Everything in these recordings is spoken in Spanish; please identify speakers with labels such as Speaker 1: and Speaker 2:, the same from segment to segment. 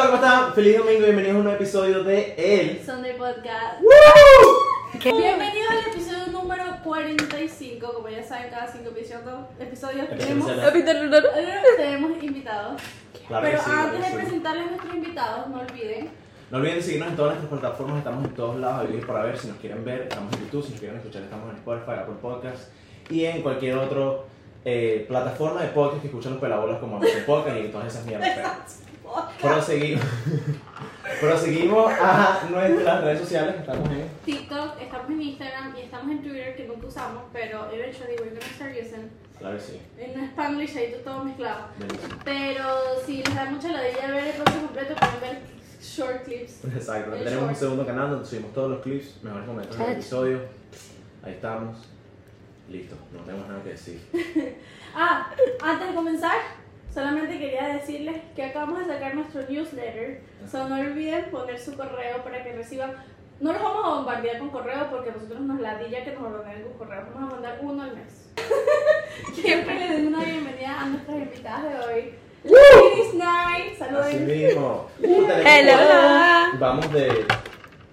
Speaker 1: Hola, feliz domingo, bienvenidos a un nuevo episodio de El.
Speaker 2: Sunday Podcast.
Speaker 3: ¿Qué?
Speaker 2: Bienvenidos al episodio número 45. Como ya saben, cada cinco episodios, episodios tenemos, eh, tenemos invitados.
Speaker 1: Claro
Speaker 2: Pero
Speaker 1: que sí, claro
Speaker 2: antes
Speaker 1: que sí.
Speaker 2: de presentarles a nuestros invitados, no olviden.
Speaker 1: No olviden de seguirnos en todas nuestras plataformas, estamos en todos lados, ahí para ver si nos quieren ver, estamos en YouTube, si nos quieren escuchar, estamos en Spotify, Apple Podcasts y en cualquier otra plataforma de podcast que escuchan los pelabolas como Apple Podcast y todas esas mierdas. pero-
Speaker 2: oh,
Speaker 1: Proseguimos. Proseguimos a nuestras redes sociales, estamos en
Speaker 2: TikTok, estamos en Instagram y estamos en Twitter, que nunca usamos, pero eventually we're gonna start using.
Speaker 1: Claro que sí.
Speaker 2: En Spanglish, ahí todo mezclado.
Speaker 1: buenísimo.
Speaker 2: Pero si les da mucha la idea ver el proceso completo, pueden ver short clips.
Speaker 1: Exacto,
Speaker 2: El
Speaker 1: tenemos un
Speaker 2: short.
Speaker 1: segundo canal donde subimos todos los clips, mejores momentos del
Speaker 3: Chacho.
Speaker 1: episodio. Ahí estamos. Listo, no tenemos nada que decir.
Speaker 2: Ah, antes de comenzar, solamente quería decirles que acabamos de sacar nuestro newsletter. So, no olviden poner su correo para que reciban. No los vamos a bombardear con correo porque a nosotros nos ladilla que nos bombardeen con correo. Vamos a mandar uno al mes. Siempre le den una bienvenida a nuestras invitadas de hoy. Ladies Night,
Speaker 1: Así
Speaker 2: saluden.
Speaker 1: mismo. Tenemos-
Speaker 3: Hello.
Speaker 1: Vamos de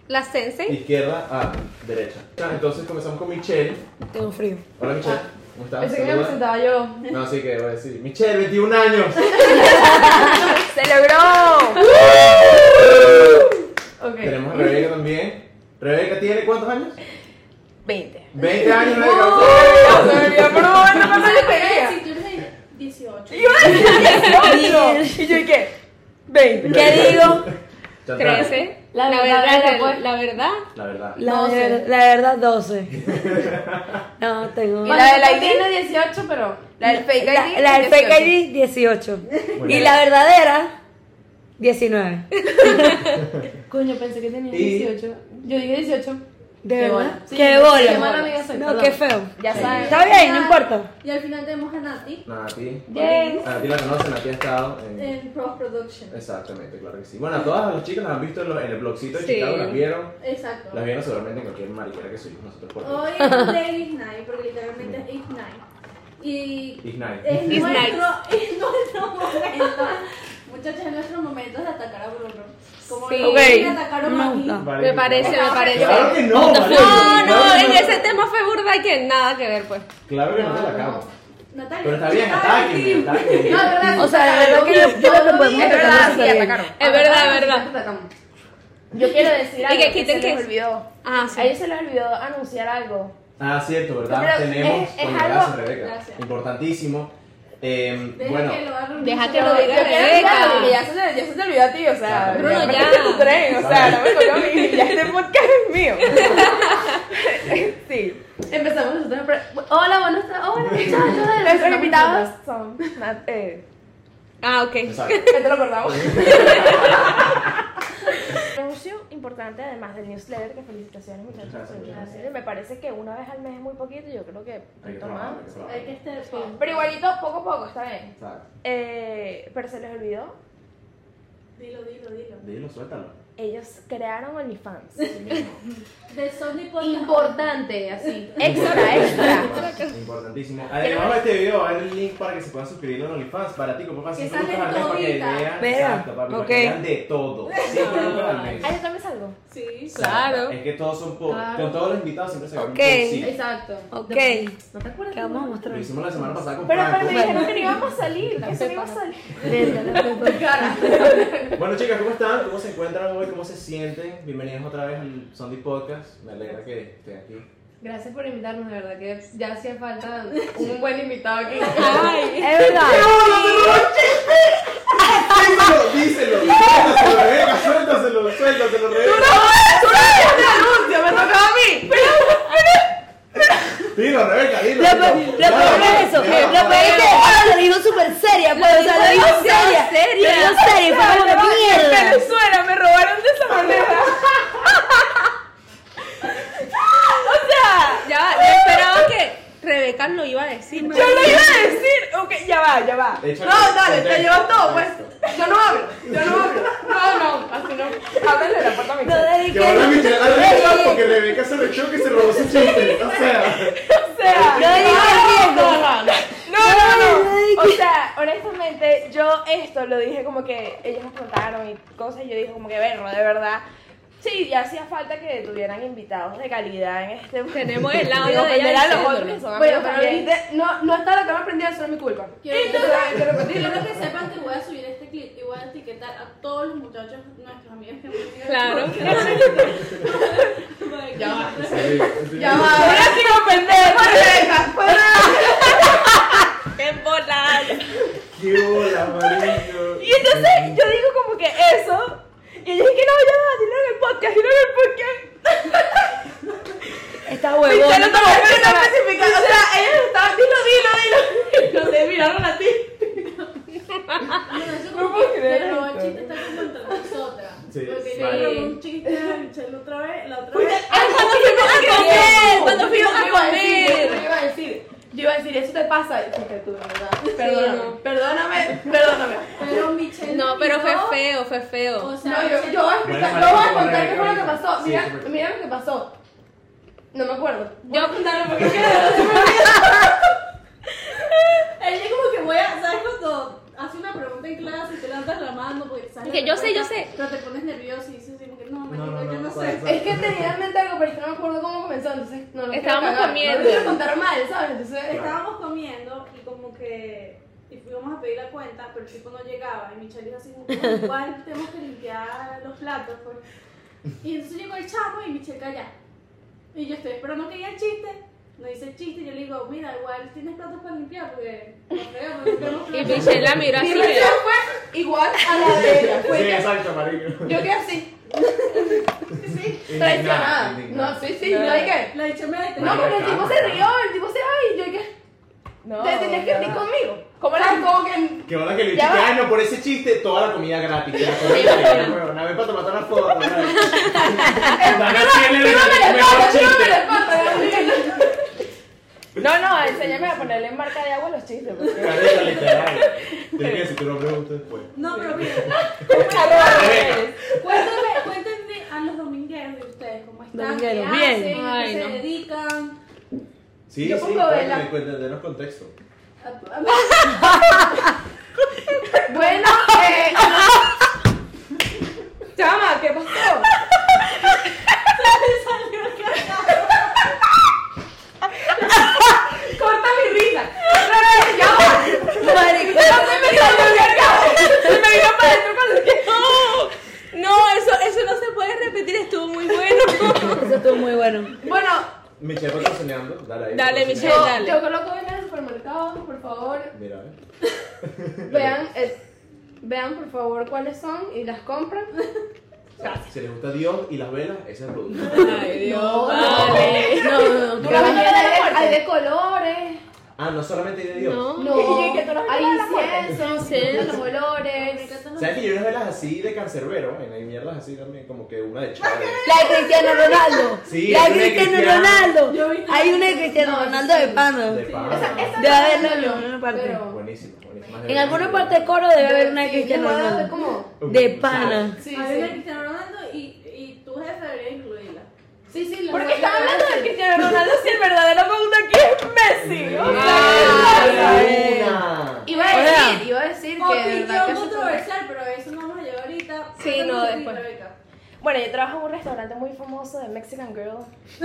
Speaker 3: La sensei.
Speaker 1: izquierda a derecha. Entonces comenzamos con Michelle.
Speaker 3: Tengo frío.
Speaker 1: Hola Michelle, ¿cómo estás?
Speaker 4: Ah. Pensé que me
Speaker 1: Saluda.
Speaker 4: presentaba yo.
Speaker 1: No, así que voy a decir, Michelle, 21 años.
Speaker 3: ¡Se logró!
Speaker 4: Ok.
Speaker 1: Tenemos a Rebeca también. Rebeca tiene cuántos años?
Speaker 3: 20.
Speaker 1: 20 años, Rebeca.
Speaker 4: Se me olvidó, pero bueno, no me
Speaker 2: Si
Speaker 4: creía.
Speaker 2: tú eres de 18.
Speaker 4: ¿Y yo ¿y qué? 20.
Speaker 3: ¿Qué digo?
Speaker 1: Ya está.
Speaker 3: 13.
Speaker 4: La verdad, la verdad.
Speaker 3: la verdad.
Speaker 1: La verdad.
Speaker 3: La,
Speaker 4: Doce.
Speaker 3: ver- la verdad, 12. No, tengo.
Speaker 4: Y
Speaker 3: La,
Speaker 4: la del ID tiene 18, pero.
Speaker 3: la del fake ID. La, del fake ID, 18.
Speaker 1: Muy
Speaker 3: Y
Speaker 1: bien.
Speaker 3: la verdadera, 19.
Speaker 4: Coño, pensé que tenía
Speaker 1: Y-
Speaker 4: 18. Yo dije 18.
Speaker 3: ¿De
Speaker 4: Qué
Speaker 3: verdad?
Speaker 4: bola. Sí,
Speaker 3: ¡Qué
Speaker 4: qué
Speaker 3: bola!
Speaker 4: mala amiga soy,
Speaker 3: no,
Speaker 4: perdón.
Speaker 3: qué feo.
Speaker 4: Ya
Speaker 1: Sí.
Speaker 4: saben.
Speaker 3: Está bien, no importa.
Speaker 2: Y al final tenemos a Nati
Speaker 1: Nada, a ti.
Speaker 4: Yay.
Speaker 1: A ti la conocen, a ti ha estado
Speaker 4: Eh,
Speaker 1: en...
Speaker 2: en Pro Production.
Speaker 1: Exactamente, claro que sí. Bueno, a todas las chicas las han visto en, lo- en el blogcito de
Speaker 3: Sí.
Speaker 1: Chicago, las vieron.
Speaker 2: Exacto.
Speaker 1: Las vieron seguramente en cualquier mariquera que subimos nosotros por
Speaker 2: Hoy es Ladies Night, porque literalmente es Is Night. Y
Speaker 1: Ignite.
Speaker 2: es
Speaker 3: Is
Speaker 2: nuestro, es nuestro momento. Muchachos, es nuestro momento de atacar a Bruno. Como
Speaker 3: Sí.
Speaker 2: lo
Speaker 3: Ok.
Speaker 2: que atacaron
Speaker 3: Me
Speaker 2: a mí.
Speaker 3: gusta.
Speaker 1: Vale.
Speaker 3: Me parece, me parece.
Speaker 1: Claro que no, vale.
Speaker 3: No, no,
Speaker 1: Claro que
Speaker 3: en
Speaker 1: no.
Speaker 3: ese tema fue burda que nada que ver, pues.
Speaker 1: Claro que no te la acabo.
Speaker 2: Natalia.
Speaker 1: Pero está bien,
Speaker 2: Natalia.
Speaker 1: atáquenme, atáquenme.
Speaker 2: No, de verdad,
Speaker 3: O sea, la verdad que yo- yo creo que podemos
Speaker 4: Es
Speaker 3: atacar,
Speaker 4: verdad,
Speaker 3: está
Speaker 4: sí,
Speaker 3: bien.
Speaker 4: atacaron.
Speaker 3: Es verdad, es verdad.
Speaker 4: Yo quiero decir algo.
Speaker 3: que quiten
Speaker 4: se les
Speaker 3: que-
Speaker 4: olvidó.
Speaker 3: Ah,
Speaker 4: A ellos se les olvidó anunciar algo.
Speaker 1: Ah, cierto, ¿verdad?
Speaker 4: Pero
Speaker 1: Tenemos.
Speaker 4: es- es
Speaker 1: Coño,
Speaker 4: algo-
Speaker 1: gracias, Rebeca.
Speaker 2: Gracias.
Speaker 1: Importantísimo. Eh,
Speaker 2: Deja
Speaker 1: bueno,
Speaker 2: que lo haga Bruno.
Speaker 3: Deja que lo diga
Speaker 4: Yo quiero decir
Speaker 3: Rebeca.
Speaker 4: algo, que ya se, te- ya se te olvidó a ti, o sea,
Speaker 1: Bruno,
Speaker 4: ya. me
Speaker 3: ya.
Speaker 4: metiste tu tren, o sea, no me tocó a mí, ya este podcast es mío. sí.
Speaker 5: Empezamos nosotros. pero- Hola, buenas tardes. Hola, muchachos.
Speaker 4: Nuestros invitados son. Nat- Eh,
Speaker 3: Ah, ok.
Speaker 1: exacto.
Speaker 4: ya te lo acordamos. Anuncio importante, además del newsletter, que felicitaciones, muchachos.
Speaker 1: Gracias, muchas
Speaker 4: Felicitaciones. Me parece que una vez al mes es muy poquito, yo creo que
Speaker 1: Hay que
Speaker 4: poquito
Speaker 1: trabajar,
Speaker 4: más.
Speaker 1: hay que trabajar.
Speaker 2: Hay que estar bien.
Speaker 4: Pero igualito, poco a poco, está bien.
Speaker 1: Exacto.
Speaker 4: Eh, pero se les olvidó,
Speaker 2: Dilo, dilo, dilo.
Speaker 1: Dilo, suéltalo.
Speaker 4: ellos crearon OnlyFans.
Speaker 1: Sí mismo.
Speaker 2: De Sony Podcast.
Speaker 5: Importante, así.
Speaker 4: Extra, extra.
Speaker 1: Importantísimo. Además de este video va a haber un link para que se puedan suscribir a OnlyFans. Para ti, como para
Speaker 2: Que
Speaker 1: 5 lucas al
Speaker 2: salen
Speaker 1: mes para que
Speaker 2: toditas.
Speaker 1: vean.
Speaker 3: Vea,
Speaker 1: Exacto, papi, para
Speaker 3: ok.
Speaker 1: que vean de todo. 5 lucas al mes.
Speaker 4: Ah, yo también salgo.
Speaker 2: Sí.
Speaker 3: Claro.
Speaker 1: Es que todos son por.
Speaker 5: Claro.
Speaker 1: Con todos los invitados siempre se
Speaker 3: Ok.
Speaker 1: okay.
Speaker 5: Exacto.
Speaker 3: Ok.
Speaker 5: ¿No te acuerdas?
Speaker 3: ¿Qué vamos a
Speaker 1: Lo
Speaker 3: mostrar?
Speaker 1: hicimos la semana pasada con
Speaker 4: Pero, pero
Speaker 1: Franco.
Speaker 4: me dijeron que no íbamos a salir, que eso no íbamos a salir.
Speaker 1: Bueno chicas, ¿cómo están? ¿Cómo se encuentran hoy? ¿Cómo se sienten? Bienvenidos otra vez al Sunday Podcast. Me alegra que estén aquí.
Speaker 5: Gracias por invitarnos, de verdad que ya hacía falta un buen invitado aquí.
Speaker 3: Ay, es verdad.
Speaker 1: Díselo, díselo, suéltaselo, Rebeca, suéltaselo, suéltaselo, Rebeca.
Speaker 4: ¡Me tocaba a mí!
Speaker 1: Dilo, Rebeca, dilo.
Speaker 3: Lo pe- lo peor no es eso. Lo peor es que ahora lo dijo súper seria, pues. O sea, lo dijo seria. Lo dijo seria. y Fue como que mierda.
Speaker 4: Venezuela, me robaron de esa manera. o sea,
Speaker 3: Ya, yo esperaba que Rebeca lo iba a decir.
Speaker 4: yo lo iba a decir. Ok, ya va, ya va.
Speaker 1: Échale
Speaker 4: no, dale,
Speaker 1: contexto.
Speaker 4: te llevas todo, pues. Yo no hablo, yo no hablo. No, no, así no. Ábrele la puerta a mi
Speaker 3: No
Speaker 4: casa.
Speaker 1: Que ahora
Speaker 3: dediqué.
Speaker 1: Michelle la Rebeca porque Rebeca se rechó que se robó su chiste. O sea,
Speaker 4: O sea,
Speaker 3: No dediqué
Speaker 4: no,
Speaker 6: Ah.
Speaker 3: tiempo.
Speaker 4: no, no, no, no. O sea, honestamente,
Speaker 6: Este, yo esto lo dije como que ellos nos contaron y cosas y yo dije como que verlo, de verdad. Sí, ya hacía falta que tuvieran invitados de calidad en este
Speaker 7: Tenemos el
Speaker 6: Digo,
Speaker 7: audio de
Speaker 6: ofender
Speaker 7: ella
Speaker 6: a los otros
Speaker 7: diciéndolo.
Speaker 6: que son
Speaker 5: Bueno,
Speaker 6: amigos
Speaker 5: pero
Speaker 6: también.
Speaker 5: ahorita- no, no está la cámara prendida, eso no es mi culpa.
Speaker 2: Quiero que,
Speaker 5: Entonces, hay que repetirlo.
Speaker 2: quiero que sepan que voy a subir este clip y voy a etiquetar a todos los muchachos, nuestros amigos que me siguen.
Speaker 7: Claro.
Speaker 2: Ya va.
Speaker 5: Ya va.
Speaker 6: ¡Qué bola!
Speaker 1: ¡Qué bola, marico!
Speaker 6: Y entonces yo digo como que eso. Y ellos dije que no, ya va, dilo en el podcast, dilo en el podcast.
Speaker 3: Está huevón.
Speaker 6: Yo no te voy a decir nada.
Speaker 5: especificado, o sea, ellos estaban, dilo, dilo, dilo. No te miraron a ti.
Speaker 2: Bueno, eso
Speaker 5: No
Speaker 2: como
Speaker 5: puedo
Speaker 2: que
Speaker 5: creer
Speaker 2: no, el
Speaker 5: esto.
Speaker 2: chiste está como entre nosotras.
Speaker 1: Sí,
Speaker 2: Porque yo
Speaker 1: vale.
Speaker 2: le robé un chiste a Michelle otra vez, la otra vez.
Speaker 5: cuando fuimos a
Speaker 6: comer, cuando
Speaker 5: fui
Speaker 6: fuimos a comer.
Speaker 5: Yo iba a decir, yo iba a decir, eso te pasa. Y dije tú, de ¿verdad? Perdóname,
Speaker 7: no.
Speaker 5: perdóname, perdóname.
Speaker 2: Pero Michelle.
Speaker 7: No, pero fue
Speaker 2: gritó,
Speaker 7: feo, fue feo.
Speaker 2: O sea,
Speaker 5: No, yo, yo voy a explicar,
Speaker 1: Bueno,
Speaker 5: yo voy a
Speaker 1: marico,
Speaker 5: contar qué fue lo que
Speaker 1: marico,
Speaker 5: pasó.
Speaker 1: sí,
Speaker 5: Mira,
Speaker 1: súper.
Speaker 5: mira lo que pasó. No me acuerdo.
Speaker 7: Yo
Speaker 2: Él es como que voy a, ¿sabes cuando hace una pregunta en clase y te levantas la mano? Porque sabes
Speaker 7: Que
Speaker 2: la
Speaker 7: yo sé,
Speaker 2: respuesta,
Speaker 7: yo sé.
Speaker 2: Pero te pones nervioso y dices, así como que no, marico,
Speaker 1: no,
Speaker 2: yo
Speaker 1: no,
Speaker 2: no
Speaker 1: no,
Speaker 2: sé.
Speaker 1: para-
Speaker 5: Es que tenía en mente algo, pero es que no me acuerdo cómo comenzó, entonces no lo quiero
Speaker 7: Estábamos
Speaker 5: cagar.
Speaker 7: comiendo.
Speaker 5: No lo quiero contar mal, ¿sabes? Entonces,
Speaker 2: Estábamos comiendo y como que y fuimos a pedir la cuenta, pero el tipo no llegaba y Michelle dijo así, como, igual tenemos que limpiar los platos. pues". Y entonces llegó el chamo y Michelle calla. Y yo estoy esperando que diga el chiste. No dice el chiste, yo le digo, mira, igual tienes platos para limpiar porque no creo, no limpiamos
Speaker 7: Y
Speaker 2: platos.
Speaker 7: Michelle la miró
Speaker 5: mi
Speaker 7: así.
Speaker 5: reacción fue igual a la de ella. Fue
Speaker 1: Sí,
Speaker 5: que-
Speaker 1: exacto, marico.
Speaker 5: yo quedé así. sí,
Speaker 1: Indignada,
Speaker 5: traicionada.
Speaker 1: indignada.
Speaker 5: No, sí, sí, no hay que.
Speaker 2: La dicha me detenía.
Speaker 5: No, porque el tipo se rió, el tipo se, ay, yo que.
Speaker 6: No,
Speaker 5: te tenías que ir
Speaker 6: no.
Speaker 5: conmigo. ¿Cómo la como que
Speaker 1: Que van que le dije,
Speaker 6: Ya va.
Speaker 1: "Ah, no, por ese chiste, toda la comida gratis. que La comida gratis, huevona, ven para tomar una foto. ¿no? Van a hacerle el mejor chiste.
Speaker 6: No, no, enséñame a ponerle en marca de agua los chistes. porque-
Speaker 1: Marico, literal. Tienes que decir tu nombre justo después.
Speaker 2: No, pero mira, cuéntame, cuéntenme a los domingueros de ustedes, cómo están,
Speaker 3: Domingueros,
Speaker 2: qué
Speaker 3: bien.
Speaker 2: hacen, a
Speaker 7: Ay,
Speaker 2: qué se
Speaker 7: no.
Speaker 2: dedican.
Speaker 1: Sí,
Speaker 5: Yo
Speaker 1: sí,
Speaker 5: pongo vela.
Speaker 1: cuéntale, cuéntale, denos contexto.
Speaker 5: Bueno, eh. Chama, ¿qué pasó? Corta mi risa. No, no, ya va.
Speaker 3: Marico.
Speaker 7: No, eso, eso no se puede repetir, estuvo muy bueno.
Speaker 3: Eso estuvo muy bueno.
Speaker 5: Bueno,
Speaker 1: Michelle patrocinando, dale ahí.
Speaker 7: Dale,
Speaker 5: yo,
Speaker 7: Michelle, dale.
Speaker 5: yo coloco en el supermercado, por favor.
Speaker 1: Mira, a ver.
Speaker 5: Vean, eh, vean por favor cuáles son y las compran.
Speaker 1: Si les gusta Dios y las velas, ese es el producto.
Speaker 7: Ay, Dios.
Speaker 1: Oh,
Speaker 6: Ah,
Speaker 7: vale.
Speaker 3: No, no, no.
Speaker 5: Hay de- hay de colores.
Speaker 1: Ah, no solamente hay de Dios.
Speaker 7: No.
Speaker 5: No,
Speaker 6: Y que tú no
Speaker 5: hay
Speaker 6: vengas a la
Speaker 5: inciensos,
Speaker 7: Sí.
Speaker 5: los olores.
Speaker 1: ¿Sabes que yo hay unas velas así de cancerbero? En hay mierdas así también, como que una de Chávez.
Speaker 3: La de Cristiano Ronaldo.
Speaker 1: Sí,
Speaker 3: la
Speaker 1: hay
Speaker 3: de
Speaker 1: una de
Speaker 3: Cristiano
Speaker 1: Cristiano.
Speaker 2: Yo
Speaker 3: Ronaldo.
Speaker 2: vi-
Speaker 3: Hay una de Cristiano
Speaker 5: No,
Speaker 3: Ronaldo
Speaker 5: sí.
Speaker 3: de Pano.
Speaker 1: De pana.
Speaker 5: Esa
Speaker 3: Debe
Speaker 5: no la
Speaker 3: haberlo
Speaker 5: tengo
Speaker 3: en
Speaker 5: yo,
Speaker 3: alguna parte.
Speaker 5: pero-
Speaker 1: Buenísimo, buenísimo.
Speaker 3: En alguna parte de coro debe haber una de
Speaker 5: Sí,
Speaker 3: Cristiano
Speaker 5: yo puedo hacer
Speaker 3: Ronaldo.
Speaker 5: como-
Speaker 3: De pana.
Speaker 5: Sí,
Speaker 2: a ver,
Speaker 5: sí.
Speaker 2: Cristiano Ronaldo y, y tu jefe debería incluirla.
Speaker 5: Sí, sí,
Speaker 6: ¿Por qué están hablando de Cristiano Ronaldo si el verdadero punto aquí es Messi? O sea, ¿qué pasa?
Speaker 1: ¡Una!
Speaker 5: Iba a
Speaker 3: O sea,
Speaker 5: decir, iba a decir que de verdad
Speaker 2: Opinión
Speaker 5: que eso-
Speaker 2: controversial, pero eso no vamos a llegar ahorita.
Speaker 6: Sí,
Speaker 2: Cuéntanos
Speaker 6: no,
Speaker 2: de ti,
Speaker 6: después.
Speaker 2: Rebeca.
Speaker 6: Bueno, yo trabajo en un restaurante muy famoso de Mexican Girl.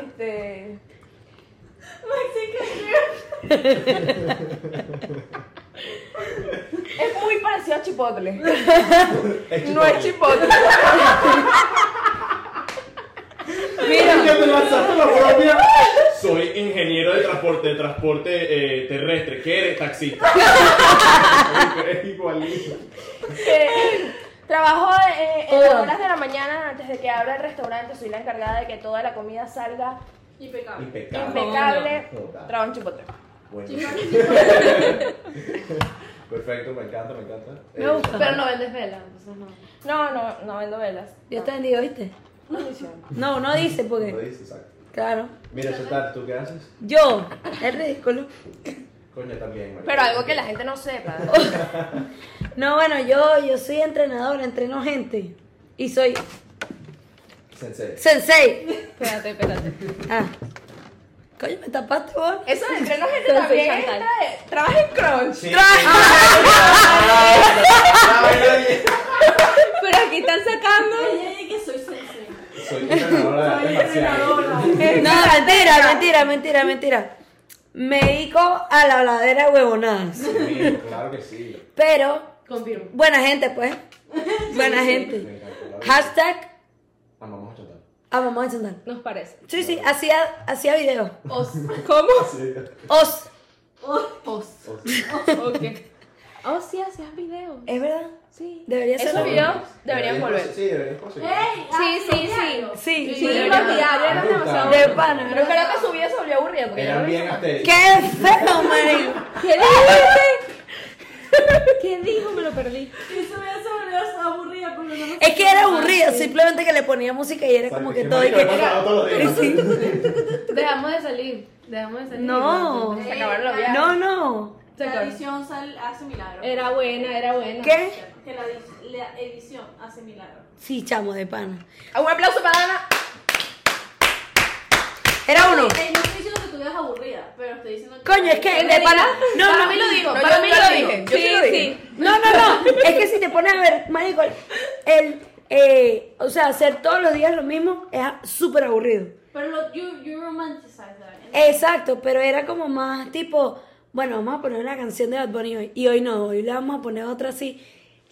Speaker 6: este. Mexican Girl. es muy parecido a Chipotle. No es Chipotle.
Speaker 1: Mira, que te lanzaste la propia. Soy ingeniero de transporte, de transporte eh, terrestre. ¿Qué eres? Taxista. es igualito.
Speaker 6: Eh, trabajo eh, en
Speaker 3: Todas.
Speaker 6: las horas de la mañana antes de que abra el restaurante. Soy la encargada de que toda la comida salga
Speaker 2: Impecable.
Speaker 1: Impecable.
Speaker 6: impecable.
Speaker 1: Joda.
Speaker 6: Trabajo en Chipotle.
Speaker 1: Buenísimo.
Speaker 2: Chimán, chimán.
Speaker 1: Perfecto, me encanta, me encanta.
Speaker 3: Me
Speaker 1: Eh,
Speaker 3: gusta.
Speaker 5: Pero no vendes vela, entonces no.
Speaker 6: No, no, no vendo velas.
Speaker 3: Dios te bendiga, ¿viste? No, no dice
Speaker 1: Lo
Speaker 3: porque.
Speaker 1: dices, exacto.
Speaker 3: Claro.
Speaker 1: Mira, Chantal, ¿tú qué haces?
Speaker 3: Yo, es ridículo.
Speaker 1: Coño, también. marico.
Speaker 6: Pero algo que la gente no sepa.
Speaker 3: No, bueno, yo, yo soy entrenadora, entreno gente. Y soy
Speaker 1: Sensei.
Speaker 3: sensei.
Speaker 7: Espérate, espérate.
Speaker 3: Ah. Coño, me tapaste vos.
Speaker 6: Eso de entreno gente
Speaker 7: Soy
Speaker 6: Este también
Speaker 7: Chantal.
Speaker 6: está de- Trabaja en crunch.
Speaker 1: Sí. Soy
Speaker 7: Pero aquí están sacando.
Speaker 2: Ella dice que soy sensei.
Speaker 1: entrenadora de
Speaker 2: Soy
Speaker 1: artes
Speaker 2: entrenadora.
Speaker 1: marciales.
Speaker 3: No, mentira, mentira, mentira, mentira. Me dedico a la habladera de huevonadas.
Speaker 1: Sí, Claro que sí.
Speaker 3: Pero,
Speaker 5: Confirmo.
Speaker 3: buena gente, pues. Buena gente. Hashtag
Speaker 1: Amamos Ah, a Chantal.
Speaker 3: amamos a Chantal.
Speaker 7: Nos parece.
Speaker 3: Sí, sí, hacía, hacía videos.
Speaker 5: Os.
Speaker 1: Sí.
Speaker 3: Os,
Speaker 5: Os.
Speaker 7: Oh, sí, hacías videos.
Speaker 3: ¿es verdad?
Speaker 7: Sí.
Speaker 3: Debería ser.
Speaker 5: Esos videos deberían volver.
Speaker 1: Sí, deberían conseguir.
Speaker 2: ¡Ey!
Speaker 7: Sí,
Speaker 2: ah,
Speaker 7: sí, sí.
Speaker 3: Sí,
Speaker 5: Sí,
Speaker 3: sí.
Speaker 5: debería
Speaker 6: Los diarios
Speaker 1: Me
Speaker 6: eran
Speaker 1: gusta.
Speaker 6: demasiado
Speaker 3: De
Speaker 6: aburridos.
Speaker 3: pana.
Speaker 6: Pero creo que su vida se volvió aburrida porque ya
Speaker 1: Eran
Speaker 6: no
Speaker 1: bien
Speaker 3: ¡Qué
Speaker 1: astéricos.
Speaker 3: feo, marico!
Speaker 7: ¿Qué dijiste? ¿Qué dijo? Me lo perdí.
Speaker 2: Y su vida se volvió aburrida porque no nos-
Speaker 3: Es que era aburrido, simplemente que le ponía música y era como que todo. y
Speaker 1: marico,
Speaker 3: que-
Speaker 1: hemos hablado todos los días.
Speaker 5: Dejamos de salir. Dejamos de salir.
Speaker 3: No.
Speaker 5: Se
Speaker 2: Ey,
Speaker 5: acabaron los
Speaker 2: ya.
Speaker 5: viajes.
Speaker 3: No, no.
Speaker 5: Se
Speaker 2: La
Speaker 5: acabó.
Speaker 2: edición sal- hace milagros.
Speaker 7: Era buena, era buena.
Speaker 3: ¿Qué?
Speaker 2: Que la, edi- la edición hace milagros.
Speaker 3: Sí, chamo, de pana.
Speaker 6: Un aplauso para Dana.
Speaker 3: Era uno.
Speaker 2: Ey, no estoy diciendo que tu vida es aburrida, pero estoy diciendo que.
Speaker 3: Coño, es que de pana. No,
Speaker 5: para
Speaker 3: no.
Speaker 5: mí lo digo.
Speaker 6: No,
Speaker 5: para
Speaker 6: yo
Speaker 5: mí
Speaker 6: no
Speaker 5: lo
Speaker 6: lo
Speaker 5: digo.
Speaker 6: dije.
Speaker 5: Yo sí, lo
Speaker 7: Sí,
Speaker 5: dije.
Speaker 7: sí.
Speaker 3: No, no, no. Es que si te pones a ver, marico, el, eh, o sea, hacer todos los días lo mismo es súper aburrido.
Speaker 2: Pero lo, you, you romanticize that.
Speaker 3: Exacto, pero era como más tipo, bueno, vamos a poner una canción de Bad Bunny hoy. Y hoy no, hoy le vamos a poner otra así.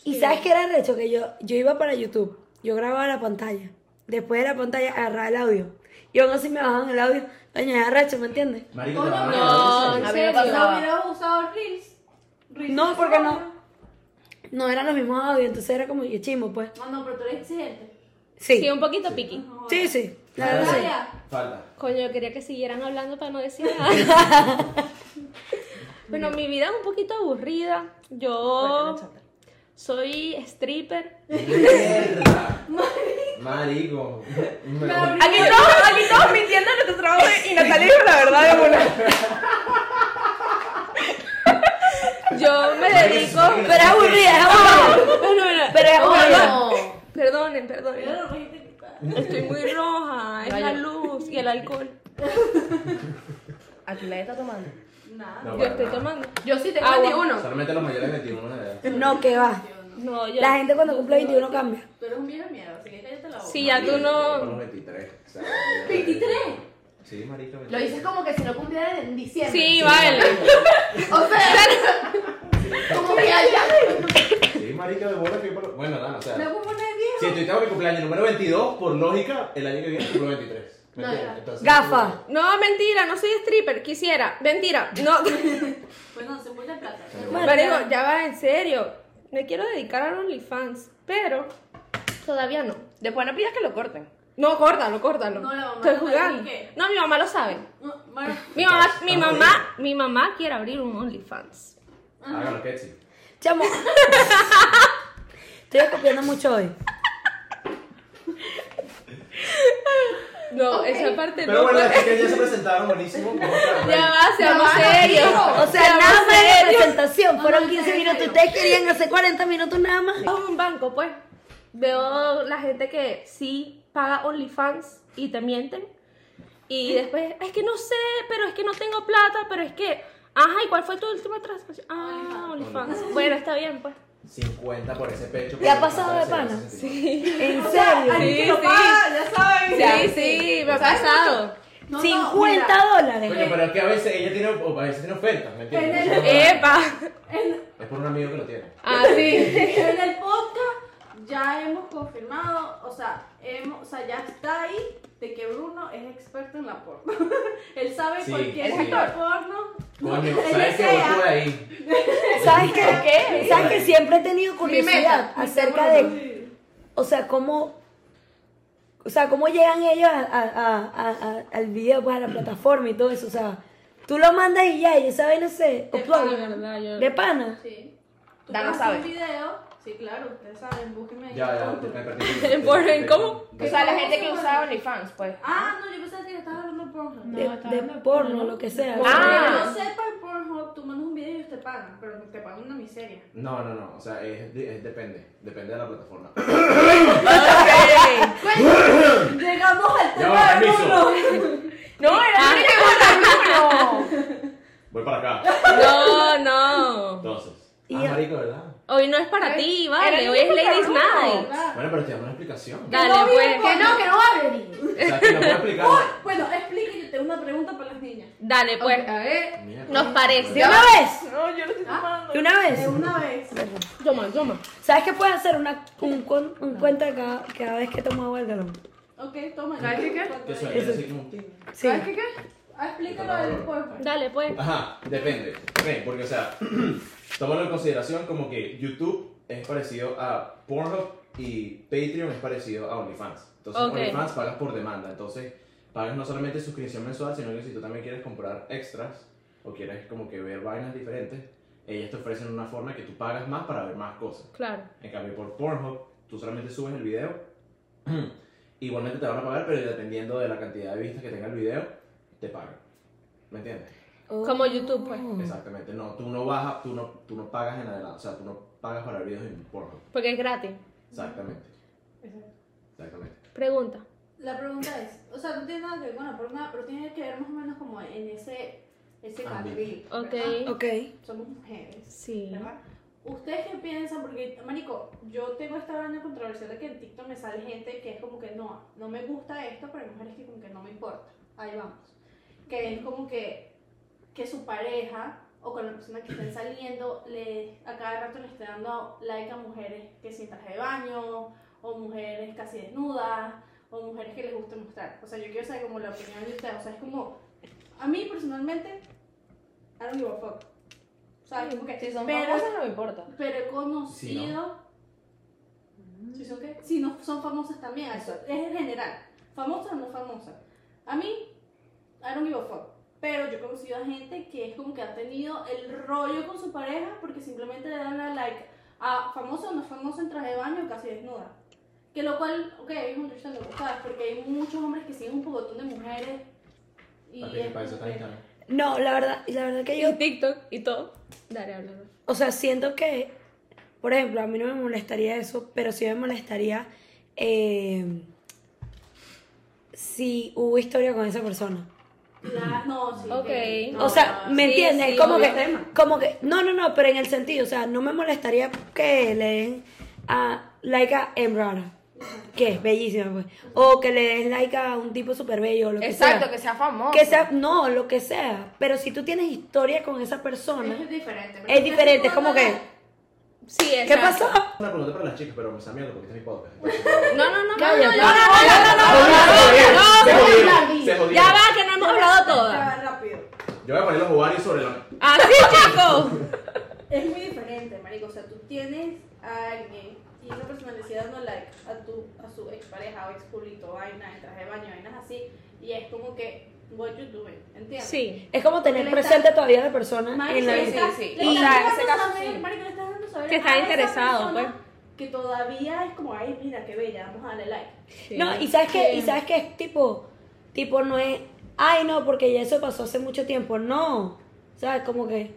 Speaker 3: Y sabes qué era el hecho que yo, yo iba para YouTube, yo grababa la pantalla. Después de la pantalla agarraba el audio. Y aún así me bajaban el audio. Doña, es arrecho, ¿me entiendes?
Speaker 1: Marico,
Speaker 2: Coño,
Speaker 1: trabajan
Speaker 7: no.
Speaker 1: en
Speaker 5: A
Speaker 1: la
Speaker 5: mí me
Speaker 2: Si no
Speaker 5: pasaba.
Speaker 2: hubiera usado Reels. Reels
Speaker 3: No,
Speaker 2: es
Speaker 3: porque no.
Speaker 2: solo.
Speaker 3: No eran los mismos audios, entonces era como que chimo, pues.
Speaker 2: No, no, pero tú eres exigente.
Speaker 3: Sí.
Speaker 7: Sí, un poquito piqui.
Speaker 3: Sí, sí. La
Speaker 1: Falta.
Speaker 3: verdad, sí.
Speaker 1: Falta.
Speaker 7: Coño, yo quería que siguieran hablando para no decir nada. bueno, mi vida es un poquito aburrida. Yo soy stripper.
Speaker 1: Mierda. Marico.
Speaker 6: Aquí todos, aquí todos mintiendo en nuestro trabajo y Natalia dijo la verdad de una.
Speaker 7: Yo me dedico.
Speaker 3: Pero es aburrida, es aburrida. Pero es aburrida.
Speaker 5: No.
Speaker 7: Perdonen, perdonen.
Speaker 2: Pero reíste.
Speaker 7: Estoy muy roja. Es la luz y el alcohol.
Speaker 6: Aquí nadie está tomando.
Speaker 2: Nada.
Speaker 1: No,
Speaker 7: Yo
Speaker 1: para
Speaker 7: estoy
Speaker 1: nada.
Speaker 7: tomando.
Speaker 5: Yo sí tengo
Speaker 7: Agua.
Speaker 5: 21.
Speaker 1: Solamente los mayores de eh. 21 de edad.
Speaker 3: No, que va.
Speaker 7: No, yo.
Speaker 3: La gente cuando cumple 21 cambia.
Speaker 2: Tú eres un viejo miedo, así que cállate la boca.
Speaker 7: Si ya tú
Speaker 1: Con los
Speaker 7: no.
Speaker 1: 23. o sea,
Speaker 2: ¿23?
Speaker 1: Sí, marico.
Speaker 5: Lo dices como que si no cumpliera en diciembre.
Speaker 7: Sí, vale.
Speaker 5: O sea, como que ya, ya.
Speaker 1: Sí, marica, de bola que yo por- Bueno, nada, o sea.
Speaker 2: Me voy a poner viejo.
Speaker 1: Si estoy tengo mi cumpleaños número 22, por lógica, el año que viene cumplo 23. ¿Me
Speaker 5: No,
Speaker 1: entiendes?
Speaker 5: ya.
Speaker 1: Entonces, Ah,
Speaker 3: Gafa.
Speaker 7: No, mentira, no soy stripper. Quisiera. Mentira. No.
Speaker 2: Pues no, se puede plata.
Speaker 7: Marico, ya va, en serio. Me quiero dedicar a OnlyFans, pero todavía no.
Speaker 6: Después no pidas que lo corten.
Speaker 7: No, córtalo, córtalo.
Speaker 2: No, la mamá
Speaker 7: Estoy
Speaker 2: no sabe
Speaker 7: jugando.
Speaker 2: ni qué.
Speaker 7: No, mi mamá lo sabe.
Speaker 2: No, bueno,
Speaker 7: Mi mamá,
Speaker 1: Estás-
Speaker 7: mi
Speaker 1: estás
Speaker 7: mamá, mi mamá quiere abrir un OnlyFans.
Speaker 1: Hágalo, que sí.
Speaker 3: Chamo. Estoy escupiendo mucho hoy.
Speaker 7: No, esa parte
Speaker 1: Pero
Speaker 7: no.
Speaker 1: bueno,
Speaker 7: porque-
Speaker 1: es que ya se presentaron buenísimo. ¿cómo está?
Speaker 7: Ya va, seamos serios.
Speaker 3: O sea, nada más de la presentación. Fueron
Speaker 2: no,
Speaker 3: 15
Speaker 2: serio.
Speaker 3: minutos. Ustedes querían hacer 40 minutos nada más.
Speaker 7: Vamos a un banco, pues. Veo la gente que sí paga OnlyFans y te mienten. Y
Speaker 2: ¿Eh?
Speaker 7: después, es que no sé, pero es que no tengo plata, pero es que. Ajá, ¿y cuál fue tu última transacción? Ah, OnlyFans. Bueno, está bien, pues.
Speaker 1: 50 por ese pecho.
Speaker 3: ¿Le ha pasado de pana?
Speaker 1: panas? Sí.
Speaker 3: En serio.
Speaker 7: Sí,
Speaker 6: Ah, ya saben.
Speaker 7: sí, sí, me ha pasado.
Speaker 2: no, no,
Speaker 3: 50
Speaker 1: Coño,
Speaker 3: dólares.
Speaker 1: pero es que a veces ella tiene, o a veces tiene ofertas, ¿me entiendes?
Speaker 2: En el-
Speaker 1: Eso no-
Speaker 7: ¡Epa!
Speaker 1: Es por un amigo que lo tiene.
Speaker 7: Ah, sí.
Speaker 2: mira, En el podcast ya hemos confirmado, o sea, hemos, o sea, ya está ahí de que Bruno es experto en la porno. Él sabe
Speaker 1: Sí,
Speaker 2: cualquier
Speaker 1: sí.
Speaker 2: tipo de porno.
Speaker 1: Coño,
Speaker 2: Él
Speaker 1: ¿sabes que voy
Speaker 2: desea.
Speaker 1: por ahí?
Speaker 3: ¿Sabes qué? ¿Sabes que siempre he tenido curiosidad
Speaker 5: meta, mi
Speaker 3: acerca de. O sea, cómo. O sea, cómo llegan ellos a- a- a- a- al video, pues a la plataforma y todo eso. O sea, tú lo mandas y ya, ellos saben, no sé. upload. De pana.
Speaker 2: Sí. Tú
Speaker 6: Dana
Speaker 2: haces
Speaker 6: sabe.
Speaker 2: un video, sí, claro, ustedes saben, búsquenme ahí.
Speaker 1: Ya, ya, te- me perdí.
Speaker 7: En Pornhub, ¿cómo?
Speaker 6: O sea, la gente que usa OnlyFans, pues.
Speaker 2: Ah, no, yo pensaba que estabas hablando de Pornhub.
Speaker 3: De, de porno, lo que sea.
Speaker 2: Ah,
Speaker 6: Ah.
Speaker 2: no sepa el Pornhub, tú mandas un video y ellos te pagan, pero te pagan una miseria.
Speaker 1: No, no, no, o sea, es, es- depende, depende de la plataforma.
Speaker 2: Llegamos al
Speaker 1: Ya va,
Speaker 2: tema de
Speaker 1: permiso.
Speaker 2: Bruno.
Speaker 6: No, era
Speaker 7: Ah.
Speaker 6: una ¡Coño!
Speaker 1: Voy para acá.
Speaker 7: No, no.
Speaker 1: Entonces.
Speaker 3: Y
Speaker 1: Ah,
Speaker 3: ya.
Speaker 1: marico, ¿verdad?
Speaker 7: Hoy no es para ti, vale.
Speaker 4: era
Speaker 7: Hoy es
Speaker 4: un
Speaker 7: Ladies
Speaker 4: programa.
Speaker 7: Night.
Speaker 1: Bueno, pero te damos una explicación.
Speaker 7: Dale, pues.
Speaker 4: Que no, que no hable.
Speaker 1: O sea, que lo voy a explicar.
Speaker 2: Bueno, explique, yo tengo una pregunta para las niñas.
Speaker 7: Dale, pues.
Speaker 5: A ver.
Speaker 1: Mira,
Speaker 7: Nos parece.
Speaker 3: ¿De una vez?
Speaker 6: No, yo lo estoy tomando.
Speaker 3: ¿De una
Speaker 2: De
Speaker 3: vez?
Speaker 2: una vez.
Speaker 7: Toma, toma.
Speaker 3: ¿Sabes qué puedes hacer? Una, un, cuen- un cuento de cada, cada vez que tomo agua del galón.
Speaker 2: Ok, toma.
Speaker 5: ¿Sabes qué, qué?
Speaker 1: Que
Speaker 2: qué?
Speaker 1: suena así como un tin.
Speaker 3: Sí.
Speaker 5: ¿Sabes qué qué?
Speaker 2: Explícalo a él, porfa.
Speaker 7: Dale, pues.
Speaker 1: Ajá, depende. Ok, porque, o sea, tomarlo en consideración como que YouTube es parecido a Pornhub y Patreon es parecido a OnlyFans. Entonces,
Speaker 7: Ok.
Speaker 1: OnlyFans pagas por demanda. Entonces, pagas no solamente suscripción mensual, sino que si tú también quieres comprar extras o quieres como que ver vainas diferentes, ellas te ofrecen una forma que tú pagas más para ver más cosas.
Speaker 7: Claro.
Speaker 1: En cambio, por Pornhub, tú solamente subes el video. Igualmente te van a pagar, pero dependiendo de la cantidad de vistas que tenga el video, te pagan. ¿Me entiendes?
Speaker 3: Oh.
Speaker 7: Como YouTube, pues.
Speaker 1: Exactamente. No, tú no bajas, tú no, tú no pagas en adelante. O sea, tú no pagas para ver videos en Pornhub.
Speaker 7: Porque es gratis.
Speaker 1: Exactamente. Exactamente.
Speaker 7: Pregunta.
Speaker 2: La pregunta es, o sea, no tiene nada que ver con la porno, pero tiene que ver más o menos como en ese, ese
Speaker 1: Ámbito.
Speaker 2: carril.
Speaker 7: Ok.
Speaker 2: ¿verdad?
Speaker 3: Ok.
Speaker 2: Somos mujeres,
Speaker 7: Sí.
Speaker 2: ¿verdad? ¿Ustedes qué piensan? Porque, marico, yo tengo esta vaina controversial de que en TikTok me sale gente que es como que no, no me gusta esto, pero hay mujeres que como que no me importa. Ahí vamos. Que es como que, que su pareja o con la persona que estén saliendo, le, a cada rato le esté dando like a mujeres que sin traje de baño, o mujeres casi desnudas, o mujeres que les gusta mostrar. O sea, yo quiero saber como la opinión de ustedes. O sea, es como, a mí personalmente, I don't give a fuck. ¿Sabes? Como que,
Speaker 5: Si son
Speaker 2: pero-
Speaker 5: famosas, no me importa.
Speaker 2: pero he
Speaker 1: Si
Speaker 2: conocido. ¿Sí son qué? Si no son famosas también, eso es en general. Famosas o no famosas. A mí, I don't give a fuck. Pero yo he conocido a gente que es como que ha tenido el rollo con su pareja porque simplemente le dan la like a famoso o no famoso en traje de baño casi desnuda. Que lo cual, ok, es un understandable, ¿sabes? Porque hay muchos hombres que siguen un pogotón de mujeres. Y
Speaker 1: Papi, que
Speaker 2: es
Speaker 1: para eso
Speaker 2: como
Speaker 1: está
Speaker 2: que-
Speaker 1: Instagram.
Speaker 3: No, la verdad, la verdad que yo
Speaker 7: Y TikTok y todo. Dale, habla. habla.
Speaker 3: O sea, siento que, por ejemplo, a mí no me molestaría eso, pero sí me molestaría eh, si hubo historia con esa persona.
Speaker 2: La- no, sí.
Speaker 7: Ok.
Speaker 2: que-
Speaker 3: o sea,
Speaker 2: no,
Speaker 3: ¿me
Speaker 7: sí,
Speaker 3: entiendes?
Speaker 7: sí,
Speaker 3: como,
Speaker 7: obvio.
Speaker 3: que, como que, no, no, no, pero en el sentido, o sea, no me molestaría que le den a like a Emrara, que es bellísima, pues, o que le des like a un tipo súper bello, o lo que
Speaker 6: Exacto,
Speaker 3: sea.
Speaker 6: que sea famoso.
Speaker 3: Que sea, no, lo que sea, pero si tú tienes historia con esa persona,
Speaker 2: Es diferente. pero
Speaker 3: es diferente, es como que,
Speaker 7: Sí,
Speaker 3: ¿qué
Speaker 7: exacto.
Speaker 3: pasó?
Speaker 1: Una pregunta para las chicas, pero me está mirando porque este es mi podcast.
Speaker 7: No, no, no, no,
Speaker 3: Cállate.
Speaker 7: no, no, no, no, no, no,
Speaker 1: Se jodieron.
Speaker 4: Barbie.
Speaker 1: Se jodieron.
Speaker 7: Ya va, que no hemos hablado todas.
Speaker 2: Ya, rápido.
Speaker 1: Yo voy a poner los ovarios sobre la.
Speaker 7: Así, chicos.
Speaker 2: Es muy diferente, marico. O sea, tú tienes a alguien y esa persona le está dando like a, tu, a su expareja o exculito, vaina, en traje de baño, vainas así. Y es como que, what you doing, ¿entiendes?
Speaker 7: Sí.
Speaker 3: Es como tener
Speaker 2: Le
Speaker 3: presente
Speaker 2: está-
Speaker 3: todavía a la persona
Speaker 2: Marico,
Speaker 3: en la
Speaker 2: le
Speaker 6: sí,
Speaker 2: estás-
Speaker 6: sí.
Speaker 2: le
Speaker 6: O
Speaker 2: estás
Speaker 6: sea, en
Speaker 2: dando
Speaker 6: ese caso,
Speaker 2: saber-
Speaker 6: sí.
Speaker 2: marico, le estás dando saber
Speaker 7: Que está
Speaker 2: a esa
Speaker 7: interesado,
Speaker 2: persona Que todavía es como, ay, mira, qué bella, vamos a darle like.
Speaker 3: No, y sabes que, y sabes que es tipo, tipo no es, ay no, porque ya eso pasó hace mucho tiempo, no. ¿Sabes? Como que,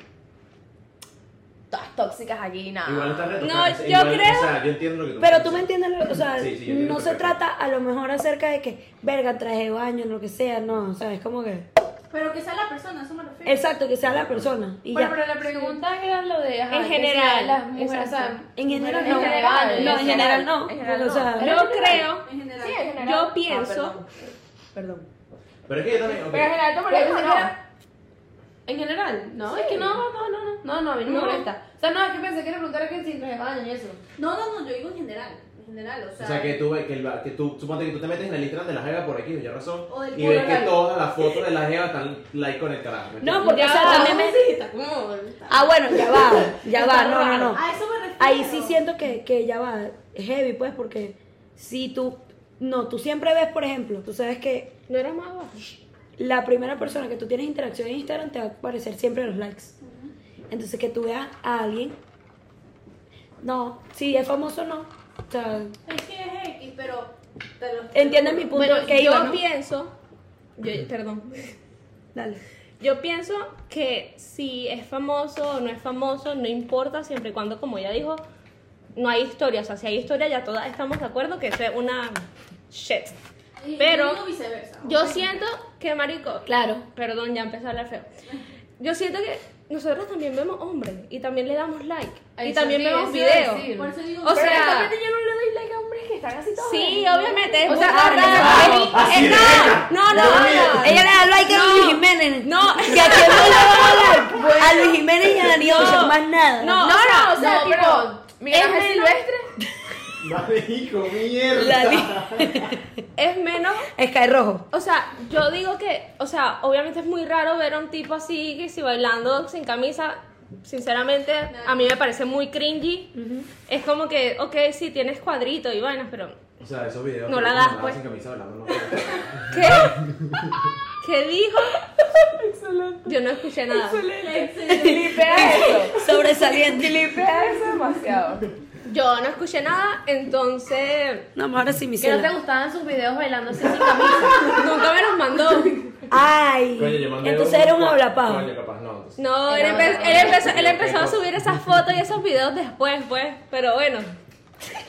Speaker 6: Todas tóxicas aquí, nada.
Speaker 1: Igual está retocando.
Speaker 7: No,
Speaker 1: es-
Speaker 7: yo
Speaker 1: igual-
Speaker 7: creo-
Speaker 1: O sea, yo entiendo lo que tú
Speaker 3: pero
Speaker 1: me
Speaker 3: tú me
Speaker 1: dices.
Speaker 3: entiendes, lo- o sea,
Speaker 1: Sí, sí, yo entiendo
Speaker 3: no se
Speaker 1: perfecto.
Speaker 3: trata a lo mejor acerca de que, verga, traje de baño, lo que sea, no, ¿sabes? Como que,
Speaker 2: Pero que sea la persona, eso me refiero.
Speaker 3: exacto, que sea la persona, y
Speaker 5: Bueno,
Speaker 3: ya.
Speaker 5: pero la pregunta era lo de. ajá,
Speaker 7: En
Speaker 5: que
Speaker 7: general,
Speaker 5: si Las mujeres, o sea,
Speaker 7: exacto.
Speaker 3: En general
Speaker 5: mujeres
Speaker 3: no,
Speaker 5: de baño,
Speaker 3: no, en
Speaker 5: eso.
Speaker 3: general no,
Speaker 6: En general
Speaker 3: porque, o sea,
Speaker 5: no.
Speaker 7: Yo creo,
Speaker 2: En general.
Speaker 6: Sí, en general.
Speaker 7: yo
Speaker 5: Ah,
Speaker 7: pienso.
Speaker 5: perdón. Perdón.
Speaker 1: Pero es que yo también. ok.
Speaker 6: Pero en general, por
Speaker 5: Pero en
Speaker 6: ejemplo,
Speaker 5: general- En general, no, es que no, no, no, no, no, no, a mí no, me
Speaker 7: No.
Speaker 5: molesta. O sea, no, es que pensé que le preguntara que si traje de baño y eso.
Speaker 2: No, no, no, yo digo en general. En general, o sea.
Speaker 1: O sea, que tú, ves que, el- que tú, suponte que tú te metes en el Instagram de la jeva por aquí, de razón,
Speaker 2: O del
Speaker 1: y ves
Speaker 2: culo
Speaker 1: que
Speaker 2: largo.
Speaker 1: todas las fotos de la jeva están like con el carajo. ¿me
Speaker 3: No,
Speaker 1: entiendes?
Speaker 3: porque, o sea, también me-
Speaker 5: necesita como.
Speaker 3: Ah, bueno, ya va, ya va, no, no, no.
Speaker 2: A eso me refiero.
Speaker 3: Ahí sí siento que, que ya va es heavy, pues, porque si tú, no, tú siempre ves, por ejemplo, tú sabes que
Speaker 7: No era más abajo.
Speaker 3: la primera persona que tú tienes interacción en Instagram te va a aparecer siempre los likes. Entonces, que tú veas a alguien, no, si es famoso, no. O sea,
Speaker 2: Es que es X, pero. te lo-
Speaker 3: entiendes mi punto
Speaker 7: Bueno,
Speaker 3: que
Speaker 7: yo
Speaker 3: iba, ¿no?
Speaker 7: pienso. Yo, perdón.
Speaker 3: Dale.
Speaker 7: Yo pienso que si es famoso o no es famoso, no importa, siempre y cuando, como ella dijo, no hay historia. O sea, si hay historia, ya todas estamos de acuerdo que eso es una shit.
Speaker 2: Y- y
Speaker 7: Pero
Speaker 2: digo viceversa.
Speaker 7: yo
Speaker 2: ok.
Speaker 7: siento que marico,
Speaker 3: Claro.
Speaker 7: perdón, ya empezó a hablar feo. Yo siento que nosotros también vemos hombres y también le damos like
Speaker 5: Ay,
Speaker 7: y también
Speaker 5: sí,
Speaker 7: vemos
Speaker 5: eso iba a
Speaker 7: videos.
Speaker 5: decir.
Speaker 2: Por eso digo,
Speaker 7: O sea,
Speaker 6: Realmente yo no le doy like a hombres que están así todos.
Speaker 7: sí,
Speaker 6: bien.
Speaker 7: obviamente. es
Speaker 5: O sea,
Speaker 7: burlarse,
Speaker 5: ahora-
Speaker 7: pero-
Speaker 1: Así de
Speaker 7: eh, no, no, no, no,
Speaker 3: Ella le da like a Luis Jiménez.
Speaker 7: No, no,
Speaker 3: Que a quién no le damos like. A Luis Jiménez y a Daniel, pues,
Speaker 7: No.
Speaker 3: más nada.
Speaker 7: no,
Speaker 6: No, no, o sea,
Speaker 5: Ah, no,
Speaker 6: tipo,
Speaker 5: pero-
Speaker 6: Miguel Ángel
Speaker 7: es menos-
Speaker 6: Silvestre.
Speaker 1: Marico,
Speaker 3: La di-
Speaker 1: mierda.
Speaker 7: es menos
Speaker 3: Sky Rojo.
Speaker 7: O sea, yo digo que, o sea, obviamente es muy raro ver a un tipo así, que si bailando sin camisa, sinceramente, a mí me parece muy cringy. Es como que, ok, sí, tienes cuadrito y vainas, pero...
Speaker 1: O sea, esos videos.
Speaker 7: No
Speaker 1: que
Speaker 7: la
Speaker 1: me
Speaker 7: das,
Speaker 1: mandaban
Speaker 7: pues.
Speaker 1: sin camisa bailando, no puedo.
Speaker 7: ¿Qué? ¿Qué dijo? Yo no escuché nada.
Speaker 6: Flipea eso.
Speaker 3: Sobresaliente.
Speaker 6: Flipea eso demasiado.
Speaker 7: Yo no escuché nada, entonces...
Speaker 3: No, ahora sí, mi
Speaker 5: Que no te
Speaker 3: cielo.
Speaker 5: gustaban sus videos bailando así sin camisa.
Speaker 7: Nunca me los mandó.
Speaker 3: Ay.
Speaker 1: Coño, yo mandé
Speaker 3: Entonces era un hablapao.
Speaker 1: Coño, capaz no. entonces-
Speaker 7: No, él, empe- él empezó, él empezó a subir esas fotos y esos videos después, pues. Pero bueno.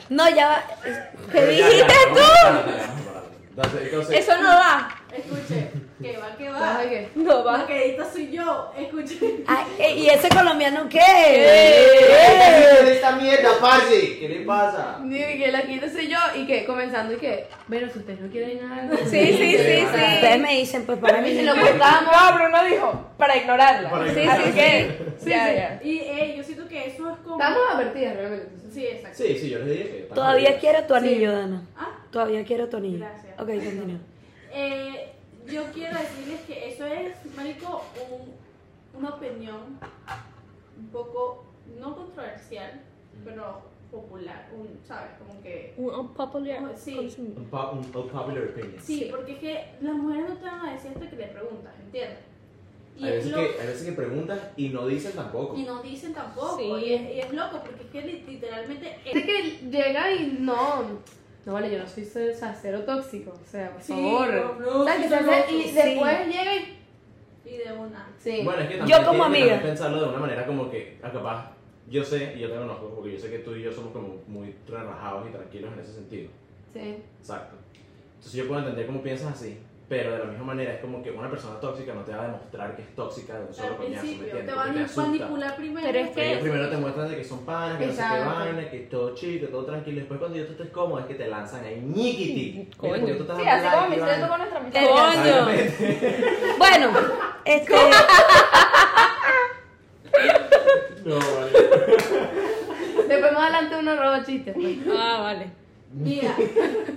Speaker 3: No, ya va.
Speaker 7: ¿Qué
Speaker 1: Pero ya, ya,
Speaker 7: dijiste
Speaker 1: vamos a
Speaker 7: tú?
Speaker 1: parar, ya, vamos a parar. Entonces, entonces-
Speaker 7: Eso no va.
Speaker 2: escuche, que va, que va.
Speaker 5: Ay, ¿qué?
Speaker 7: No va.
Speaker 2: La que edita soy yo, escuche.
Speaker 3: Ay, eh, ¿Y ese colombiano qué? Eh.
Speaker 1: esta mierda, parce? ¿Qué le pasa?
Speaker 5: Digo, que la quinta soy yo y que comenzando y que, bueno, si ustedes no quieren nada.
Speaker 7: Sí, sí, sí, sí.
Speaker 3: Ustedes me dicen, pues para mí.
Speaker 5: Si
Speaker 3: no.
Speaker 5: lo
Speaker 6: No,
Speaker 5: cortamos.
Speaker 6: Bruno dijo, para ignorarla.
Speaker 1: Para
Speaker 7: Sí,
Speaker 1: ignorarla.
Speaker 7: sí,
Speaker 6: ¿Qué?
Speaker 2: Sí,
Speaker 6: ya,
Speaker 2: sí.
Speaker 6: ya.
Speaker 2: Y eh, yo siento que eso es como.
Speaker 5: Estamos advertidas realmente. entonces.
Speaker 2: Sí, exacto.
Speaker 1: Sí, sí, yo les dije que. estamos
Speaker 3: Todavía
Speaker 1: jodidos.
Speaker 3: quiero tu anillo, Dana.
Speaker 2: Ah,
Speaker 3: Todavía quiero tu anillo.
Speaker 2: Gracias.
Speaker 3: Ok, continúa.
Speaker 2: eh, yo quiero decirles que eso es, Marico, un- una opinión un poco no controversial, pero popular. Un, ¿Sabes? Como que.
Speaker 7: Un unpopular
Speaker 2: Oh, sí.
Speaker 7: consumer.
Speaker 1: Un, pa- un unpopular opinion.
Speaker 2: Sí, porque es que las mujeres no te van a decir hasta que le preguntas, ¿entiendes? Y
Speaker 1: Hay
Speaker 2: es
Speaker 1: veces,
Speaker 2: lo-
Speaker 1: que, hay veces que preguntas y no dicen tampoco.
Speaker 2: Y no dicen tampoco.
Speaker 7: Sí.
Speaker 2: Y, es, y es loco, porque es que li- literalmente.
Speaker 5: Es que llega y no. No vale, yo no soy cero, o sea, cero tóxico. O sea, por
Speaker 2: Sí,
Speaker 5: favor.
Speaker 2: no, no,
Speaker 5: O sea, que
Speaker 2: sí,
Speaker 5: se
Speaker 2: no,
Speaker 5: hace- y
Speaker 2: sí.
Speaker 5: después llega y.
Speaker 2: Y de una.
Speaker 5: Sí.
Speaker 1: Bueno, es que
Speaker 3: Yo
Speaker 1: también
Speaker 3: como
Speaker 1: tienes que
Speaker 3: amiga.
Speaker 1: también pensarlo de una manera como que, ah, capaz, yo sé y yo te conozco, porque yo sé que tú y yo somos como muy relajados y tranquilos en ese sentido.
Speaker 5: sí.
Speaker 1: Exacto. Entonces yo puedo entender cómo piensas así, pero de la misma manera es como que una persona tóxica no te va a demostrar que es tóxica de un
Speaker 2: Al
Speaker 1: solo coñazo, ¿me
Speaker 2: principio,
Speaker 1: entiendes?
Speaker 2: te van
Speaker 1: Porque
Speaker 2: a
Speaker 1: asusta.
Speaker 2: manipular primero.
Speaker 7: Pero es que-
Speaker 1: Ellos primero te muestran de que son panas, que no
Speaker 5: Exacto.
Speaker 1: sé qué vaina, que todo chido, que todo tranquilo. Después cuando ya tú estés cómodo es que te lanzan ahí, ñiquiti.
Speaker 7: Coño.
Speaker 1: Mira, porque tú estás
Speaker 6: Sí,
Speaker 1: dando
Speaker 6: así como
Speaker 1: like,
Speaker 6: mi
Speaker 1: y
Speaker 6: cielo
Speaker 1: vaina.
Speaker 6: con nuestra amistad.
Speaker 7: Coño.
Speaker 3: Bueno, este.
Speaker 1: No, vale.
Speaker 5: Después más adelante uno roba chistes. pues.
Speaker 7: Ah, vale.
Speaker 2: Mira,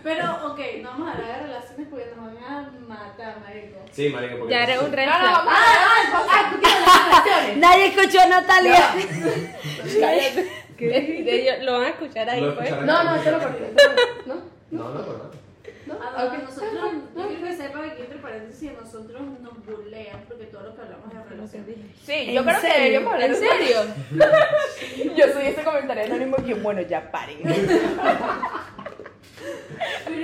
Speaker 2: pero ok, no vamos a hablar de relaciones porque nos van a matar, marico.
Speaker 1: Sí, marico, porque...
Speaker 7: Ya era un red
Speaker 5: No, no,
Speaker 7: flag.
Speaker 5: vamos a hablar de las relaciones.
Speaker 3: Nadie escuchó a Natalia.
Speaker 7: Ellos Lo van a escuchar ahí,
Speaker 1: Lo
Speaker 7: pues.
Speaker 1: escucharán.
Speaker 5: No, no, eso lo corté. eso lo- ¿No?
Speaker 1: No, no, por nada.
Speaker 2: A
Speaker 5: Ok.
Speaker 2: nosotros, yo quiero que sepan aquí entre paréntesis, a nosotros nos burlean porque todo lo que hablamos es relaciones.
Speaker 6: Sí, yo
Speaker 3: ¿En
Speaker 6: creo que
Speaker 3: serio?
Speaker 6: deberíamos hablar
Speaker 7: ¿En
Speaker 6: de-
Speaker 7: serio?
Speaker 6: Yo soy ese comentario anónimo que, bueno, ya paren.
Speaker 2: Pero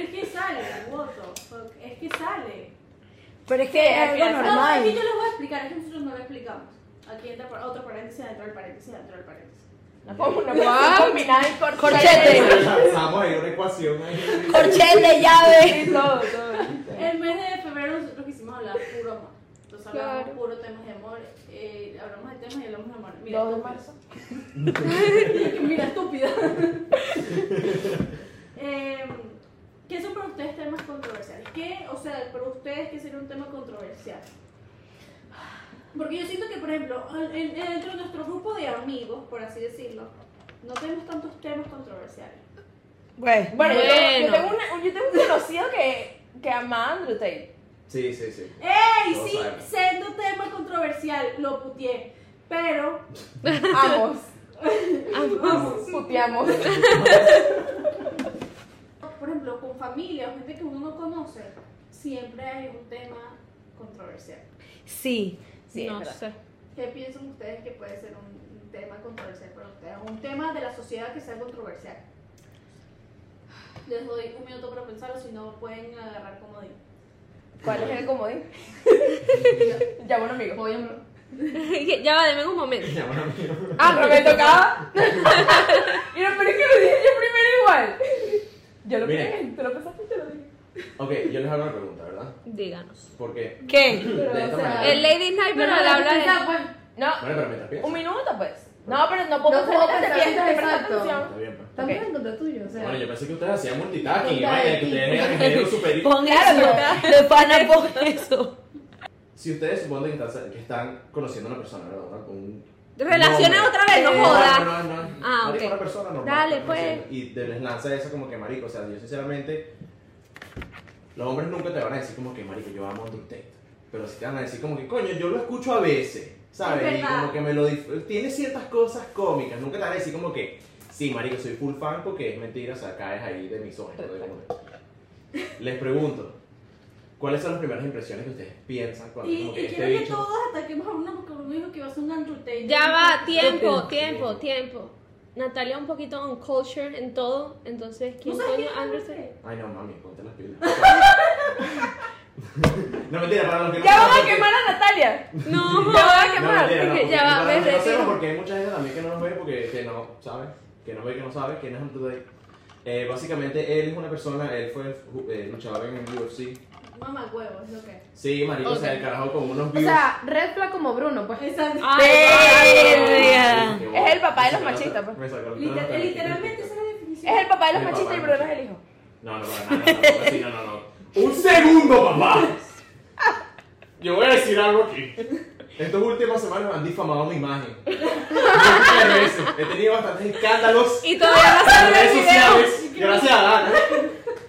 Speaker 2: es que sale, voto. Es que sale.
Speaker 3: Pero es que es algo
Speaker 2: No, aquí yo
Speaker 3: normal.
Speaker 2: les voy a explicar, es que nosotros no lo explicamos. Aquí entra por- otro paréntesis, dentro del paréntesis, dentro del paréntesis.
Speaker 6: Una combinada y corchete.
Speaker 3: Corchete.
Speaker 1: Lanzamos ahí una ecuación ahí.
Speaker 3: Corchete, llave.
Speaker 6: Sí, todo, todo.
Speaker 2: El mes de febrero nosotros quisimos hablar puro amor. Entonces hablamos
Speaker 7: Claro.
Speaker 2: puro temas de amor, eh, hablamos de temas y hablamos de amor. Mira,
Speaker 6: 2 de
Speaker 2: estúpida.
Speaker 6: marzo.
Speaker 2: Mira, estúpida. Em, ¿Qué son para ustedes temas controversiales? ¿Qué, o sea, para ustedes qué sería un tema controversial? Porque yo siento que, por ejemplo, en- dentro de nuestro grupo de amigos, por así decirlo, no tenemos tantos temas controversiales.
Speaker 3: Pues,
Speaker 6: Bueno, yo tengo- Yo,
Speaker 7: Bueno.
Speaker 6: tengo una- yo tengo un conocido que, que ama a Andrew Tate.
Speaker 1: Sí, sí, sí.
Speaker 2: ¡Ey!
Speaker 1: Todos
Speaker 2: Sí,
Speaker 1: sabemos.
Speaker 2: siendo tema controversial, lo putié. Pero,
Speaker 6: Amos. Amos. Puteamos.
Speaker 2: por ejemplo, con familia o gente que uno no conoce, siempre hay un tema controversial.
Speaker 3: sí.
Speaker 6: Sí,
Speaker 7: no
Speaker 6: es verdad.
Speaker 7: sé.
Speaker 2: ¿Qué piensan ustedes que puede ser un un tema controversial para ustedes? Un tema de la sociedad que sea controversial. Les doy un minuto para pensarlo, si no pueden agarrar como digo.
Speaker 6: ¿Cuál es el comodín? Llamo a un amigo.
Speaker 5: Voy a-
Speaker 7: Ya va, deme un momento.
Speaker 1: Llama a un amigo.
Speaker 6: Ah, pero me tocaba. y lo peor es que lo dije yo primero igual. Yo lo
Speaker 1: Mira.
Speaker 6: pensé, tú lo pensaste y yo lo dije.
Speaker 1: Ok, yo les hago una pregunta, ¿verdad?
Speaker 7: Díganos.
Speaker 1: Porque
Speaker 3: ¿Qué?
Speaker 1: de esta manera.
Speaker 7: El Lady Sniper pero le habla de...
Speaker 6: No,
Speaker 1: Bueno, pero mientras piensas.
Speaker 6: un minuto pues. No, pero no
Speaker 5: No
Speaker 6: puedo pensar
Speaker 5: puedo
Speaker 6: mientras
Speaker 5: pensar
Speaker 6: piensas, te
Speaker 5: mientras-
Speaker 6: presta
Speaker 5: exacto.
Speaker 6: atención.
Speaker 1: Está bien, pues.
Speaker 5: Estamos en contra tuyo, o sea.
Speaker 1: Bueno, yo pensé que ustedes hacían multitasking,
Speaker 5: Multitasking.
Speaker 1: imagínate, que ustedes eran ingenieros superiores.
Speaker 3: Pon eso. De pana, pon eso.
Speaker 1: Si ustedes suponen que están, que están conociendo a una persona, ¿verdad? Un-
Speaker 7: Relaciones
Speaker 1: No,
Speaker 7: otra vez, no
Speaker 1: Eh,
Speaker 7: jodas.
Speaker 1: No, no, no.
Speaker 7: Ah,
Speaker 1: Marico,
Speaker 7: ok.
Speaker 1: una persona normal.
Speaker 7: Dale,
Speaker 1: ¿no?
Speaker 7: pues.
Speaker 1: Y te les lanza eso como que, marico, o sea, yo sinceramente, los hombres nunca te van a decir como que, marico, yo amo a tu texto. Pero si te van a decir como que, coño, yo lo escucho a veces, ¿sabes?
Speaker 2: Es
Speaker 1: Y
Speaker 2: verdad.
Speaker 1: como que me lo... dif- Tiene ciertas cosas cómicas, nunca te van a decir como que, sí, marico, soy full fan porque es mentira, o sea, caes ahí de mis ojos. Les pregunto, ¿cuáles son las primeras impresiones que ustedes piensan cuando
Speaker 2: Y,
Speaker 1: como que
Speaker 2: y
Speaker 1: este
Speaker 2: quiero que
Speaker 1: bicho...
Speaker 2: todos ataquemos a una porque uno dijo que iba a ser un andrute.
Speaker 7: Ya va, tiempo, tiempo, tiempo. Natalia un poquito on culture en todo, entonces ¿quién
Speaker 2: ¿No sabes
Speaker 7: coño
Speaker 2: quién es
Speaker 7: Anderson?
Speaker 1: Ay, no, mami, ponte las pilas. no, mentira, para los que no
Speaker 6: Ya vamos a
Speaker 1: sepan-
Speaker 6: quemar a Natalia.
Speaker 7: No,
Speaker 6: Ya van a
Speaker 1: No, mentira,
Speaker 6: quemar.
Speaker 1: no,
Speaker 7: que
Speaker 1: porque-
Speaker 7: ya va,
Speaker 1: para los que
Speaker 7: ves,
Speaker 1: no sepan,
Speaker 7: ves.
Speaker 1: porque hay mucha gente también que no nos ve, porque que no sabe, que no ve, que no sabe, quién es Hunter Day. Eh, básicamente, él es una persona, él fue eh, luchador en el UFC.
Speaker 2: Mamá huevo, es lo que.
Speaker 1: Sí, marico, o sea, el carajo con unos
Speaker 5: O
Speaker 1: views.
Speaker 5: sea, red flag como Bruno, pues.
Speaker 2: Exacto.
Speaker 7: Ah.
Speaker 3: Verga.
Speaker 1: Es
Speaker 6: eh, el papá de los machistas, pues.
Speaker 2: Liter- literalmente esa es la definición.
Speaker 6: Es el papá de los
Speaker 1: El papá
Speaker 6: machistas y
Speaker 1: de
Speaker 6: Bruno
Speaker 1: los
Speaker 6: es el hijo.
Speaker 1: No, no, para nada, tampoco así, no, no, no. ¡Un segundo, papá! Yo voy a decir algo aquí. Estas últimas semanas han difamado mi imagen. Muchas veces. He tenido bastantes escándalos
Speaker 7: Y todavía va a ser
Speaker 1: en redes sociales. Gracias a Dana.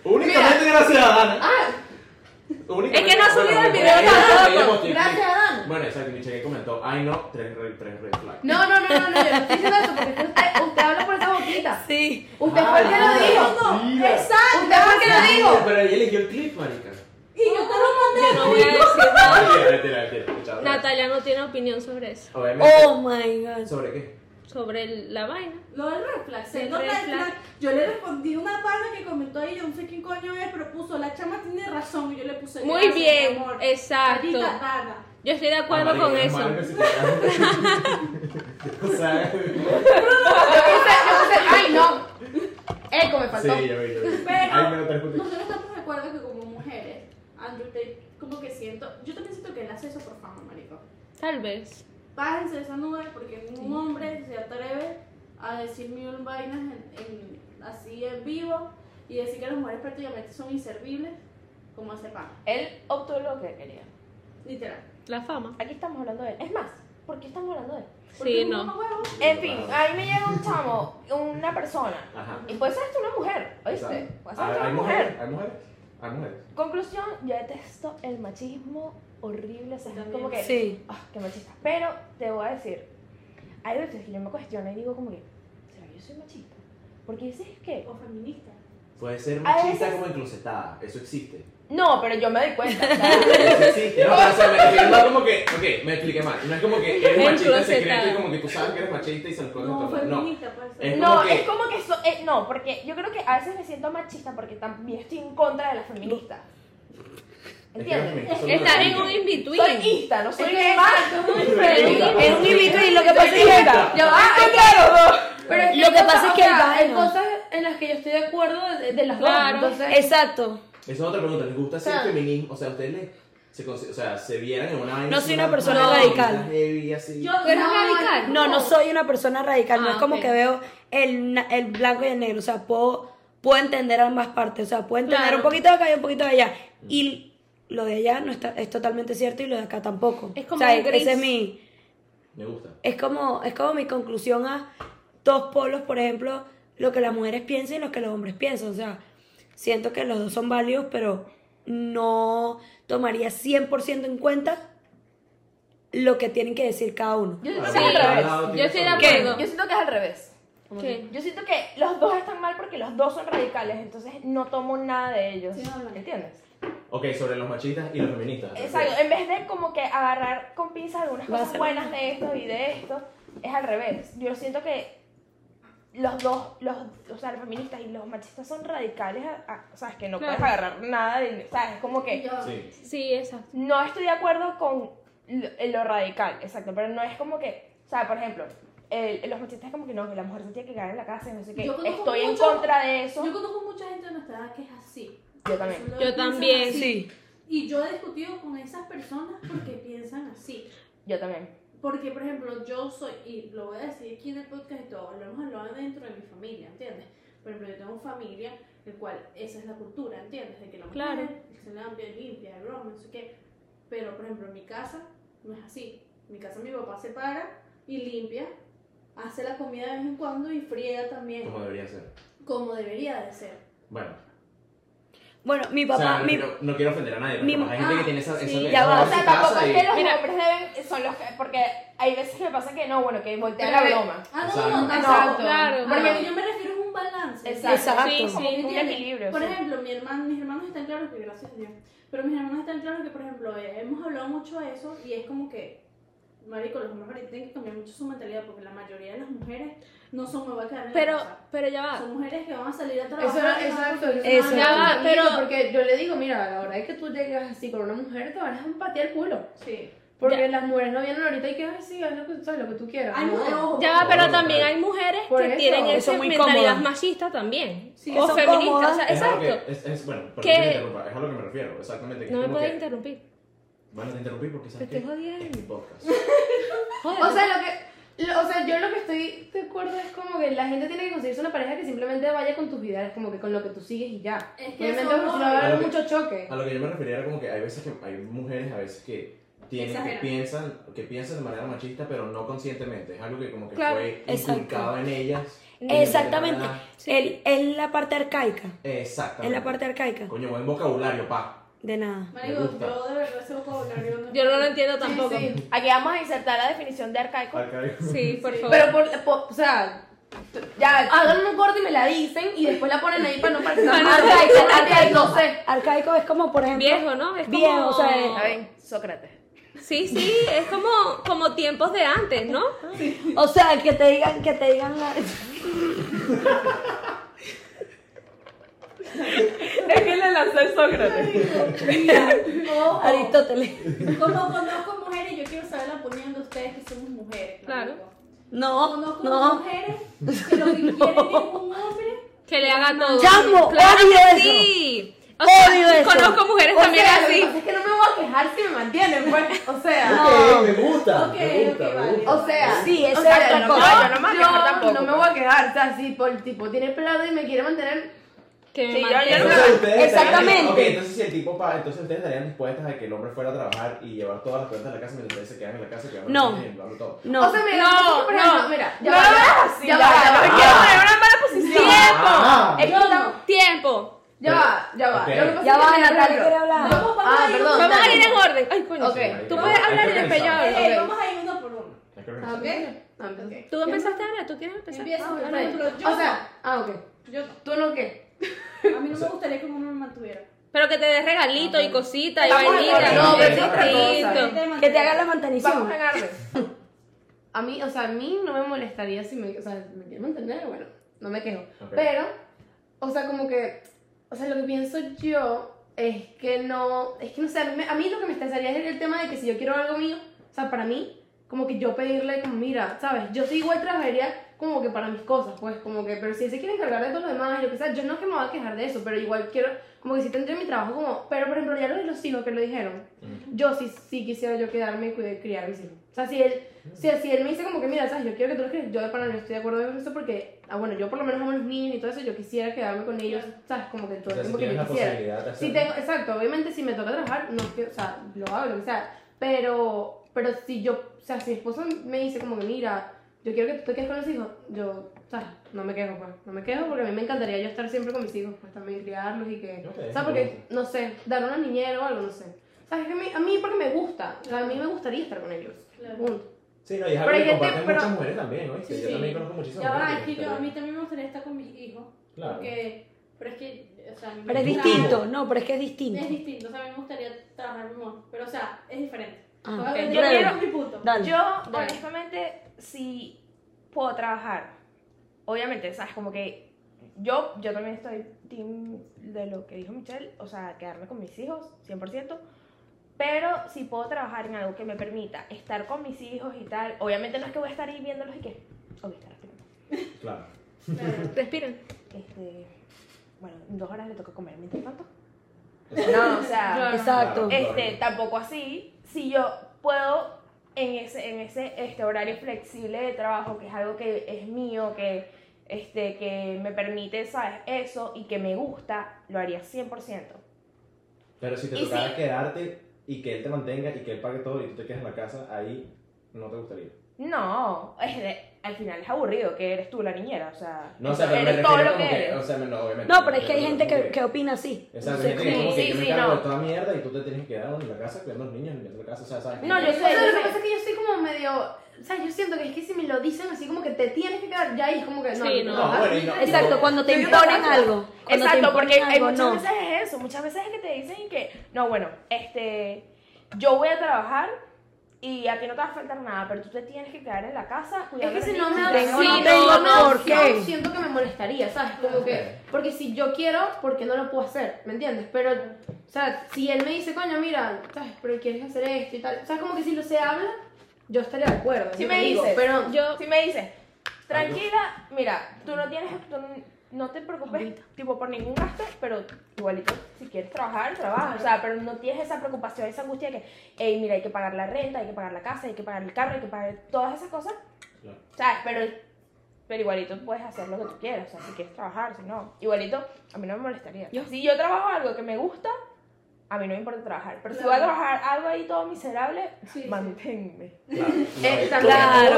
Speaker 1: Únicamente gracias a Dana.
Speaker 5: Ah,
Speaker 1: Únicamente-
Speaker 7: Es que no ha
Speaker 1: bueno,
Speaker 7: subido el
Speaker 1: bueno,
Speaker 7: video
Speaker 1: bueno,
Speaker 7: tampoco.
Speaker 1: bueno, bueno,
Speaker 5: Gracias, Adán.
Speaker 1: Bueno, exacto, Michelle comentó, ay no, tres red, tres red flags.
Speaker 5: No, no, no, no, no, yo no estoy diciendo eso porque es que usted, usted habla por esa boquita.
Speaker 3: Sí.
Speaker 5: Usted fue el que lo dijo. Usted fue el que lo dijo.
Speaker 1: Pero ella eligió el clip, marica.
Speaker 2: Y yo te lo
Speaker 7: Yo no voy a decir nada.
Speaker 1: Mentira, mentira, mentira, escucha,
Speaker 7: Natalia no tiene opinión sobre eso,
Speaker 1: Obviamente.
Speaker 3: Oh my god.
Speaker 1: ¿Sobre qué?
Speaker 7: sobre el- la vaina.
Speaker 2: mandé. Lo del red flag,
Speaker 7: El
Speaker 2: siendo
Speaker 7: red
Speaker 2: red
Speaker 7: flag.
Speaker 2: flag, Yo le respondí a una pana que comentó ahí, yo no sé quién coño es, pero puso, la chama tiene razón. Y yo le puse,
Speaker 7: Muy
Speaker 2: gracias,
Speaker 7: bien,
Speaker 2: mi amor.
Speaker 7: exacto.
Speaker 2: Carita, Dana.
Speaker 7: Yo estoy de acuerdo
Speaker 1: Ah,
Speaker 7: con
Speaker 1: marica,
Speaker 7: eso.
Speaker 1: es malo que se te- O sea,
Speaker 5: Yo puse, yo puse, ay no. Eco me faltó.
Speaker 1: sí, yo vi, yo vi.
Speaker 2: Pero-
Speaker 1: Ahí me lo tres puntitos.
Speaker 2: Nosotros estamos de acuerdo que como mujeres, Andrew Tate, como que siento, yo también siento que él hace eso por fama, marico.
Speaker 7: Tal vez.
Speaker 2: Bájense de esa nube porque ningún hombre se atreve a decir mil vainas en- en- así en vivo y decir que las mujeres prácticamente son inservibles como hace pan,
Speaker 6: Él obtuvo lo que quería.
Speaker 2: literal.
Speaker 7: La fama.
Speaker 6: Aquí estamos hablando de él. Es más, ¿por qué estamos hablando de él?
Speaker 2: Porque
Speaker 7: Sí,
Speaker 2: es un
Speaker 7: no.
Speaker 2: mamahuevo.
Speaker 6: En fin, a mí me llega un chamo, una persona.
Speaker 1: Ajá.
Speaker 6: Y puede ser hasta una mujer, ¿oíste?
Speaker 1: Exacto.
Speaker 6: Puede ser
Speaker 1: Ah,
Speaker 6: hasta una
Speaker 1: Hay
Speaker 6: mujer.
Speaker 1: mujeres, hay mujeres, hay mujeres.
Speaker 6: Conclusión, yo detesto el machismo horrible, o sea, es como que,
Speaker 3: Sí.
Speaker 6: ah, qué machista. Pero te voy a decir, hay veces que yo me cuestiono y digo como que, ¿será que yo soy machista? Porque dices que,
Speaker 2: O feminista.
Speaker 1: Puede ser
Speaker 6: veces-
Speaker 1: machista como enclosetada, eso existe.
Speaker 6: no, pero yo me doy cuenta, o sea,
Speaker 1: Eso existe. No, pero, o sea, me refiero no como que, ok, me expliqué mal. No es como que eres machista en
Speaker 7: Enclosetada.
Speaker 1: secreto y como que tú sabes que eres machista y se lo escondes
Speaker 2: No,
Speaker 1: todo. No,
Speaker 2: feminista puede ser.
Speaker 1: Es
Speaker 6: no,
Speaker 1: como que-
Speaker 6: es como que, so- eh, no, porque yo creo que a veces me siento machista porque también estoy en contra de las feministas.
Speaker 1: Es que las
Speaker 6: ¿Entiendes?
Speaker 1: feministas son
Speaker 7: Está
Speaker 1: una
Speaker 7: en un
Speaker 1: vaina.
Speaker 7: in-between.
Speaker 6: Soy ista, no soy
Speaker 5: Es
Speaker 6: es
Speaker 5: que-
Speaker 2: Ah,
Speaker 1: Es un
Speaker 3: in-between, lo que pasa es que-
Speaker 5: Ya va,
Speaker 6: Ah,
Speaker 5: es que- Pero
Speaker 3: Lo que pasa es que
Speaker 5: o sea,
Speaker 3: hay
Speaker 5: hay
Speaker 3: vainas.
Speaker 5: cosas en las que yo estoy de acuerdo de, de las
Speaker 7: Claro.
Speaker 5: dos. Entonces,
Speaker 3: Exacto.
Speaker 1: Esa es otra pregunta, ¿les gusta ser
Speaker 5: Ah.
Speaker 1: feminismo? O sea, ¿ustedes les- se, consi- o sea, se vieran en una vaina
Speaker 3: No
Speaker 1: así,
Speaker 3: soy una persona
Speaker 1: vaina
Speaker 3: radical.
Speaker 1: heavy, así?
Speaker 2: Yo
Speaker 7: Pero es
Speaker 2: no,
Speaker 7: radical.
Speaker 3: No, no soy una persona radical. no
Speaker 7: Ah,
Speaker 3: es como
Speaker 7: ok.
Speaker 3: que veo el, na- el blanco y el negro. O sea, puedo, puedo entender ambas partes. O sea, puedo entender
Speaker 7: Claro.
Speaker 3: un poquito de acá y un poquito de allá. Y lo de allá no está, es totalmente cierto y lo de acá tampoco.
Speaker 7: Es como
Speaker 3: o sea,
Speaker 7: un gris.
Speaker 3: ese es mi.
Speaker 1: Me gusta.
Speaker 3: Es como, es como mi conclusión a dos polos, por ejemplo, lo que las mujeres piensan y lo que los hombres piensan. O sea, siento que los dos son válidos, pero no tomaría 100% en cuenta lo que tienen que decir cada uno.
Speaker 6: Yo siento
Speaker 1: Ah,
Speaker 6: que es al
Speaker 1: bueno, cada
Speaker 6: revés.
Speaker 1: lado
Speaker 7: Yo
Speaker 1: tiene
Speaker 7: estoy de
Speaker 1: su-
Speaker 7: acuerdo.
Speaker 6: Yo siento que es al revés.
Speaker 7: ¿Qué?
Speaker 6: Yo siento que los dos están mal porque los dos son radicales, entonces no tomo nada de ellos.
Speaker 2: Sí, no, no.
Speaker 6: ¿Entiendes?
Speaker 1: Ok, sobre los machistas y los feministas.
Speaker 6: Exacto. En vez de como que agarrar con pinzas algunas
Speaker 3: Va a
Speaker 6: cosas
Speaker 3: ser-
Speaker 6: buenas de esto y de esto, es al revés. Yo siento que los dos, los, o sea, los feministas y los machistas son radicales, a- a- o sea, es que no
Speaker 7: Claro.
Speaker 6: puedes agarrar nada de, o sea, es como que
Speaker 2: Yo-
Speaker 1: Sí.
Speaker 7: Sí, exacto.
Speaker 6: no estoy de acuerdo con lo, lo radical, exacto, pero no es como que, o sea, por ejemplo, el- los machistas es como que no, que la mujer se tiene que quedar en la casa, no sé qué,
Speaker 2: Yo conozco
Speaker 6: estoy en
Speaker 2: mucho-
Speaker 6: contra de eso.
Speaker 2: Yo conozco mucha gente de nuestra edad que es así.
Speaker 6: Yo también.
Speaker 2: Solo
Speaker 7: Yo
Speaker 2: piensan
Speaker 7: también.
Speaker 2: así.
Speaker 3: Sí.
Speaker 2: Y yo he discutido con esas personas porque piensan así.
Speaker 6: Yo también.
Speaker 2: Porque, por ejemplo, yo soy, y lo voy a decir aquí en el podcast y todo, lo hemos hablado dentro de mi familia, ¿entiendes? Por ejemplo, yo tengo familia, el cual esa es la cultura, ¿entiendes? De que la mujer
Speaker 7: Claro.
Speaker 2: se limpia, limpia, broma, no sé qué. Pero, por ejemplo, en mi casa no es así. En mi casa mi papá se para y limpia, hace la comida de vez en cuando y friega también,
Speaker 1: Como debería ser.
Speaker 2: como debería de ser.
Speaker 1: Bueno,
Speaker 3: Bueno, mi
Speaker 1: o sea,
Speaker 3: papá,
Speaker 1: no,
Speaker 3: mi,
Speaker 1: quiero, no quiero ofender a nadie,
Speaker 3: mi- ah,
Speaker 1: pero hay gente que tiene esa...
Speaker 2: sí,
Speaker 1: esa-
Speaker 6: Ya
Speaker 1: esa
Speaker 6: va, o
Speaker 1: base
Speaker 6: sea,
Speaker 1: en casa
Speaker 6: tampoco es que
Speaker 1: y-
Speaker 6: los hombres deben, son los que, porque hay veces que pasa que no, bueno, que voltean la
Speaker 5: Pero-
Speaker 6: broma.
Speaker 2: Ah, no,
Speaker 1: Exacto.
Speaker 2: no, no,
Speaker 6: Exacto.
Speaker 7: Claro.
Speaker 2: A lo que yo me refiero es un balance.
Speaker 6: Exacto.
Speaker 3: Exacto.
Speaker 7: Sí, sí.
Speaker 6: Como un
Speaker 2: ¿Entiendes?
Speaker 6: equilibrio.
Speaker 2: Por
Speaker 6: sí.
Speaker 2: ejemplo, mi hermano, mis hermanos están claros que, gracias a Dios, pero mis hermanos están claros que, por ejemplo, eh, hemos hablado mucho de eso y es como que, marico, los hombres ahorita tienen que cambiar mucho su mentalidad porque la mayoría de las mujeres no son, me voy a quedar en la
Speaker 7: Pero,
Speaker 2: casa.
Speaker 7: pero ya
Speaker 3: ah.
Speaker 7: va.
Speaker 2: Son mujeres que van a salir a
Speaker 5: Eso
Speaker 2: trabajar.
Speaker 5: era,
Speaker 2: y van a
Speaker 5: exacto,
Speaker 2: construir
Speaker 3: eso
Speaker 2: una
Speaker 3: era-
Speaker 5: Ya
Speaker 2: vida.
Speaker 5: va, pero porque yo le digo, mira, la verdad es que tú llegas así con una mujer, te van a empatear el culo.
Speaker 2: Sí.
Speaker 5: Porque las mujeres no vienen ahorita y que, ay, sí, haz lo que, sabes, lo que tú quieras.
Speaker 2: Ay,
Speaker 5: No.
Speaker 2: no, ojo.
Speaker 7: Ya va,
Speaker 1: No,
Speaker 7: pero
Speaker 1: no,
Speaker 7: también
Speaker 1: claro.
Speaker 7: hay mujeres
Speaker 5: Por
Speaker 7: que
Speaker 5: eso,
Speaker 7: tienen
Speaker 3: eso
Speaker 7: esa
Speaker 3: es muy
Speaker 7: mentalidad
Speaker 3: cómoda.
Speaker 7: machista también.
Speaker 2: Sí,
Speaker 7: o
Speaker 3: son
Speaker 7: feminista, o sea,
Speaker 3: cómodas.
Speaker 1: Es a lo
Speaker 7: exacto.
Speaker 1: que- es, es, bueno,
Speaker 7: Que-
Speaker 1: perdón que te interrumpa, es a lo que me refiero, exactamente. que
Speaker 7: No
Speaker 1: es
Speaker 7: me
Speaker 1: como
Speaker 7: puedes
Speaker 1: que-
Speaker 7: interrumpir.
Speaker 1: Bueno, te interrumpí porque sabes
Speaker 7: Te
Speaker 1: que
Speaker 7: estoy jodiendo.
Speaker 1: es mi podcast.
Speaker 7: Joder.
Speaker 5: O sea, lo que, lo- o sea, yo lo que estoy de acuerdo es como que la gente tiene que conseguirse una pareja que simplemente vaya con tus ideales, como que con lo que tú sigues y ya.
Speaker 2: Es que
Speaker 5: Obviamente,
Speaker 2: eso
Speaker 5: pues,
Speaker 2: no-
Speaker 5: va a
Speaker 1: A
Speaker 5: haber
Speaker 1: lo que-
Speaker 5: mucho choque.
Speaker 1: A lo que yo me refería era como que hay veces que hay mujeres a veces que tienen
Speaker 2: Exageran.
Speaker 1: que piensan que piensan de manera machista pero no conscientemente es algo que como que
Speaker 3: Claro,
Speaker 1: fue
Speaker 3: exacto.
Speaker 1: inculcado en ellas y
Speaker 3: exactamente.
Speaker 1: de manera-
Speaker 3: Él es la parte arcaica. Es
Speaker 1: exactamente
Speaker 3: la parte arcaica.
Speaker 1: coño buen vocabulario pa
Speaker 3: De nada.
Speaker 2: Marico,
Speaker 1: Me gusta.
Speaker 2: yo de verdad ese vocabulario no.
Speaker 7: Yo no lo entiendo tampoco. Sí,
Speaker 6: Aquí vamos a insertar la definición de arcaico.
Speaker 1: Arcaico.
Speaker 7: por favor.
Speaker 5: Pero, por, por- o sea, ya,
Speaker 6: Ah,
Speaker 5: hagan un corte y me la dicen y después la ponen ahí para no parecer tan arcaica, arcaica, no sé.
Speaker 3: Arcaico es como, por ejemplo.
Speaker 7: Viejo, ¿no? Es como...
Speaker 3: Viejo, o sea,
Speaker 6: A ver, Sócrates.
Speaker 7: Sí, sí, es como, como tiempos de antes, ¿no?
Speaker 3: O sea, que te digan, que te digan la.
Speaker 6: Es que le lanzó el Sócrates.
Speaker 2: Ojo.
Speaker 3: Aristóteles.
Speaker 2: Como conozco mujeres, yo quiero saber la opinión de ustedes que somos mujeres.
Speaker 7: Claro.
Speaker 2: marico.
Speaker 3: No,
Speaker 2: Conozco
Speaker 3: no.
Speaker 2: mujeres que lo que quieren es un hombre
Speaker 7: Que le haga todo.
Speaker 3: Chamo,
Speaker 7: ¡Claro
Speaker 3: odio
Speaker 7: que
Speaker 3: eso.
Speaker 7: sí! O sea,
Speaker 3: Odio eso.
Speaker 7: Conozco mujeres
Speaker 5: O
Speaker 7: también
Speaker 5: sea, lo que
Speaker 7: así.
Speaker 5: pasa es que no me voy a quejar si me mantienen, pues, o sea.
Speaker 1: Ok, me gusta
Speaker 2: Ok,
Speaker 1: me gusta
Speaker 2: ok,
Speaker 1: me
Speaker 2: vale.
Speaker 1: gusta.
Speaker 5: O sea,
Speaker 3: Sí, esa
Speaker 5: o
Speaker 3: es otra
Speaker 5: yo no-
Speaker 3: cosa.
Speaker 5: Yo no, me voy a quedar tampoco, no me voy a quedar. O sea, si por el tipo tiene plata y me quiere mantener.
Speaker 7: Que me
Speaker 6: Sí, yo- yo
Speaker 7: mantenga.
Speaker 5: no-
Speaker 1: Entonces, ustedes
Speaker 3: Exactamente.
Speaker 1: estarían- Ok, entonces si el tipo pa, entonces ustedes estarían dispuestas a que el hombre fuera a trabajar y llevar todas las cuentas de la casa mientras ustedes se quedan en la casa, que van
Speaker 3: No.
Speaker 1: a y llevarlo todo.
Speaker 3: No.
Speaker 5: O sea, mira,
Speaker 7: No,
Speaker 5: nosotros, por ejemplo,
Speaker 7: no.
Speaker 5: mira,
Speaker 6: No,
Speaker 5: va,
Speaker 6: no,
Speaker 5: ya
Speaker 6: no,
Speaker 5: va,
Speaker 6: sí,
Speaker 5: ya
Speaker 6: ya
Speaker 5: va,
Speaker 6: va,
Speaker 5: ya va.
Speaker 6: ya va.
Speaker 5: Ya va,
Speaker 7: una mala posición.
Speaker 1: Ah,
Speaker 5: Es que estamos-
Speaker 7: ¡Tiempo!
Speaker 5: ya va, ya va.
Speaker 1: Ok.
Speaker 5: Lo que
Speaker 3: Ya
Speaker 5: pasa es que,
Speaker 3: va,
Speaker 5: mira,
Speaker 3: Natalia
Speaker 5: claro.
Speaker 3: quiere hablar.
Speaker 5: No, Ah, perdón.
Speaker 7: Vamos a ir en orden. Ay, coño.
Speaker 5: Ok.
Speaker 1: hay que-
Speaker 7: Tú puedes
Speaker 1: hay que
Speaker 7: hablar y después yo
Speaker 1: organizar.
Speaker 7: hablo.
Speaker 2: Eh,
Speaker 5: Ok.
Speaker 2: vamos a ir uno por uno.
Speaker 1: Hay que organizar.
Speaker 5: Ah, ok. Ah, ok.
Speaker 7: Tú empezaste a hablar, tú quieres empezar.
Speaker 2: Empieza,
Speaker 7: Ah,
Speaker 2: por
Speaker 7: dale.
Speaker 2: ejemplo, yo,
Speaker 5: O sea, ah, ok.
Speaker 2: yo
Speaker 5: ¿Tú no qué?
Speaker 2: no. a mí no me gustaría que un hombre me mantuviera.
Speaker 7: Pero que te des regalito y cosita y
Speaker 5: Estamos de
Speaker 7: vainilla.
Speaker 1: acuerdo. No, pero
Speaker 7: y
Speaker 1: es otra
Speaker 7: besito.
Speaker 2: cosa.
Speaker 3: Que te hagan la
Speaker 5: Vamos
Speaker 3: mantenición.
Speaker 5: a agarrar. A mí, o sea, a mí no me molestaría si me, o sea, me quiere mantener, bueno, no me quejo.
Speaker 1: Ok.
Speaker 5: Pero, o sea, como que, o sea, lo que pienso yo es que no, es que no sé, a mí, me- a mí lo que me estresaría es el tema de que si yo quiero algo mío, o sea, para mí, como que yo pedirle, como, mira, ¿sabes? Yo soy igual trabajaría como que para mis cosas, pues, como que, pero si él se quiere encargar de todo lo demás, lo que sea, yo no es que me voy a quejar de eso, pero igual quiero, como que sí tendré mi trabajo, como, pero por ejemplo, ya lo de los hijos que lo dijeron, yo sí, sí quisiera yo quedarme y cuidar, criar a mis hijos. O sea, si él, si, si él me dice como que, mira, sabes, yo quiero que tú los críes, yo de pana no estoy de acuerdo con eso porque, ah, bueno, yo por lo menos amo a los niños y todo eso, yo quisiera quedarme con ellos, sabes, como que
Speaker 1: O
Speaker 5: todo el
Speaker 1: sea, si
Speaker 5: tiempo que
Speaker 1: tienes
Speaker 5: yo
Speaker 1: la
Speaker 5: quisiera.
Speaker 1: posibilidad de
Speaker 5: Si
Speaker 1: hacerlo.
Speaker 5: tengo, exacto, obviamente si me toca trabajar, no, que- o sea, lo hago, lo que sea, pero, pero si yo, o sea, si mi esposo me dice como que, mira, yo quiero que tú te quedes con los hijos, yo, sabes, no me quejo, pues, no me quejo porque a mí me encantaría yo estar siempre con mis hijos, pues también criarlos y que,
Speaker 1: Ok,
Speaker 5: o sea, porque,
Speaker 1: interesante.
Speaker 5: no sé, dar una niñera o algo, no sé. ¿Sabes? Que a, mí, a mí porque me gusta, o sea, a mí me gustaría estar con ellos.
Speaker 2: Claro.
Speaker 5: Punto.
Speaker 1: Sí, no, y es
Speaker 5: Pero
Speaker 1: algo
Speaker 5: hay
Speaker 1: que
Speaker 5: gente-
Speaker 1: comparten
Speaker 5: pero-
Speaker 1: muchas mujeres también, ¿oíste?
Speaker 2: Sí,
Speaker 1: Yo
Speaker 2: sí.
Speaker 1: también conozco muchísimas
Speaker 2: Ya va,
Speaker 1: mujeres
Speaker 2: es que yo, a
Speaker 1: también.
Speaker 2: mí también me gustaría estar con mis hijos.
Speaker 1: Claro.
Speaker 2: Porque, pero es que, o sea, a mí me
Speaker 3: Pero es
Speaker 2: gusta-
Speaker 3: distinto. No, pero es que es distinto.
Speaker 2: Es distinto, o sea, a mí me gustaría trabajar mi amor, pero o sea, es diferente.
Speaker 3: Ah,
Speaker 2: Ahora,
Speaker 3: ok.
Speaker 2: yo
Speaker 3: Breve.
Speaker 2: quiero mi punto.
Speaker 3: Dale.
Speaker 6: Yo, honestamente, si puedo trabajar, obviamente, ¿sabes? Como que yo, yo también estoy team de lo que dijo Michelle, o sea, quedarme con mis hijos, 100%, pero si puedo trabajar en algo que me permita estar con mis hijos y tal, obviamente no es que voy a estar ahí viéndolos y que, ok, estar respirando.
Speaker 1: Claro.
Speaker 2: Claro.
Speaker 7: Respiren.
Speaker 6: Este, bueno, en dos horas le toca comer mientras tanto. No, o sea,
Speaker 3: Exacto.
Speaker 1: Claro.
Speaker 6: este, tampoco así. Si yo puedo en ese, en ese este, horario flexible de trabajo, que es algo que es mío, que, este, que me permite, ¿sabes? Eso y que me gusta, lo haría 100%.
Speaker 1: Pero si te
Speaker 6: Y
Speaker 1: tocara
Speaker 6: sí.
Speaker 1: quedarte y que él te mantenga y que él pague todo y tú te quedes en la casa, ahí no te gustaría.
Speaker 6: No, es de- al final es aburrido que eres tú la niñera, o sea,
Speaker 1: No, o sea, pero me
Speaker 6: eres todo
Speaker 1: refiero
Speaker 6: lo
Speaker 1: como
Speaker 6: que
Speaker 1: que,
Speaker 6: eres.
Speaker 1: o sea, no, obviamente.
Speaker 3: No, pero es que hay
Speaker 1: Yo
Speaker 3: gente
Speaker 1: creo
Speaker 3: que, que opina así.
Speaker 1: Exacto, hay gente que
Speaker 6: Sí,
Speaker 1: como que
Speaker 6: sí,
Speaker 1: yo me
Speaker 6: sí,
Speaker 1: cargo
Speaker 6: no.
Speaker 1: de toda mierda y tú te tienes que quedar en la casa cuidando a los niños en la casa, o sea, ¿sabes?
Speaker 6: No, yo
Speaker 5: O sea, lo que
Speaker 6: sé.
Speaker 5: pasa es que yo soy como medio. O sea, yo siento que es que si me lo dicen así como que te tienes que quedar, ya ahí es como que no.
Speaker 7: Sí, no.
Speaker 5: ¿verdad?
Speaker 1: No, Ah, bueno, y no.
Speaker 3: Exacto, cuando te imponen algo. cuando te
Speaker 6: Exacto, porque
Speaker 3: imponen
Speaker 6: hay
Speaker 3: algo,
Speaker 6: muchas
Speaker 3: no.
Speaker 6: veces es eso, muchas veces es que te dicen que, no, bueno, este, yo voy a trabajar y a ti no te va a faltar nada, pero tú te tienes que quedar en la casa
Speaker 5: Es
Speaker 6: cuidando
Speaker 5: que si
Speaker 6: a
Speaker 5: no
Speaker 6: los
Speaker 5: me
Speaker 6: niños.
Speaker 5: da
Speaker 3: Tengo-
Speaker 5: si
Speaker 3: no
Speaker 5: me
Speaker 3: tengo
Speaker 5: da
Speaker 3: por
Speaker 5: opción,
Speaker 3: qué.
Speaker 5: Siento que me molestaría, ¿sabes? Como que, porque si yo quiero, ¿por qué no lo puedo hacer? ¿Me entiendes? Pero, o sea, si él me dice, coño, mira, ¿sabes? Pero quieres hacer esto y tal. O sea, como que si lo se habla, yo estaría de acuerdo.
Speaker 6: Si
Speaker 5: yo
Speaker 6: me
Speaker 5: te digo,
Speaker 6: dices,
Speaker 5: pero
Speaker 6: yo, si me dices, tranquila, mira, tú no tienes, tú no- no te preocupes, tipo, por ningún gasto, pero igualito, si quieres trabajar, trabaja, o sea, pero no tienes esa preocupación, esa angustia de que, hey, mira, hay que pagar la renta, hay que pagar la casa, hay que pagar el carro, hay que pagar todas esas cosas,
Speaker 1: Claro.
Speaker 6: ¿sabes? Pero, pero igualito puedes hacer lo que tú quieras, o sea, si quieres trabajar, si no, igualito, a mí no me molestaría. Si yo trabajo algo que me gusta, a mí no me importa trabajar, pero si voy a trabajar algo ahí todo miserable, manténme.
Speaker 1: Claro,
Speaker 5: Eh,
Speaker 1: no,
Speaker 5: también.
Speaker 3: Claro,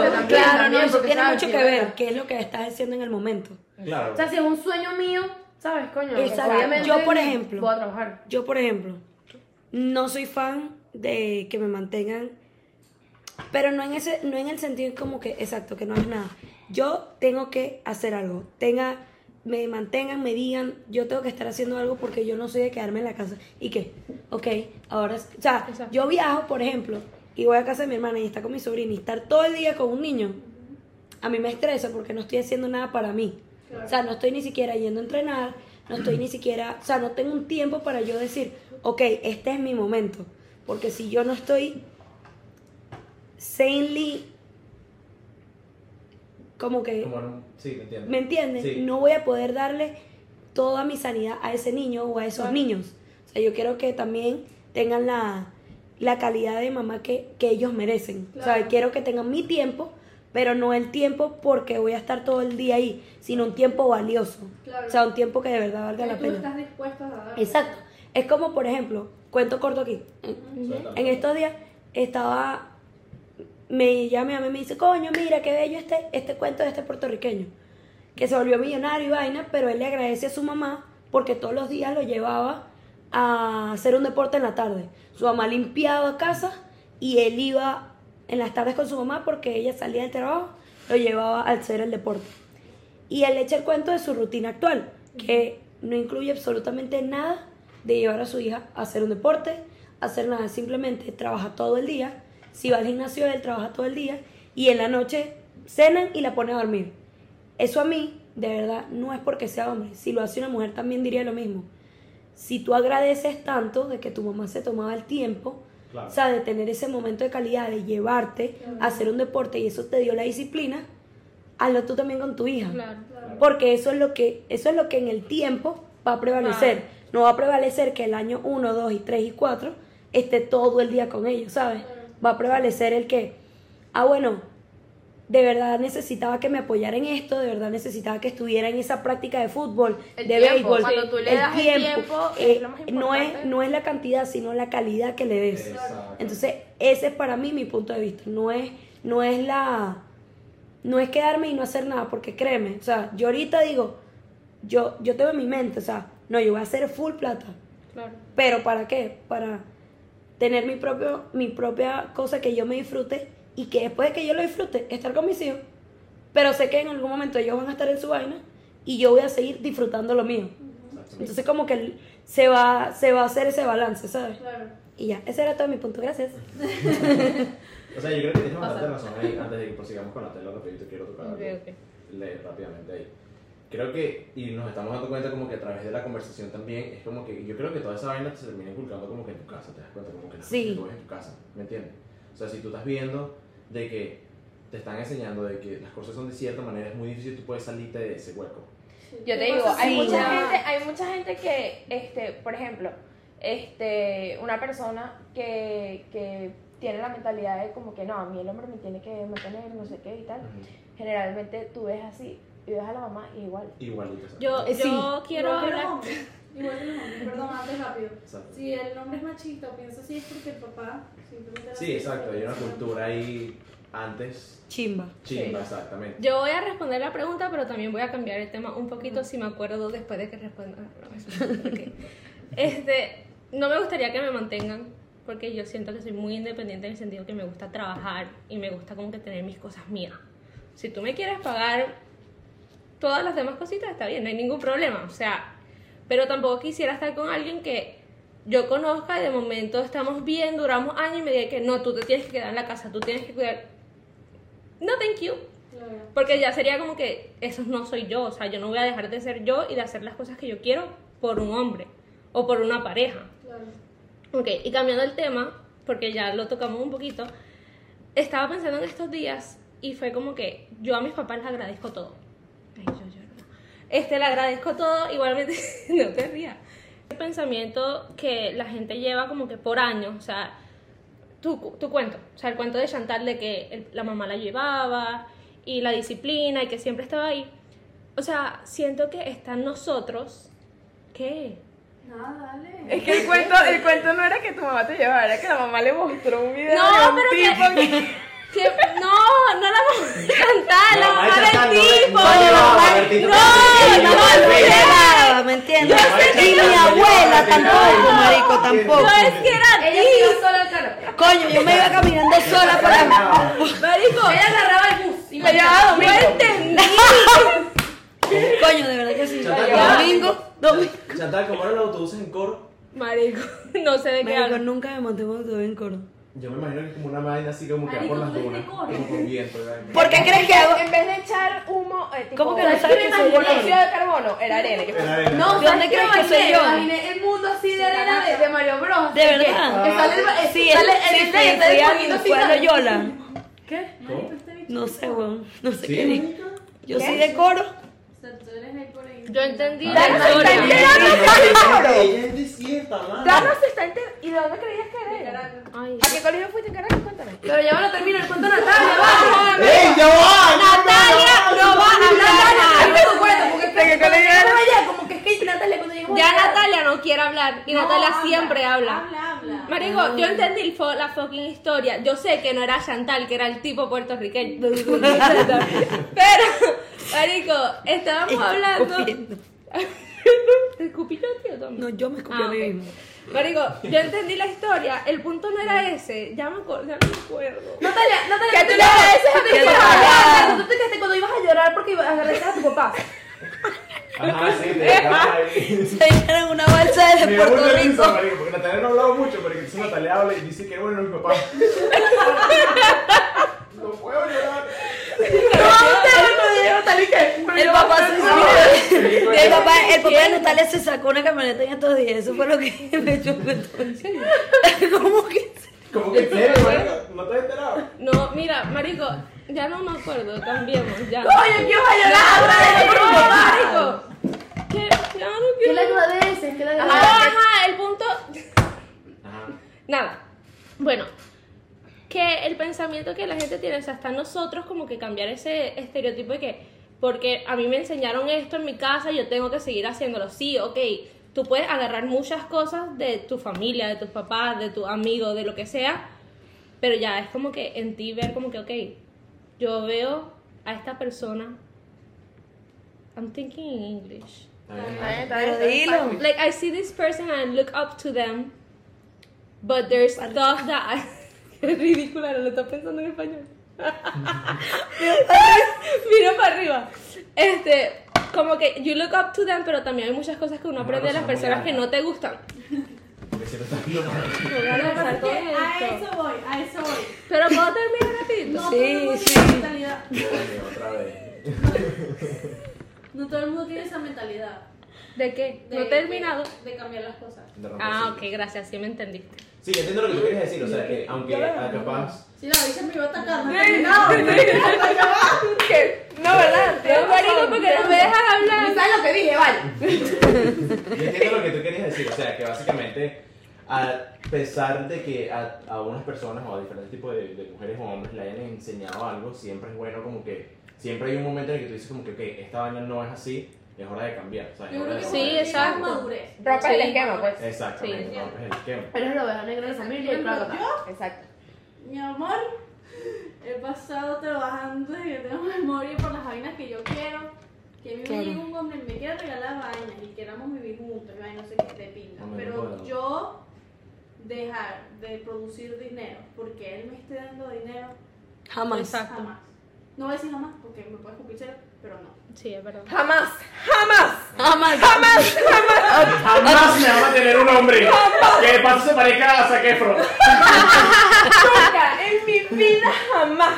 Speaker 5: También,
Speaker 3: claro, no,
Speaker 5: también,
Speaker 3: eso
Speaker 5: porque
Speaker 3: tiene
Speaker 5: sabes
Speaker 3: mucho
Speaker 5: que-
Speaker 3: que ver, qué es lo que estás haciendo en el momento.
Speaker 1: claro.
Speaker 5: O sea, si es un sueño mío, ¿sabes, coño?
Speaker 3: Exacto.
Speaker 5: Obviamente,
Speaker 3: Yo, por ejemplo-
Speaker 5: Voy a trabajar.
Speaker 3: Yo, por ejemplo, no soy fan de que me mantengan, pero no en ese, no en el sentido como que, exacto, que no es nada. Yo tengo que hacer algo, tenga, me mantengan, me digan, yo tengo que estar haciendo algo porque yo no soy de quedarme en la casa. ¿Y qué? Ok, ahora, es- o sea, yo viajo, por ejemplo, y voy a casa de mi hermana y está con mi sobrina y estar todo el día con un niño, a mí me estresa porque no estoy haciendo nada para mí. O sea, no estoy ni siquiera yendo a entrenar, no estoy ni siquiera, o sea, no tengo un tiempo para yo decir, ok, este es mi momento. Porque si yo no estoy sanely, como que,
Speaker 1: Como en un- sí, te entiendo.
Speaker 3: ¿me entiendes?
Speaker 1: Sí.
Speaker 3: No voy a poder darle toda mi sanidad a ese niño o a esos niños. O sea, yo quiero que también tengan la, la calidad de mamá que, que ellos merecen. O sea, quiero que tengan mi tiempo, pero no el tiempo porque voy a estar todo el día ahí, sino un tiempo valioso.
Speaker 2: Claro.
Speaker 3: O sea, un tiempo que de verdad valga
Speaker 2: Que
Speaker 3: la
Speaker 2: tú
Speaker 3: pena.
Speaker 2: estás dispuesto a dar.
Speaker 3: Exacto. Es como, por ejemplo, cuento corto aquí.
Speaker 1: Suéltalo.
Speaker 3: En estos días estaba, me llama mi mamá y me dice, coño, mira qué bello este, este cuento de este puertorriqueño, que se volvió millonario y vaina, pero él le agradece a su mamá porque todos los días lo llevaba a hacer un deporte en la tarde. Su mamá limpiaba casa y él iba en las tardes con su mamá porque ella salía del trabajo, lo llevaba a hacer el deporte. Y él echa el cuento de su rutina actual, que no incluye absolutamente nada de llevar a su hija a hacer un deporte, a hacer nada, simplemente trabaja todo el día. Si va al gimnasio, él trabaja todo el día y en la noche cenan y la pone a dormir. Eso a mí, de verdad, no es porque sea hombre. Si lo hace una mujer también diría lo mismo. Si tú agradeces tanto de que tu mamá se tomaba el tiempo,
Speaker 1: Claro.
Speaker 3: o sea, de tener ese momento de calidad, de llevarte a hacer un deporte y eso te dio la disciplina, hazlo tú también con tu hija. Porque eso es lo que, eso es lo que en el tiempo va a prevalecer. No va a prevalecer que el año 1, 2 y 3 y 4 esté todo el día con ellos, ¿sabes? Va a prevalecer el que, ah, bueno, de verdad necesitaba que me apoyara en esto, de verdad necesitaba que estuviera en esa práctica de fútbol,
Speaker 5: El
Speaker 3: de
Speaker 5: tiempo,
Speaker 3: béisbol.
Speaker 5: cuando tú le
Speaker 3: el
Speaker 5: das el
Speaker 3: tiempo,
Speaker 6: tiempo,
Speaker 3: eh,
Speaker 6: es lo más
Speaker 3: no, es,
Speaker 6: importante.
Speaker 3: no es la cantidad, sino la calidad que le des.
Speaker 1: Exacto.
Speaker 3: Entonces, ese es para mí mi punto de vista. No es, no es la. No es quedarme y no hacer nada, porque créeme, o sea, yo ahorita digo, yo, yo tengo en mi mente, o sea, no, yo voy a hacer full plata. Pero ¿para qué? Para tener mi, propio, mi propia cosa que yo me disfrute y que después de que yo lo disfrute, estar con mis hijos. Pero sé que en algún momento ellos van a estar en su vaina y yo voy a seguir disfrutando lo mío. Entonces como que se va, se va a hacer ese balance, ¿sabes?
Speaker 2: Claro.
Speaker 3: Y ya, ese era todo mi punto, gracias.
Speaker 1: O sea, yo creo que tienes bastante razón ahí. Antes de que prosigamos con la tela, rapidito quiero tocar algo le- rápidamente ahí. Creo que, y nos estamos dando cuenta como que a través de la conversación también, es como que yo creo que toda esa vaina se termina inculcando como que en tu casa, te das cuenta, como que las cosas
Speaker 3: Sí.
Speaker 1: que tú ves en tu casa, ¿me entiendes? O sea, si tú estás viendo de que te están enseñando de que las cosas son de cierta manera, es muy difícil tú puedes salirte de ese hueco.
Speaker 6: Yo te digo, hay
Speaker 3: Sí,
Speaker 6: mucha
Speaker 3: ya.
Speaker 6: gente, hay mucha gente que, este, por ejemplo, este, una persona que, que tiene la mentalidad de como que no, a mí el hombre me tiene que mantener, no sé qué y tal, generalmente tú ves así y ves a la mamá y igual.
Speaker 1: Igualito. exacto.
Speaker 7: Yo,
Speaker 3: Eh, sí.
Speaker 7: yo quiero
Speaker 2: Igual que los
Speaker 7: hablar.
Speaker 2: hombres. Igual que los hombres. Perdón, antes rápido.
Speaker 1: Exacto.
Speaker 2: Si el hombre es machito, pienso así es porque el papá simplemente...
Speaker 1: Sí, exacto. Hay una cultura ahí antes.
Speaker 3: Chimba.
Speaker 1: Chimba, exactamente.
Speaker 7: Yo voy a responder la pregunta, pero también voy a cambiar el tema un poquito si me acuerdo después de que responda. No, eso- ok. Este, no me gustaría que me mantengan, porque yo siento que soy muy independiente en el sentido que me gusta trabajar y me gusta como que tener mis cosas mías. Si tú me quieres pagar todas las demás cositas, está bien, no hay ningún problema. O sea, pero tampoco quisiera estar con alguien que yo conozca y de momento estamos bien, duramos años y me diga que no, tú te tienes que quedar en la casa, tú tienes que cuidar. No, thank you.
Speaker 2: Claro.
Speaker 7: Porque ya sería como que eso no soy yo, o sea, yo no voy a dejar de ser yo y de hacer las cosas que yo quiero por un hombre o por una pareja.
Speaker 2: Claro.
Speaker 7: Ok, y cambiando el tema, porque ya lo tocamos un poquito, estaba pensando en estos días y fue como que yo a mis papás les agradezco todo. Ay, yo lloro. Este, le agradezco todo, igualmente, no te rías. El pensamiento que la gente lleva como que por años, o sea, tu, tu cuento, o sea, el cuento de Chantal de que el- la mamá la llevaba y la disciplina y que siempre estaba ahí. O sea, siento que están nosotros, ¿qué?
Speaker 2: Nada, dale.
Speaker 6: Es que el cuento, el cuento no era que tu mamá te llevaba, era que la mamá le mostró un video
Speaker 7: No,
Speaker 6: de un
Speaker 7: pero
Speaker 6: tipo
Speaker 7: que- Que- no, no la vamos a cantar, la
Speaker 1: No,
Speaker 7: mamá
Speaker 1: ahí está,
Speaker 7: del
Speaker 1: no,
Speaker 7: tipo.
Speaker 1: no, no,
Speaker 7: la
Speaker 1: no,
Speaker 7: mamá-
Speaker 1: Bertito,
Speaker 7: No,
Speaker 1: no,
Speaker 7: no,
Speaker 1: no,
Speaker 7: no,
Speaker 1: no,
Speaker 7: no,
Speaker 3: Claro, ¿me entiendes? Y mi abuela tampoco, marico, tampoco.
Speaker 7: no, es que era
Speaker 5: Ella se iba sola al carro.
Speaker 3: Coño, yo me iba caminando sola para...
Speaker 7: marico.
Speaker 5: Ella agarraba el bus y
Speaker 7: La llevaba domingo. No entendí.
Speaker 3: Coño, de verdad que sí.
Speaker 1: Chantal,
Speaker 3: Domingo, domingo.
Speaker 1: Chantal, como eran los autobuses en coro,
Speaker 7: Marico, no sé de qué
Speaker 3: Marico,
Speaker 7: hablo.
Speaker 3: nunca me monté cuando estuve en coro.
Speaker 1: yo me imagino que es como una vaina así como que va
Speaker 2: Marico,
Speaker 1: por las
Speaker 2: tú eres de
Speaker 1: dunas.
Speaker 2: coro.
Speaker 1: Como con viento. ¿verdad?
Speaker 3: ¿Por qué crees que hago?
Speaker 6: En vez de echar humo, eh, tipo,
Speaker 3: ¿Cómo que no sabes que soy yo?
Speaker 6: dióxido de carbono, era arena. que-
Speaker 1: Era arena.
Speaker 5: No,
Speaker 3: ¿De
Speaker 5: ¿sabes
Speaker 3: dónde
Speaker 5: qué
Speaker 3: crees que soy
Speaker 5: imaginé?
Speaker 3: yo?
Speaker 5: Imaginé el mundo así de arena de, de Mario Bros.
Speaker 3: ¿De verdad?
Speaker 5: Que sale el
Speaker 3: Sí,
Speaker 5: sale
Speaker 3: sí,
Speaker 5: el
Speaker 3: sí, fui
Speaker 5: rey, sale el
Speaker 3: al
Speaker 5: poquito así,
Speaker 3: pueblo
Speaker 5: sale-
Speaker 3: Yola.
Speaker 2: Marico, este bicho.
Speaker 3: No sé, weón. No sé
Speaker 1: ¿Sí?
Speaker 3: qué di. Yo soy de coro.
Speaker 2: O sea, tú eres ahí por ahí.
Speaker 7: Yo entendí
Speaker 1: Ah,
Speaker 7: la historia.
Speaker 1: Ella es desierta, mano.
Speaker 6: Danos Ah, está en ter- ¿Y de dónde creías que era?
Speaker 7: Ay,
Speaker 6: ¿A qué colegio fuiste en Caracas? Cuéntame.
Speaker 5: Pero ya me lo termino el cuento Natalia, va.
Speaker 1: ¡Ey, ya va! Natalia,
Speaker 5: No va a hablar Natalia, no cuento porque es que no vaya, como que es que Natalia cuando llegamos
Speaker 7: ya
Speaker 5: allá-
Speaker 7: Natalia no quiere hablar y Natalia
Speaker 2: No,
Speaker 7: siempre habla.
Speaker 2: Habla, habla.
Speaker 7: Marico, yo entendí el fo- la fucking historia. Yo sé que no era Chantal, que era el tipo puertorriqueño. Pero, Marico, estábamos hablando.
Speaker 3: Escupiendo.
Speaker 7: ¿Te escupí yo, tío? Tom?
Speaker 3: No, yo me escupí a
Speaker 7: Ah,
Speaker 3: mí
Speaker 7: ok.
Speaker 3: mismo.
Speaker 7: Marico, yo entendí la historia. El punto no era ese. Ya me, acu- ya me acuerdo.
Speaker 5: Natalia, Natalia,
Speaker 7: ¿Qué tú le agradeces a
Speaker 5: tú
Speaker 7: tu
Speaker 5: te ibas
Speaker 7: papá?
Speaker 5: a llorar, Tú te quedaste cuando ibas a llorar porque ibas a agradecer a tu papá.
Speaker 1: Ajá, sí, te dejaba ahí.
Speaker 3: Se echaron una balsa desde
Speaker 1: Me da
Speaker 3: Puerto
Speaker 1: mucha
Speaker 3: Rico.
Speaker 1: risa, marico, porque Natalia no ha hablado mucho, pero que entonces Natalia habla y dice que bueno, mi papá. No puedo llorar.
Speaker 3: El papá, se- Mira, el papá, el papá de Natalia se sacó una camioneta en estos días. Eso fue lo que me echó entonces. ¿Cómo que?
Speaker 1: Como que en serio, marico, no te has enterado.
Speaker 7: No, mira, Marico, ya no me acuerdo. Cambiemos, ya.
Speaker 5: Oye, que ibas a llorar, Natalia, por tu papá.
Speaker 7: Marico, que ya no
Speaker 5: ¿Qué le
Speaker 7: quiero.
Speaker 5: agradeces? ¿Qué le agradeces?
Speaker 7: Ajá, el punto.
Speaker 1: Ajá.
Speaker 7: Nada. Bueno, que el pensamiento que la gente tiene, o sea, hasta nosotros como que cambiar ese estereotipo de que, porque a mí me enseñaron esto en mi casa, yo tengo que seguir haciéndolo. Sí, ok, tú puedes agarrar muchas cosas de tu familia, de tus papás, de tu amigo, de lo que sea, pero ya es como que en ti ver como que, ok, yo veo a esta persona. I'm thinking in English.
Speaker 3: Pero dilo.
Speaker 7: Like I see this person and I look up to them, but there's stuff that I. Qué ridícula, no lo está pensando en español. Miro para arriba. Este, como que you look up to them, pero también hay muchas cosas que uno
Speaker 1: Una
Speaker 7: aprende de las
Speaker 1: cosa muy
Speaker 7: personas que
Speaker 1: alta.
Speaker 7: no te gustan.
Speaker 1: Porque siempre estás viendo para mí.
Speaker 7: Me voy a lanzar todo
Speaker 2: A
Speaker 7: esto.
Speaker 2: eso voy, a eso voy.
Speaker 7: Ah, Pero puedo terminar rapidito.
Speaker 2: No
Speaker 3: Sí,
Speaker 2: todo el mundo
Speaker 3: sí.
Speaker 2: tiene esa mentalidad.
Speaker 1: Coño, Otra vez.
Speaker 2: No todo el mundo tiene esa mentalidad.
Speaker 7: ¿De qué?
Speaker 2: de-
Speaker 7: No he terminado.
Speaker 2: De, de cambiar las cosas.
Speaker 1: De romper
Speaker 7: Ah, ok,
Speaker 1: ciclos.
Speaker 7: gracias, sí me entendiste.
Speaker 1: Sí, yo entiendo lo que tú quieres decir, o sea, que aunque ah, capaz.
Speaker 2: Si la bicha me iba a atacar, no he terminado.
Speaker 6: ¿Qué? No, ¿verdad?
Speaker 7: Pero marico, porque no me dejan hablar.
Speaker 5: ¿Sabes lo que dije? Vale.
Speaker 1: Yo entiendo lo que tú querías decir, o sea, que básicamente a pesar de que a, a unas personas o a diferentes tipos de, de mujeres o hombres le hayan enseñado algo, siempre es bueno como que, siempre hay un momento en el que tú dices como que, ok, esta vaina no es así, es hora de cambiar. o sea, es
Speaker 2: Yo
Speaker 1: hora de
Speaker 2: creo que
Speaker 1: romper
Speaker 7: Sí,
Speaker 1: el
Speaker 2: es
Speaker 7: exacto.
Speaker 1: esquema.
Speaker 2: madurez.
Speaker 6: Rompes el esquema, pues.
Speaker 1: Exactamente,
Speaker 6: Sí.
Speaker 1: rompes el esquema.
Speaker 5: Eres la oveja negra de la familia y
Speaker 2: Por
Speaker 5: bla,
Speaker 2: ejemplo,
Speaker 5: bla, bla.
Speaker 2: yo,
Speaker 6: Exacto.
Speaker 2: mi amor, he pasado trabajando desde que tengo memoria por las vainas que yo quiero. Que me
Speaker 3: Claro.
Speaker 2: diga un hombre, me quiera regalar vainas y queramos vivir juntos, y vainas, no sé qué te pinta.
Speaker 1: No me
Speaker 2: Pero
Speaker 1: acuerdo.
Speaker 2: yo dejar de producir dinero porque él me esté dando dinero pues,
Speaker 3: Jamás.
Speaker 7: Exacto.
Speaker 2: jamás. No voy a decir jamás porque me puedes escupir cero, pero no.
Speaker 7: Sí, es verdad.
Speaker 6: Jamás, jamás.
Speaker 3: Jamás.
Speaker 1: Jamás me va a tener un hombre que de paso se parezca a Zac Efron.
Speaker 6: Nunca en mi vida jamás.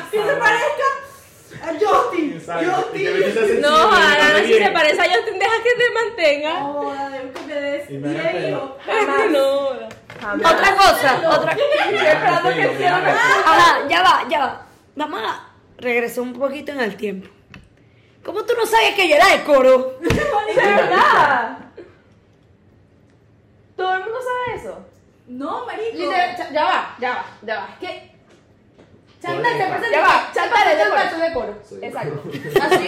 Speaker 1: Exacto, y que me quise sentir
Speaker 7: No,
Speaker 1: bastante
Speaker 7: ahora si
Speaker 1: bien.
Speaker 7: se parece a Justin, deja que te mantenga.
Speaker 2: Oh, de que me des
Speaker 1: Y me haga
Speaker 2: diez
Speaker 1: pelo.
Speaker 2: hijos.
Speaker 7: No.
Speaker 3: Otra cosa, otra
Speaker 1: Ah, esperando que el cielo
Speaker 3: Ajá, ya va, ya va. Vamos a regresar un poquito en el tiempo. ¿Cómo tú no sabías que yo era de coro?
Speaker 6: Todo el mundo sabe eso.
Speaker 2: No, marico.
Speaker 5: Literal, cha- ya va, ya va, ya va. Es que. Chanta se
Speaker 1: Correcto.
Speaker 5: presenta.
Speaker 6: Ya va,
Speaker 5: Chanta se presenta su decoro.
Speaker 6: Exacto.
Speaker 5: Así.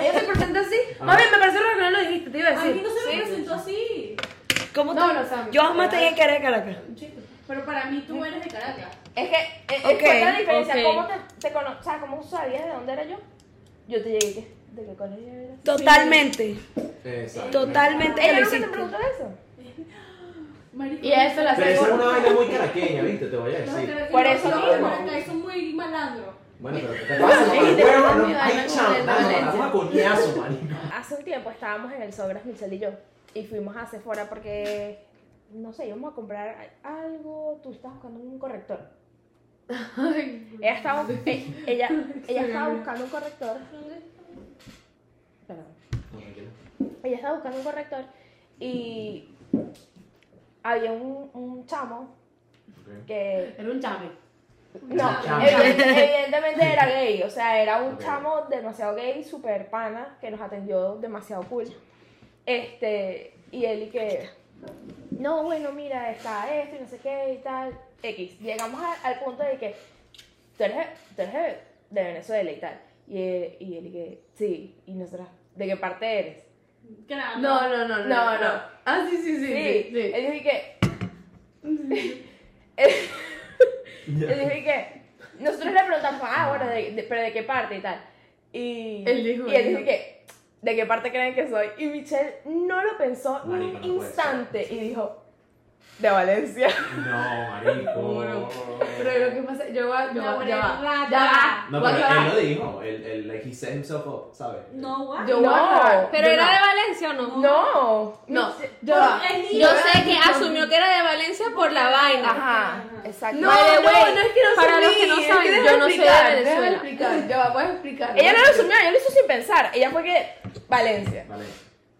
Speaker 5: Ella se presenta así. Mami, me parece raro que no lo dijiste, te iba a
Speaker 2: A mí
Speaker 5: decir.
Speaker 2: no se me presentó así.
Speaker 3: ¿Cómo
Speaker 5: No,
Speaker 3: tú-
Speaker 5: no, Sam.
Speaker 3: Yo jamás te dije que era de Caracas.
Speaker 2: Pero para mí tú eres de Caracas.
Speaker 6: Es que, eh, eh,
Speaker 3: Ok,
Speaker 6: ¿cuál es la diferencia?
Speaker 7: ok.
Speaker 6: ¿Cómo te, te cono- o sea, ¿cómo sabías de dónde era yo? Yo te llegué, ¿qué? ¿de qué colegio eras?
Speaker 3: Totalmente,
Speaker 1: Exacto.
Speaker 3: totalmente que
Speaker 6: Ella
Speaker 3: lo
Speaker 6: nunca te
Speaker 3: hiciste.
Speaker 6: preguntó eso.
Speaker 2: Marico.
Speaker 5: Y a eso la
Speaker 1: Pero esa es
Speaker 5: hace.
Speaker 1: una vaina muy caraqueña, ¿viste? Te voy a
Speaker 2: Los
Speaker 1: decir.
Speaker 2: caraqueños
Speaker 6: Por eso
Speaker 2: son-
Speaker 6: mismo.
Speaker 2: los caraqueños son muy malandros.
Speaker 1: Bueno, pero ¿qué te pasa? mamá?
Speaker 5: dijiste,
Speaker 1: Huevo,
Speaker 5: mami,
Speaker 1: no,
Speaker 5: vaina
Speaker 1: ay,
Speaker 5: con
Speaker 1: chamo,
Speaker 5: el
Speaker 1: vamos,
Speaker 5: Valencia.
Speaker 1: vamos a coñazo, marico.
Speaker 6: Hace un tiempo estábamos en el Sogras, Michelle y yo, y fuimos a Sephora porque, no sé, íbamos a comprar algo, tú estabas buscando un corrector. Ella estaba, eh, ella, ella estaba buscando un corrector. Perdón. Ella estaba buscando un corrector y había un, un chamo que
Speaker 5: Era un chame.
Speaker 6: No,
Speaker 1: Chamo.
Speaker 6: evi- evidentemente era gay, o sea, era un
Speaker 1: Ok.
Speaker 6: chamo demasiado gay, super pana, que nos atendió demasiado cool. Este, y él y que, no, bueno, mira, está esto y no sé qué y tal, X. Llegamos a- al punto de que, tú eres, tú eres de Venezuela y tal. Y él, y él y que, sí, y nosotras, ¿de qué parte eres?
Speaker 2: Claro.
Speaker 5: No, no, no, no.
Speaker 6: No, no.
Speaker 5: Ah, sí, sí, sí.
Speaker 6: Sí,
Speaker 5: Sí, sí.
Speaker 6: él dijo y que,
Speaker 1: Ya.
Speaker 6: él dijo y que, nosotros le preguntamos, ah, bueno, de- de- pero ¿de qué parte y tal? Y
Speaker 5: Él dijo,
Speaker 6: y él
Speaker 5: él
Speaker 6: dijo
Speaker 5: dijo.
Speaker 6: que, ¿de qué parte creen que soy? Y Michelle no lo pensó ni
Speaker 1: Marico,
Speaker 6: un
Speaker 1: no puede ser.
Speaker 6: instante y dijo, de Valencia.
Speaker 1: No, marico.
Speaker 5: Juro. Pero lo que pasa, yo voy a. Yo,
Speaker 2: No,
Speaker 5: voy-
Speaker 2: eres
Speaker 5: ya va.
Speaker 2: rata.
Speaker 5: Ya va.
Speaker 1: No,
Speaker 5: voy a
Speaker 1: pero él
Speaker 5: llorar.
Speaker 1: lo dijo. Él, él, like, he set himself up, ¿sabes?
Speaker 2: No, guau.
Speaker 5: Yo voy a
Speaker 6: No,
Speaker 5: llorar.
Speaker 7: ¿Pero
Speaker 5: Yo
Speaker 7: era
Speaker 5: no.
Speaker 7: de Valencia o no?
Speaker 6: No.
Speaker 5: No, yo va.
Speaker 2: Es
Speaker 7: Yo
Speaker 2: libre.
Speaker 7: sé que asumió que era de Valencia por la vaina.
Speaker 6: Ajá, exacto.
Speaker 5: No,
Speaker 7: By the
Speaker 5: no,
Speaker 7: way,
Speaker 5: no es que no
Speaker 7: para los
Speaker 5: asumí,
Speaker 7: que no
Speaker 5: es
Speaker 7: saben,
Speaker 5: déjame
Speaker 7: yo no soy de
Speaker 5: explicar,
Speaker 7: Venezuela.
Speaker 5: déjame explicar, yo voy a explicar.
Speaker 6: Ella no lo asumió, ella lo hizo sin pensar. Ella fue que, Valencia.
Speaker 1: Vale.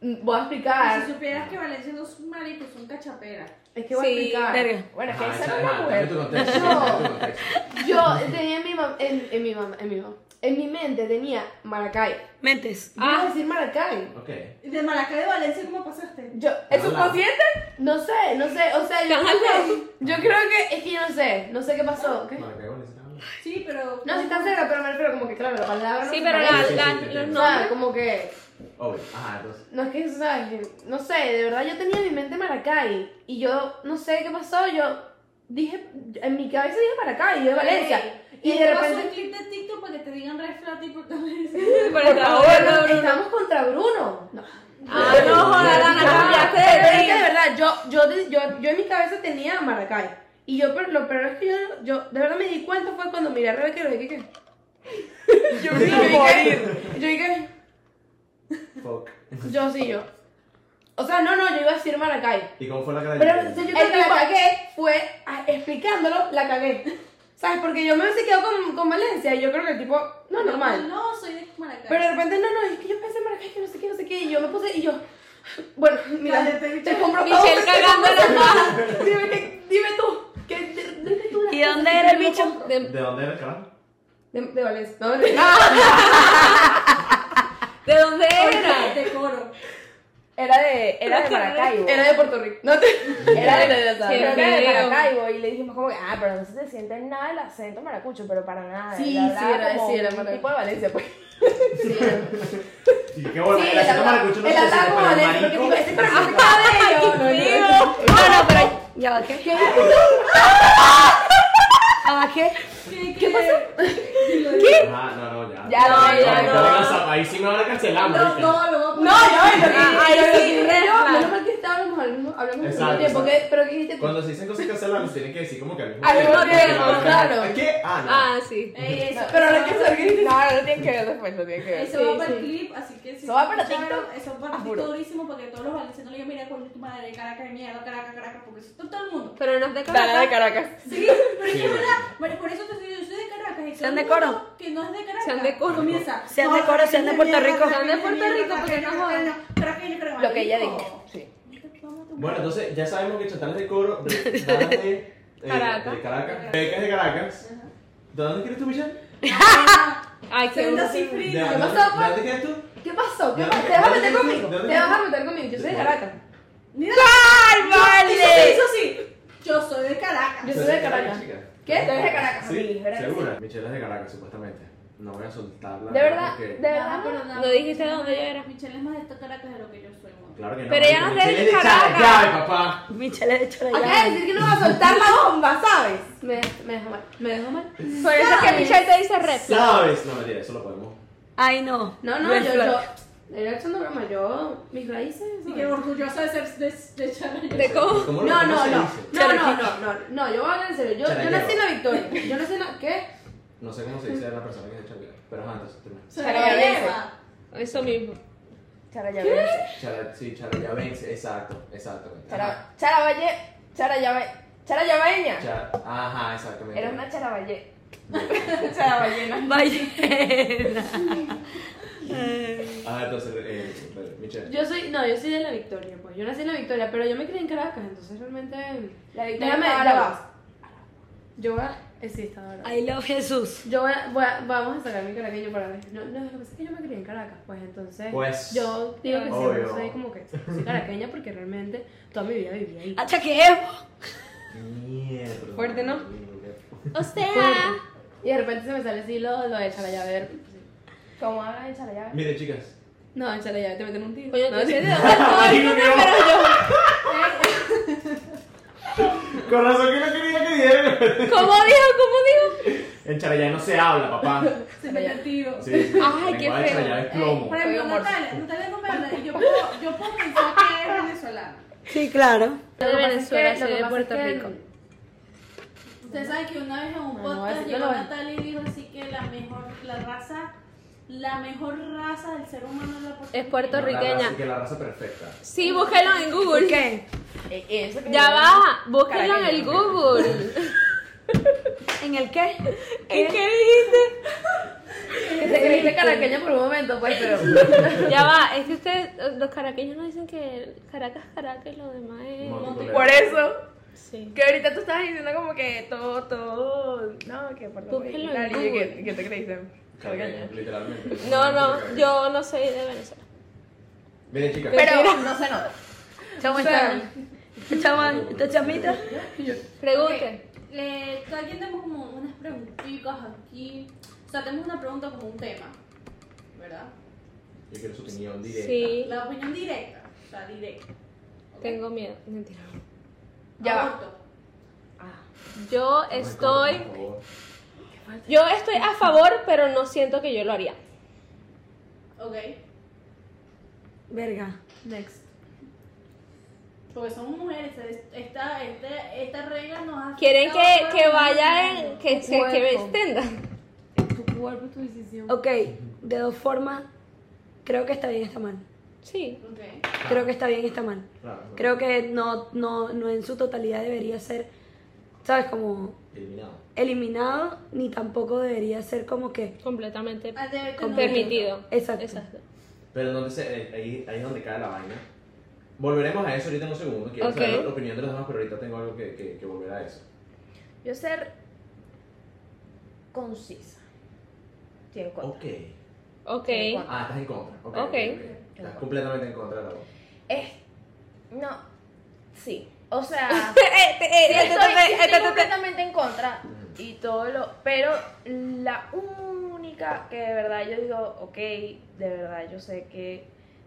Speaker 5: Mm, Voy a explicar.
Speaker 2: Si supieras que Valencia no es un marico, son cachaperas.
Speaker 5: Es que voy a
Speaker 7: Sí,
Speaker 5: explicar.
Speaker 3: Verga.
Speaker 6: Bueno, es que
Speaker 1: Ajá,
Speaker 6: esa
Speaker 1: Ah, esa-
Speaker 6: no es una
Speaker 1: ajá, dame
Speaker 6: mujer.
Speaker 1: tu contexto.
Speaker 5: No.
Speaker 1: dame tu contexto.
Speaker 5: Yo tenía en mi mam- en, en mi mam- en mi mam- en mi mente tenía Maracay.
Speaker 3: Mentes.
Speaker 5: Ah, a decir Maracay.
Speaker 1: Ok.
Speaker 2: ¿Y de Maracay de Valencia cómo pasaste?
Speaker 5: Yo,
Speaker 6: ¿El subconsciente?
Speaker 5: no sé, no sé, o sea, yo,
Speaker 7: Canal
Speaker 5: yo creo que, es que yo no sé, no sé qué pasó. ¿qué?
Speaker 1: Vale, qué bueno, está bien.
Speaker 2: Sí, pero.
Speaker 5: No, si está cerca, pero me refiero como que, claro, la palabra no
Speaker 7: Sí,
Speaker 5: se
Speaker 7: pero la,
Speaker 5: parece.
Speaker 1: sí,
Speaker 7: la-
Speaker 1: sí, sí,
Speaker 7: los
Speaker 1: sí. Oh, ah,
Speaker 5: O sea,
Speaker 7: nombres.
Speaker 5: como que,
Speaker 1: Obvio. Ajá, entonces.
Speaker 5: no es que, ¿sabes? que- No sé, de verdad yo tenía en mi mente Maracay. Y yo, no sé qué pasó, yo dije, en mi cabeza dije Maracay, yo de Valencia. Y de
Speaker 2: un
Speaker 5: repente,
Speaker 2: clip de TikTok para que te digan red flat y por Valencia.
Speaker 7: Por favor, Bruno.
Speaker 5: estamos contra Bruno. No.
Speaker 7: Ah, no, joda, Dana, cambiaste de
Speaker 5: Pero es que de
Speaker 7: tema.
Speaker 5: verdad, yo, yo, de- yo, yo en mi cabeza tenía a Maracay. Y yo, pero lo peor es que yo, yo de verdad me di cuenta fue cuando miré a Rebeca y le dije que. Yo me iba Yo dije,
Speaker 1: Fuck.
Speaker 5: yo sí, yo. O sea, no, no, yo iba a decir Maracay.
Speaker 1: ¿Y cómo fue la cara de
Speaker 5: Pero
Speaker 1: Miguel?
Speaker 5: entonces yo creo que la cagué fue ah, explicándolo, la cagué. ¿Sabes? Porque yo me hubiese quedado con, con Valencia y yo creo que el tipo, no, normal.
Speaker 2: No, soy de Maracay.
Speaker 5: Pero de repente, no, no, es que yo pensé en Maracay, que no sé qué, no sé qué. Y yo me puse y yo, bueno, mira,
Speaker 2: Cállate,
Speaker 5: te,
Speaker 2: Michelle.
Speaker 5: compro todo.
Speaker 7: Michelle cagando la paja.
Speaker 5: Dime, que- dime tú. Que, de- dime tú las
Speaker 3: ¿Y
Speaker 5: cosas
Speaker 3: dónde
Speaker 5: que
Speaker 3: era el
Speaker 5: yo
Speaker 3: bicho?
Speaker 5: compro.
Speaker 7: De,
Speaker 1: ¿De dónde eres, carajo?
Speaker 5: De, de Valencia. No, de-
Speaker 7: ¿De dónde era?
Speaker 2: Te coro.
Speaker 6: Era de, era de Maracaibo.
Speaker 5: Era de Puerto Rico. No te.
Speaker 6: Era de,
Speaker 5: Sí,
Speaker 6: creo que era de
Speaker 7: creo.
Speaker 6: Maracaibo y le dijimos como que, ah, pero no se siente nada el acento maracucho, pero para nada.
Speaker 5: Sí,
Speaker 6: Él hablaba
Speaker 5: sí, era-
Speaker 6: como
Speaker 5: sí, era
Speaker 6: un
Speaker 5: maracucho.
Speaker 6: tipo de Valencia, pues.
Speaker 1: Y qué bueno,
Speaker 5: Sí,
Speaker 1: el acento
Speaker 5: el ataco-
Speaker 1: maracucho no
Speaker 5: el
Speaker 1: se siente,
Speaker 5: ataco
Speaker 1: pero el marico-
Speaker 5: valenciano, que este- digo,
Speaker 1: Sí,
Speaker 3: Bueno, Ah, pero ya va, ¿qué? ¿Qué? Ah, ¿qué?
Speaker 2: ¿Qué pasó?
Speaker 1: Ajá, Ah, no, no, ya.
Speaker 6: Ya, no, ya,
Speaker 1: Ahí
Speaker 6: no.
Speaker 1: te van a zap- Ahí sí me van a cancelar,
Speaker 2: No,
Speaker 1: marica.
Speaker 2: no, no.
Speaker 5: Ah, No, yo, yo,
Speaker 6: ahí
Speaker 5: yo,
Speaker 6: sí,
Speaker 5: yo,
Speaker 6: red
Speaker 5: yo,
Speaker 6: flag.
Speaker 5: menos mal que estábamos al mismo, hablamos al mismo
Speaker 1: Exacto,
Speaker 5: tiempo,
Speaker 1: exacto.
Speaker 5: que- pero que dijiste
Speaker 1: Cuando se dicen cosas cancelables, tienen que decir como que al mismo
Speaker 5: Al mismo tiempo,
Speaker 1: Porque-
Speaker 5: claro.
Speaker 1: ¿Qué? Ah,
Speaker 7: Ah, sí.
Speaker 2: Ey, eso,
Speaker 5: Pero
Speaker 2: eso
Speaker 5: ahora que
Speaker 2: va-
Speaker 5: se
Speaker 6: No, no lo tienen que ver después, lo tienen que ver.
Speaker 2: Eso
Speaker 5: Sí,
Speaker 2: va para el
Speaker 5: sí.
Speaker 2: clip, así que si
Speaker 6: Eso va para
Speaker 2: escucharon,
Speaker 6: TikTok,
Speaker 2: Eso va para
Speaker 6: juro.
Speaker 2: TikTok durísimo porque todos los valencianos le digan, mira, coño tu madre, Caracas, mierda, Caracas, Caracas, porque eso todo, todo el mundo.
Speaker 7: Pero no es de
Speaker 6: Dana de
Speaker 7: Caracas.
Speaker 6: Caracas.
Speaker 2: Sí, pero es
Speaker 1: Sí,
Speaker 2: que es verdad. Bueno, por eso te estoy diciendo, yo soy de Caracas. y
Speaker 3: Sean
Speaker 2: todo el
Speaker 3: de coro.
Speaker 2: mundo Que no es de Caracas.
Speaker 7: Sean de coro.
Speaker 2: Comienza.
Speaker 3: Sean de
Speaker 2: no,
Speaker 3: coro, sean
Speaker 2: Caracas,
Speaker 3: de Puerto
Speaker 2: mierda,
Speaker 3: Rico.
Speaker 2: Caracas,
Speaker 7: Sean de Puerto
Speaker 2: mierda,
Speaker 7: Rico, porque
Speaker 2: Caracas,
Speaker 7: no jodan.
Speaker 2: Caracas, Caracas, Caracas,
Speaker 6: Lo que ella
Speaker 2: marico.
Speaker 6: dijo. Sí.
Speaker 1: Bueno, entonces ya sabemos que Chantal es de coro, de, Dana es de, eh,
Speaker 7: Caracas.
Speaker 1: de Caracas, Beca es de Caracas.
Speaker 2: Ajá.
Speaker 1: ¿De dónde eres tú, Michelle?
Speaker 2: Ah,
Speaker 7: Ay, qué
Speaker 2: Senda
Speaker 7: bruto.
Speaker 1: ¿De,
Speaker 2: cifrina.
Speaker 1: dónde-
Speaker 5: pasó,
Speaker 1: de
Speaker 5: pues?
Speaker 1: dónde eres tú?
Speaker 5: ¿Qué pasó? ¿Qué
Speaker 1: ¿De
Speaker 5: pasó?
Speaker 1: dónde-
Speaker 5: ¿Te vas a
Speaker 1: dónde
Speaker 5: meter
Speaker 1: eres tú?
Speaker 5: conmigo?
Speaker 1: ¿De dónde
Speaker 5: ¿Te vas
Speaker 1: eres
Speaker 5: a meter conmigo? Yo soy de
Speaker 1: Bueno.
Speaker 5: Caracas.
Speaker 2: Mira,
Speaker 6: ¡Ay, vale!
Speaker 2: Eso sí, eso sí. Yo soy de Caracas.
Speaker 5: Yo
Speaker 1: ¿Tú
Speaker 5: soy
Speaker 1: eres
Speaker 5: de Caracas.
Speaker 1: chica?
Speaker 5: ¿Qué? Tú eres de Caracas.
Speaker 1: Sí,
Speaker 6: ¿verdad que
Speaker 1: segura. Michelle es de Caracas, supuestamente. No voy a soltarla.
Speaker 6: De verdad,
Speaker 1: porque-
Speaker 6: de verdad.
Speaker 7: No dijiste de dónde yo era.
Speaker 2: Michelle es más de Caracas de lo que yo soy. mamá.
Speaker 1: Claro que no.
Speaker 7: Pero ella no es de
Speaker 1: Michelle es de
Speaker 7: Caracas.
Speaker 1: Chalayave, papá.
Speaker 3: Michelle de hecho la
Speaker 5: Acaba de decir que no va a soltar la bomba, ¿sabes? Me, me dejó mal. Me dejó mal.
Speaker 7: Por eso que Michelle te dice red.
Speaker 1: ¿Sabes? No, mentira, eso lo podemos.
Speaker 3: Ay, no.
Speaker 5: No, no, yo, yo. Era echando broma, yo. Mis raíces.
Speaker 2: Así
Speaker 5: ¿no?
Speaker 2: que orgullosa de ser de, de Charayave.
Speaker 1: ¿De cómo? ¿Cómo lo-
Speaker 5: No,
Speaker 1: cómo
Speaker 5: no,
Speaker 1: se
Speaker 5: no.
Speaker 1: dice?
Speaker 5: No, no, no, no, no, yo voy a hablar en serio. Yo, yo nací en la Victoria. Yo nací en la. ¿Qué?
Speaker 1: No sé cómo se dice la persona que es de Chalayave. Pero ajá, entonces termina.
Speaker 2: Charayave.
Speaker 7: Eso mismo.
Speaker 6: Charayavense.
Speaker 1: Chala- Sí, Charayavense, exacto, exactamente. Ajá.
Speaker 6: Chara- Charavalle. Charayave. Charayaveña.
Speaker 1: Cha- Ajá, exactamente.
Speaker 6: Era una charavalle. Charavallena.
Speaker 3: Ballena.
Speaker 1: Ah, entonces, eh, vale, Michelle.
Speaker 5: Yo soy. No, yo soy de la Victoria, pues. Yo nací en la Victoria, pero yo me crié en Caracas, entonces realmente.
Speaker 6: La victoria
Speaker 5: Déjame,
Speaker 6: para
Speaker 5: ya
Speaker 6: la-
Speaker 5: va. Yo voy a. eh, Sí, está ahora.
Speaker 3: I love Jesús.
Speaker 5: Yo voy a, voy a- Vamos a sacar mi caraqueño para ver. No, no, lo que pasa es que yo me crié en Caracas, pues entonces.
Speaker 1: Pues.
Speaker 5: Yo digo que
Speaker 1: Obvio.
Speaker 5: siempre soy como que. Soy caraqueña porque realmente toda mi vida viví ahí.
Speaker 3: Hasta que Evo.
Speaker 1: Mierda.
Speaker 5: Fuerte, ¿no?
Speaker 7: O sea.
Speaker 5: Pues, Y de repente se me sale así lo, lo de Chalayaver.
Speaker 6: ¿Cómo hablas de Charayave?
Speaker 1: Mire, chicas.
Speaker 5: No, en Chalayaver te meten un tiro.
Speaker 7: Coño,
Speaker 5: No,
Speaker 7: tú
Speaker 5: sí.
Speaker 7: eres de dónde soy,
Speaker 1: Marico,
Speaker 7: no,
Speaker 1: qué
Speaker 7: pero yo.
Speaker 1: Con razón que no quería que diera.
Speaker 7: ¿Cómo dijo? ¿Cómo dijo?
Speaker 1: En Charayave no se habla, papá.
Speaker 2: Se me dio tiro.
Speaker 1: Sí, sí.
Speaker 7: Ay,
Speaker 1: El
Speaker 7: qué
Speaker 1: lenguaje de
Speaker 7: feo. Eh,
Speaker 1: Charayave es plomo.
Speaker 2: Por ejemplo, Natalia, Natalia no me habla y yo puedo, yo puedo pensar que es venezolana.
Speaker 3: Sí, claro.
Speaker 7: Soy
Speaker 5: Lo que
Speaker 7: de
Speaker 5: pasa es que-
Speaker 7: Venezuela,
Speaker 5: lo
Speaker 7: soy
Speaker 5: que
Speaker 7: de
Speaker 5: pasa
Speaker 7: Puerto
Speaker 5: es que-
Speaker 7: Rico.
Speaker 2: Usted sabe que una vez en un
Speaker 5: No, no,
Speaker 2: podcast
Speaker 5: así que
Speaker 2: llegó
Speaker 5: lo-
Speaker 2: Natalia y dijo así que la mejor, la raza, la mejor raza del ser humano es la
Speaker 7: Es
Speaker 1: La raza-
Speaker 7: puertorriqueña.
Speaker 1: que la raza perfecta.
Speaker 7: Sí, búsquelo en Google.
Speaker 3: ¿Qué?
Speaker 6: Eh, eso que-
Speaker 7: Ya va, búsquelo en
Speaker 6: Caraqueña.
Speaker 7: el Google.
Speaker 3: ¿En el qué?
Speaker 7: ¿En qué dijiste?
Speaker 5: Que te creíste caraqueña por un momento, pues, pero.
Speaker 7: Ya va, es que ustedes, los caraqueños no dicen que Caracas, Caracas y lo demás es.
Speaker 6: Por eso.
Speaker 7: Sí.
Speaker 6: Que ahorita tú estabas diciendo como que todo, todo. No, que por lo
Speaker 7: Búsquelo en
Speaker 6: tal, y yo,
Speaker 7: Google.
Speaker 6: ¿qué- ¿Qué te creíste?
Speaker 1: Charayave, Literalmente.
Speaker 7: No, no, yo no soy de Venezuela.
Speaker 1: Mire, chicas.
Speaker 6: Pero no se nota.
Speaker 3: Chamo, esta chama, esta chamita.
Speaker 7: Pregunte.
Speaker 2: Eh, cada quien tenemos como unas preguntitas aquí. O sea, tenemos una pregunta como un tema, ¿verdad?
Speaker 1: Yo quiero su opinión directa.
Speaker 7: Sí,
Speaker 2: La opinión directa, o sea, directa.
Speaker 7: tengo miedo. Mentira.
Speaker 6: Ya va.
Speaker 2: Aborto.
Speaker 7: Yo
Speaker 1: Ay,
Speaker 7: estoy.
Speaker 1: por favor.
Speaker 7: Yo estoy a favor, pero no siento que yo lo haría.
Speaker 2: Ok.
Speaker 3: Verga.
Speaker 5: Next.
Speaker 2: Porque somos mujeres. es- Esta, esta, esta regla nos hace.
Speaker 7: ¿Quieren que,
Speaker 2: Ahora,
Speaker 7: que vaya en. que, se- que me
Speaker 5: Cuerpo.
Speaker 7: extenda?
Speaker 5: Tu cuerpo, tu decisión.
Speaker 3: Ok, de dos formas, creo que está bien, está mal.
Speaker 7: Sí.
Speaker 2: Ok.
Speaker 3: Creo que está bien, está mal.
Speaker 1: Claro, no.
Speaker 3: Creo que no, no, no en su totalidad debería ser, ¿sabes? Como
Speaker 1: Eliminado.
Speaker 3: eliminado, ni tampoco debería ser como que...
Speaker 7: Completamente
Speaker 2: Ah, debe tener un-
Speaker 7: permitido.
Speaker 3: Exacto.
Speaker 7: Exacto.
Speaker 1: Pero entonces eh, ahí, ahí es donde cae la vaina. Volveremos a eso ahorita en un segundo. Quiero
Speaker 7: Ok.
Speaker 1: saber la opinión de los demás, pero ahorita tengo algo que, que, que volver a eso.
Speaker 6: Yo ser concisa. Estoy en contra.
Speaker 1: Ok.
Speaker 7: Ok. Eh,
Speaker 6: En contra.
Speaker 1: Ah, estás en contra. Ok.
Speaker 7: Ok.
Speaker 1: ok, ok. Estás completamente en contra de la voz.
Speaker 6: Es. No. Sí. O sea. sí
Speaker 7: Este,
Speaker 6: estoy, sí estoy
Speaker 7: este, este.
Speaker 6: completamente en contra y todo lo. Pero la única que de verdad yo digo, ok, de verdad yo sé que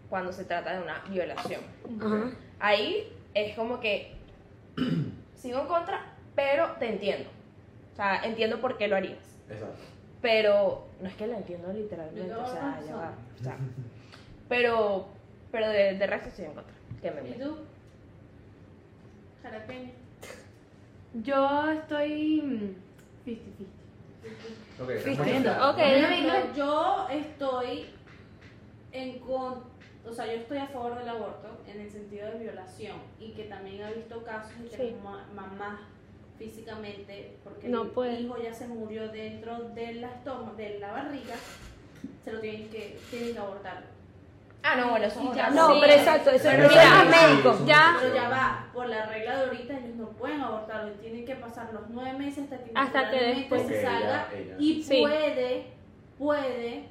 Speaker 6: cuando se trata de una violación.
Speaker 3: Ajá.
Speaker 6: Ahí es como que. sigo en contra, pero te entiendo. O sea, entiendo por qué lo harías.
Speaker 1: Exacto.
Speaker 6: Pero no es que la entiendo
Speaker 2: Yo
Speaker 6: literalmente,
Speaker 2: tengo
Speaker 6: o sea, ya
Speaker 2: razón.
Speaker 6: va, o sea, pero, pero de, de resto estoy en contra. Que me
Speaker 2: ¿Y
Speaker 6: meto.
Speaker 2: tú? Jalapeño.
Speaker 5: Yo estoy mm, 50-50.
Speaker 1: Ok,
Speaker 7: Ok.
Speaker 2: Yo- yo estoy en con, o sea, yo estoy a favor del aborto en el sentido de violación y que también ha visto casos de que
Speaker 7: Sí.
Speaker 2: ma- mamás físicamente porque
Speaker 7: No
Speaker 2: el
Speaker 7: puede.
Speaker 2: hijo ya se murió dentro de la estoma- de la barriga, se lo tienen que tienen que abortar.
Speaker 6: Ah, no, bueno, eso es
Speaker 2: Y
Speaker 6: otra
Speaker 2: ya
Speaker 6: cosa.
Speaker 3: No,
Speaker 2: Sí.
Speaker 3: pero exacto, eso
Speaker 1: Pero
Speaker 3: no
Speaker 1: mira,
Speaker 3: es
Speaker 1: sí,
Speaker 3: médico.
Speaker 1: sí,
Speaker 7: ya.
Speaker 2: Pero ya va, por la regla de ahorita ellos no pueden abortarlo, tienen que pasar los nueve meses hasta que,
Speaker 7: Hasta que
Speaker 2: naturalmente
Speaker 7: después.
Speaker 1: Ok,
Speaker 2: se salga
Speaker 1: ya, ella.
Speaker 2: y
Speaker 7: Sí.
Speaker 2: puede, puede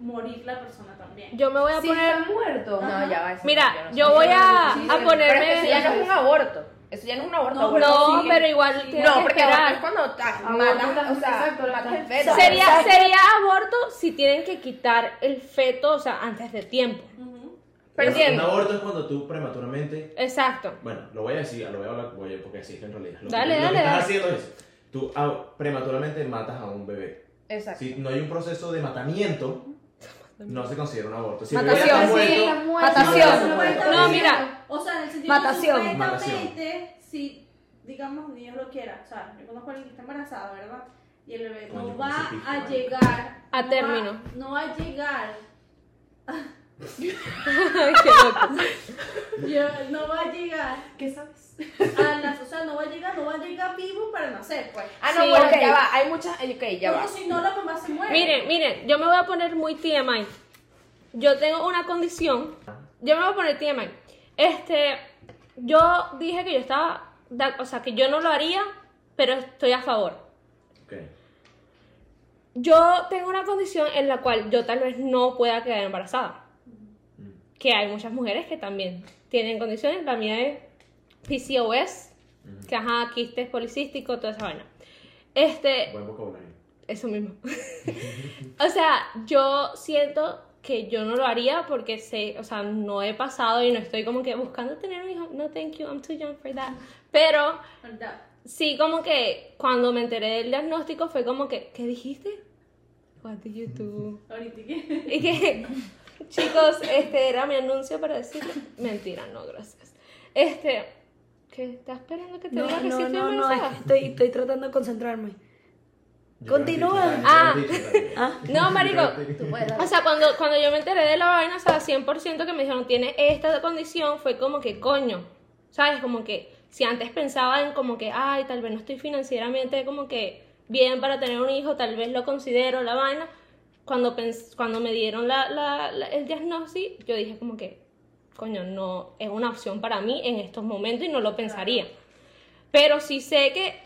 Speaker 2: morir la persona también.
Speaker 7: Yo me voy a
Speaker 5: Si
Speaker 7: poner.
Speaker 5: está muerto.
Speaker 6: No, ya va. eso
Speaker 7: Mira,
Speaker 6: no
Speaker 7: yo
Speaker 6: sé.
Speaker 7: voy a,
Speaker 5: Sí,
Speaker 7: a
Speaker 5: sí,
Speaker 6: Pero es que eso
Speaker 7: ponerme.
Speaker 6: ya no es un aborto. Eso ya no es un aborto.
Speaker 2: No,
Speaker 6: aborto
Speaker 7: No,
Speaker 6: sí.
Speaker 7: pero igual tienes
Speaker 6: No,
Speaker 7: que
Speaker 6: porque aborto es
Speaker 7: esperar.
Speaker 6: cuando ta-
Speaker 5: Aborto
Speaker 6: matas,
Speaker 5: también,
Speaker 6: o sea,
Speaker 5: exacto,
Speaker 6: matas el
Speaker 5: exacto.
Speaker 6: feto. O
Speaker 7: Sería,
Speaker 6: sea,
Speaker 7: sería aborto si tienen que quitar el feto, o sea, antes de tiempo.
Speaker 2: Ujú.
Speaker 7: Pero
Speaker 1: Un
Speaker 7: entiendo.
Speaker 1: aborto es cuando tú prematuramente
Speaker 7: Exacto.
Speaker 1: Bueno, lo voy a decir, lo voy a hablar voy a- porque existe en realidad. Lo
Speaker 7: Dale,
Speaker 1: que, lo
Speaker 7: dale,
Speaker 1: que estás
Speaker 7: dale.
Speaker 1: haciendo es, tú ah, prematuramente matas a un bebé.
Speaker 6: Exacto.
Speaker 1: Si no hay un proceso de matamiento, no se considera un aborto. Si el bebé
Speaker 7: Matación.
Speaker 1: ya está
Speaker 5: Sí, está
Speaker 1: muerto,
Speaker 5: muerto.
Speaker 7: Matación.
Speaker 5: No,
Speaker 1: Matación.
Speaker 7: No, mira.
Speaker 2: O sea, en el sentido
Speaker 3: Matación.
Speaker 2: de que
Speaker 1: Matación.
Speaker 2: supuestamente, si, digamos, Dios lo quiera, o sea, yo conozco a alguien que está embarazada, ¿verdad? Y el bebé
Speaker 1: Coño,
Speaker 2: no
Speaker 1: cómo
Speaker 2: va
Speaker 1: se pifia,
Speaker 2: a
Speaker 1: marico.
Speaker 2: llegar.
Speaker 7: A
Speaker 2: no va-
Speaker 7: término.
Speaker 2: No va a llegar.
Speaker 7: Qué loco.
Speaker 2: yo- No va a llegar
Speaker 5: ¿Qué sabes?
Speaker 2: a las, o sea, no va a llegar, no va a llegar vivo para nacer, pues.
Speaker 6: Ah, no,
Speaker 7: Sí,
Speaker 6: bueno,
Speaker 7: ok.
Speaker 6: ya va. Hay muchas. eh, Ok, ya va.
Speaker 2: Porque si no, la mamá se muere.
Speaker 7: Miren, miren, yo me voy a poner muy TMI. Yo tengo una condición. Yo me voy a poner TMI. Este, yo dije que yo estaba, da- o sea, que yo no lo haría, pero estoy a favor.
Speaker 1: Ok.
Speaker 7: Yo tengo una condición en la cual yo tal vez no pueda quedar embarazada.
Speaker 1: Mm,
Speaker 7: Que hay muchas mujeres que también tienen condiciones. La mía es PCOS,
Speaker 1: mm,
Speaker 7: que ajá, quistes policístico, toda esa vaina. Este,
Speaker 1: Buen vocabulario.
Speaker 7: eso mismo. o sea, yo siento que yo no lo haría porque sé, o sea, no he pasado y no estoy como que buscando tener un hijo. No, thank you, I'm too young for that. Pero
Speaker 2: ¿Verdad?
Speaker 7: sí, como que cuando me enteré del diagnóstico fue como que, ¿qué dijiste? What did you do?
Speaker 2: Ahorita que.
Speaker 7: Y que, chicos, este era mi anuncio para decir mentira, no, gracias. Este, ¿qué estás esperando que te
Speaker 3: No,
Speaker 7: diga que sí
Speaker 3: no,
Speaker 7: estoy
Speaker 3: no, no, es
Speaker 7: embarazada?
Speaker 3: que estoy, estoy tratando de concentrarme.
Speaker 1: Yo creo que
Speaker 3: Continúa.
Speaker 1: sí, yo
Speaker 7: Ah.
Speaker 1: creo que sí, yo creo que sí.
Speaker 7: No, marico,
Speaker 1: Tú puedes.
Speaker 7: O sea, cuando, cuando yo me enteré de la vaina, o sea, 100% que me dijeron, tiene esta condición, fue como que, coño, ¿sabes? Como que, si antes pensaba en como que, ay, tal vez no estoy financieramente como que bien para tener un hijo, tal vez lo considero la vaina, cuando, pens- cuando me dieron la, la- la- el diagnóstico, yo dije como que, coño, no, es una opción para mí en estos momentos y no lo pensaría. Pero sí sé que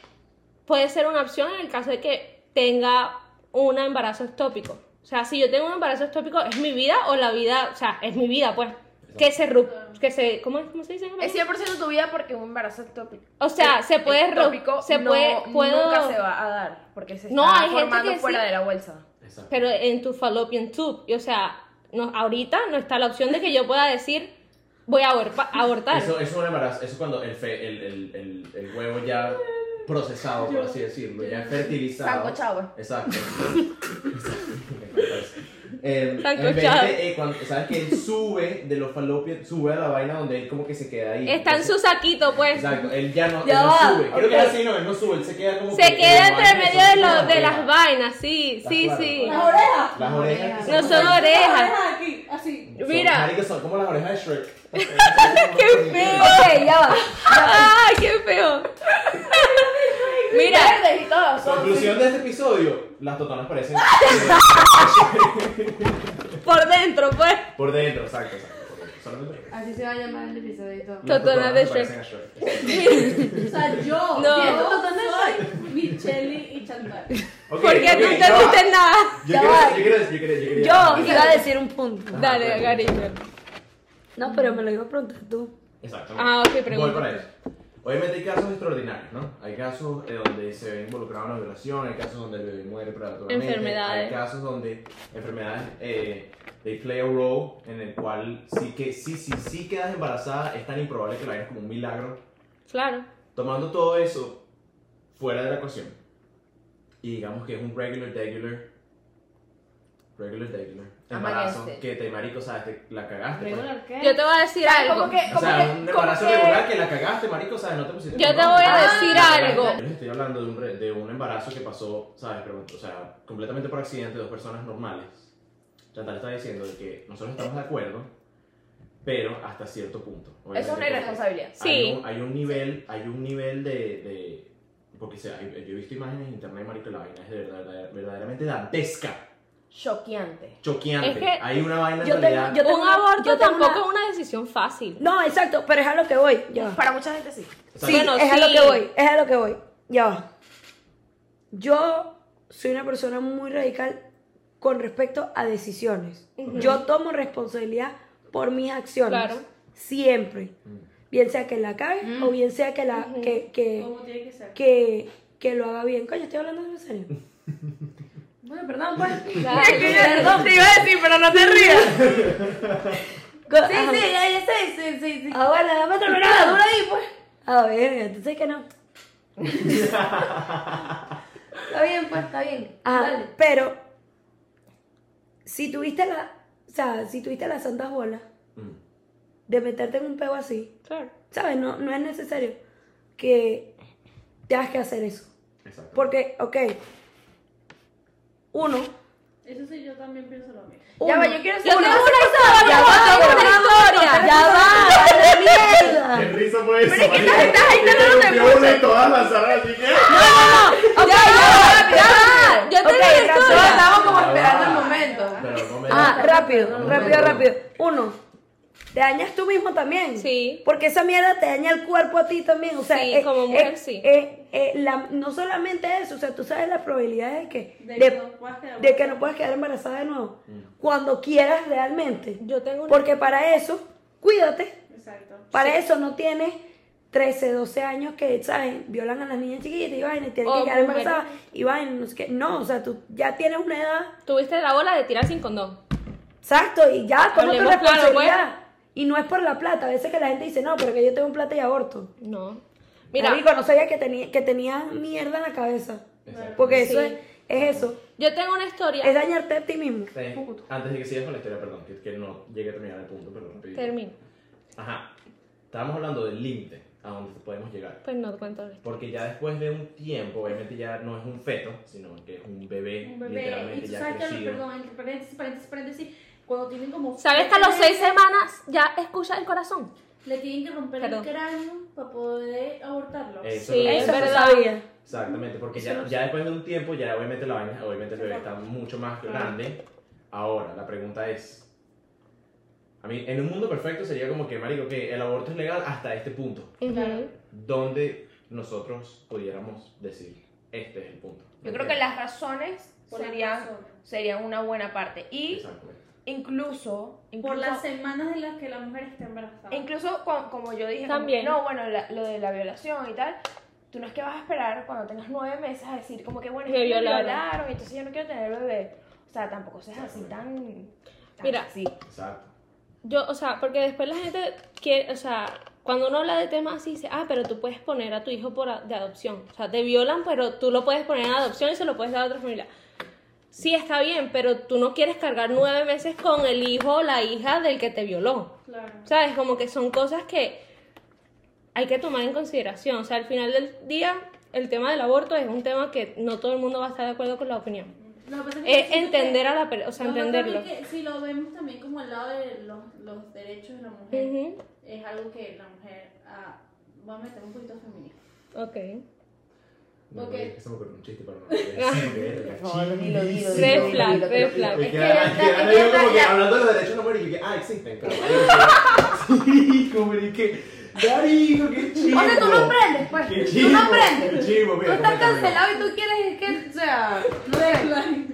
Speaker 7: puede ser una opción en el caso de que tenga un embarazo estópico. O sea, si yo tengo un embarazo estópico, ¿es mi vida o la vida? O sea, es mi vida, pues. Que se, ru- que se ¿cómo, es? ¿Cómo se dice? en
Speaker 6: Es
Speaker 7: español?
Speaker 6: 100% tu vida porque un embarazo ectópico.
Speaker 7: O sea, se puede ro-
Speaker 6: ectópico
Speaker 7: se
Speaker 6: no-
Speaker 7: puede- puedo-
Speaker 6: Nunca se va a dar porque se está
Speaker 7: No, hay gente
Speaker 6: formando
Speaker 7: que
Speaker 6: fuera
Speaker 7: sí.
Speaker 6: de la bolsa.
Speaker 1: Exacto.
Speaker 7: Pero en tu fallopian tube. Y, o sea, no, ahorita no está la opción de que yo pueda decir, voy a aborpa- abortar.
Speaker 1: Eso, eso es un embarazo, eso es cuando el, fe- el, el, el, el huevo ya procesado, por así decirlo, ya fertilizado.
Speaker 6: Sancochado.
Speaker 1: Exacto. Eh,
Speaker 7: Sancochado.
Speaker 1: en vez de, eh, cuando, sabes que él sube de los fallopios, sube a la vaina donde él como que se queda ahí.
Speaker 7: está en su
Speaker 1: Entonces,
Speaker 7: saquito, pues.
Speaker 1: Exacto, él ya no,
Speaker 7: Ya
Speaker 1: él no
Speaker 7: va,
Speaker 1: sube. Creo que es
Speaker 7: ok.
Speaker 1: así, no, él no sube, él se queda como que
Speaker 7: Se queda
Speaker 1: en la
Speaker 7: entre
Speaker 1: vaina,
Speaker 7: medio de,
Speaker 1: son
Speaker 7: lo-
Speaker 1: como
Speaker 7: de las
Speaker 1: orejas.
Speaker 7: vainas, sí,
Speaker 1: Las
Speaker 7: sí,
Speaker 1: cuerdas,
Speaker 7: sí.
Speaker 1: pues.
Speaker 2: Las orejas.
Speaker 1: Las orejas. que
Speaker 7: No son
Speaker 1: como-
Speaker 2: Las
Speaker 7: orejas.
Speaker 2: orejas aquí, así.
Speaker 1: son-
Speaker 7: Mira.
Speaker 1: marico, son como las orejas de Shrek.
Speaker 7: ¡Qué feo!
Speaker 5: Ok, ya va.
Speaker 7: ¡Ay, qué feo! Mira,
Speaker 6: Verdes y todo. son-
Speaker 1: Conclusión de este episodio, las totonas parecen
Speaker 7: por dentro, pues.
Speaker 1: por dentro, exacto, exacto. por dentro, Solamente por dentro.
Speaker 5: Así se va a llamar el episodio y todo.
Speaker 1: Las
Speaker 7: Totonas de
Speaker 1: totonas parecen a Shrek.
Speaker 2: O sea, yo.
Speaker 7: No.
Speaker 2: yo soy Michelle y Chantal.
Speaker 1: Ok,
Speaker 7: Porque
Speaker 1: ok,
Speaker 7: tú no
Speaker 1: ya va.
Speaker 7: entendiste nada.
Speaker 1: Yo Ah, quiero, yo quiero, yo quiero, yo quiero.
Speaker 3: Yo iba a decir un punto.
Speaker 1: Ajá,
Speaker 7: Dale,
Speaker 1: perfecto.
Speaker 7: cariño.
Speaker 3: No, pero me lo iba a preguntar tú.
Speaker 1: Exacto.
Speaker 7: Ah, ok, pregunta.
Speaker 1: Voy para eso. Obviamente hay casos extraordinarios, ¿no? Hay casos eh, donde se ve involucrado en la violación, hay casos donde el bebé muere prematuramente.
Speaker 7: Enfermedades.
Speaker 1: Hay casos donde enfermedades, eh, they play a role en el cual sí que, sí, sí, sí quedas embarazada, es tan improbable que lo hagas como un milagro.
Speaker 7: Claro.
Speaker 1: Tomando todo eso fuera de la ecuación, y digamos que es un regular, regular, regular, regular, embarazo,
Speaker 5: Amanece.
Speaker 1: que te marico, sabes, te la cagaste. pues.
Speaker 7: Yo te voy a decir algo.
Speaker 5: Como que,
Speaker 1: O
Speaker 5: como
Speaker 1: sea,
Speaker 5: que,
Speaker 1: un
Speaker 5: como
Speaker 1: embarazo
Speaker 5: que-
Speaker 1: regular que la cagaste, marico, ¿sabes? No te pusiste
Speaker 7: Yo te
Speaker 1: condón.
Speaker 7: voy a
Speaker 1: Ah,
Speaker 7: decir
Speaker 1: la cagaste.
Speaker 7: algo.
Speaker 1: Yo les estoy hablando de un, re- de un embarazo que pasó, ¿sabes? Pero, o sea, completamente por accidente, dos personas normales. Chantal está diciendo de que nosotros estamos de acuerdo, pero hasta cierto punto.
Speaker 6: Eso es una
Speaker 1: Obviamente,
Speaker 6: irresponsabilidad.
Speaker 7: Sí.
Speaker 1: hay un, hay un nivel, hay un nivel de, de- porque o sea, hay- yo he visto imágenes en internet, marico, la vaina es de verdad, verdad- verdaderamente dantesca,
Speaker 6: Choqueante.
Speaker 1: choqueante.
Speaker 7: Es que
Speaker 1: hay una vaina en
Speaker 3: yo tengo-
Speaker 1: realidad.
Speaker 3: yo- tengo
Speaker 7: un
Speaker 3: una-
Speaker 7: aborto
Speaker 3: yo tengo una-
Speaker 7: tampoco es una decisión fácil.
Speaker 3: No, exacto, pero es a lo que voy. Ya va.
Speaker 6: Para mucha gente sí.
Speaker 1: o sea,
Speaker 3: Sí,
Speaker 7: Bueno,
Speaker 3: es a lo
Speaker 7: sí.
Speaker 3: que voy, es a lo que voy. Ya va. Yo soy una persona muy radical con respecto a decisiones. Yo tomo responsabilidad por mis acciones.
Speaker 7: Claro. Mm.
Speaker 3: Siempre. Bien sea que la cague o bien sea que la que, que,
Speaker 2: Como tiene que ser.
Speaker 3: que, que lo haga bien. Coño, estoy hablando en serio.
Speaker 5: Bueno, perdón, pues.
Speaker 3: Perdón.
Speaker 7: Te iba a decir, pero no te rías.
Speaker 3: Go-
Speaker 5: Sí,
Speaker 3: ajá.
Speaker 5: sí, ya, ya sé, sí, sí, sí.
Speaker 3: Ah, bueno, dame
Speaker 5: Pero
Speaker 3: terminar.
Speaker 5: dura ahí, pues.
Speaker 3: A ver, entonces que no.
Speaker 5: Está bien, pues, está bien.
Speaker 3: Ah,
Speaker 5: Dale.
Speaker 3: pero si tuviste la, o sea, si tuviste las santas bolas
Speaker 1: mm.
Speaker 3: de meterte en un peo así,
Speaker 7: Claro.
Speaker 3: ¿sabes? No, no es necesario que tengas que hacer eso.
Speaker 1: Exacto.
Speaker 3: Porque, ok, uno,
Speaker 2: Eso sí, yo también pienso lo mismo.
Speaker 3: uno
Speaker 5: Ya va, yo quiero
Speaker 7: Yo tengo
Speaker 5: una-
Speaker 7: una historia.
Speaker 3: Ya va,
Speaker 7: yo tengo
Speaker 3: ya
Speaker 7: una historia.
Speaker 3: ya va, a la mierda.
Speaker 1: ¡Qué risa fue eso! Pero
Speaker 7: marico? esta gente no lo Interrumpió
Speaker 1: una y todas las salas así
Speaker 7: Ya va, ya va. Yo tengo una
Speaker 5: Todos
Speaker 7: historia.
Speaker 5: estábamos
Speaker 2: Ah.
Speaker 5: como esperando el momento.
Speaker 1: Pero
Speaker 3: Ah, rápido, rápido,
Speaker 1: no.
Speaker 3: rápido. Uno, te dañas tú mismo también.
Speaker 7: Sí.
Speaker 3: Porque esa mierda te daña el cuerpo a ti también. O sea,
Speaker 7: Sí,
Speaker 3: eh,
Speaker 7: como mujer,
Speaker 3: eh,
Speaker 7: sí.
Speaker 3: eh, eh, la- no solamente eso, o sea, tú sabes las probabilidades de que,
Speaker 2: De
Speaker 3: de-
Speaker 2: que no puedas quedar
Speaker 3: de que no puedas quedar embarazada de nuevo. Cuando quieras realmente.
Speaker 7: Mm. Yo tengo una
Speaker 3: Porque para eso, cuídate.
Speaker 2: Exacto.
Speaker 3: Para eso no tienes 13, 12 años que, ¿sabes? Violan a las niñas chiquitas y vaina, y tienen
Speaker 7: O
Speaker 3: que quedar
Speaker 7: mujeres.
Speaker 3: embarazadas y vaina, no sé qué. No, o sea, tú ya tienes una edad
Speaker 7: Tuviste la bola de tirar sin condón.
Speaker 3: Exacto, y ya, toma tu
Speaker 7: Hablemos claro, pues.
Speaker 3: responsabilidad.
Speaker 7: bueno.
Speaker 3: Y no es por la plata, a veces que la gente dice, no, pero que yo tengo plata y aborto.
Speaker 7: No.
Speaker 3: Mira,
Speaker 7: Mira,
Speaker 3: no sabía que tenía, que tenía mierda en la cabeza.
Speaker 1: Exacto.
Speaker 3: Porque eso
Speaker 7: Sí.
Speaker 3: es, es eso,
Speaker 7: yo tengo una historia.
Speaker 3: es dañarte a ti mismo.
Speaker 1: Eh, Antes de que sigas con la historia, perdón, que, que no llegué a terminar el punto, pero rápido.
Speaker 7: Termino.
Speaker 1: Ajá. Estábamos hablando del límite a donde podemos llegar.
Speaker 7: Pues no te cuento la historia.
Speaker 1: Porque ya después de un tiempo, obviamente ya no es un feto, sino que es un bebé,
Speaker 2: Un bebé. Y
Speaker 1: literalmente
Speaker 2: tú
Speaker 1: ya
Speaker 2: sabes que,
Speaker 1: crecido.
Speaker 2: perdón, entre paréntesis, paréntesis, paréntesis, cuando tienen como.
Speaker 7: ¿Sabes que a los
Speaker 2: tres,
Speaker 7: seis semanas ya escuchas el corazón?
Speaker 2: Le tienen que romper
Speaker 7: Perdón.
Speaker 2: el cráneo para poder abortarlo.
Speaker 1: Eso
Speaker 7: Sí,
Speaker 1: lo que-
Speaker 7: es
Speaker 3: eso no
Speaker 7: verdad.
Speaker 3: sabía.
Speaker 1: Exactamente, porque
Speaker 7: Eso
Speaker 1: ya,
Speaker 7: no-
Speaker 1: ya después de un tiempo, ya obviamente la vaina, obviamente el bebé está mucho más grande. Ahora, la pregunta es, a mí, en un mundo perfecto sería como que, marico, que el aborto es legal hasta este punto, donde nosotros pudiéramos decir, este es el punto.
Speaker 6: Yo creo que las razones
Speaker 2: Por las
Speaker 6: serían,
Speaker 2: razones.
Speaker 6: serían una buena parte. Y
Speaker 1: Exactamente.
Speaker 6: incluso,
Speaker 2: Por las
Speaker 6: incluso,
Speaker 2: semanas en las que la mujer está embarazada.
Speaker 6: incluso co- como yo dije,
Speaker 7: También.
Speaker 6: como, no, bueno, la- lo de la violación y tal, tú no es que vas a esperar cuando tengas nueve meses a decir como que, bueno, es
Speaker 7: Me
Speaker 6: que
Speaker 7: violaron.
Speaker 6: violaron, entonces yo no quiero tener bebé. O sea, tampoco seas así tan... tan
Speaker 7: Mira,
Speaker 6: así.
Speaker 1: Exacto.
Speaker 7: Yo, o sea, porque después la gente quiere, o sea, cuando uno habla de temas así, dice, ah, pero tú puedes poner a tu hijo por a- de adopción. O sea, te violan, pero tú lo puedes poner en adopción y se lo puedes dar a otra familia. Sí, está bien, pero tú no quieres cargar nueve meses con el hijo o la hija del que te violó.
Speaker 2: Claro.
Speaker 7: ¿Sabes? Como que son cosas que hay que tomar en consideración. O sea, al final del día, el tema del aborto es un tema que no todo el mundo va a estar de acuerdo con la opinión.
Speaker 2: Lo que pasa es que yo
Speaker 7: Es
Speaker 2: siento
Speaker 7: Eh, entender
Speaker 2: que-
Speaker 7: a la persona, o sea,
Speaker 2: lo que
Speaker 7: entenderlo.
Speaker 2: pasa es que si lo vemos también como al lado de los, los derechos de la mujer,
Speaker 7: Ujú.
Speaker 2: es algo que la mujer. ah, voy a meter un poquito feminista.
Speaker 7: Ok.
Speaker 1: No,
Speaker 2: Ok.
Speaker 1: es que se me ocurrió un chiste para no ¿eh? decir.
Speaker 7: Red flag, red flag.
Speaker 1: Es que
Speaker 5: ya
Speaker 1: además que
Speaker 5: está, es
Speaker 1: además
Speaker 5: que
Speaker 1: yo
Speaker 5: ya
Speaker 1: como que
Speaker 5: está.
Speaker 1: hablando de los derechos no morir, y que ah, existen, pero marico, que- sí, como de que marico, qué chido.
Speaker 5: O sea, tú no aprendes, pues.
Speaker 1: Qué
Speaker 5: Tú
Speaker 1: chido.
Speaker 5: no aprendes.
Speaker 1: Qué chido,
Speaker 5: Tú
Speaker 1: mira,
Speaker 5: estás
Speaker 1: cómo te cambió.
Speaker 5: cancelado y tú quieres que, o sea, no sé.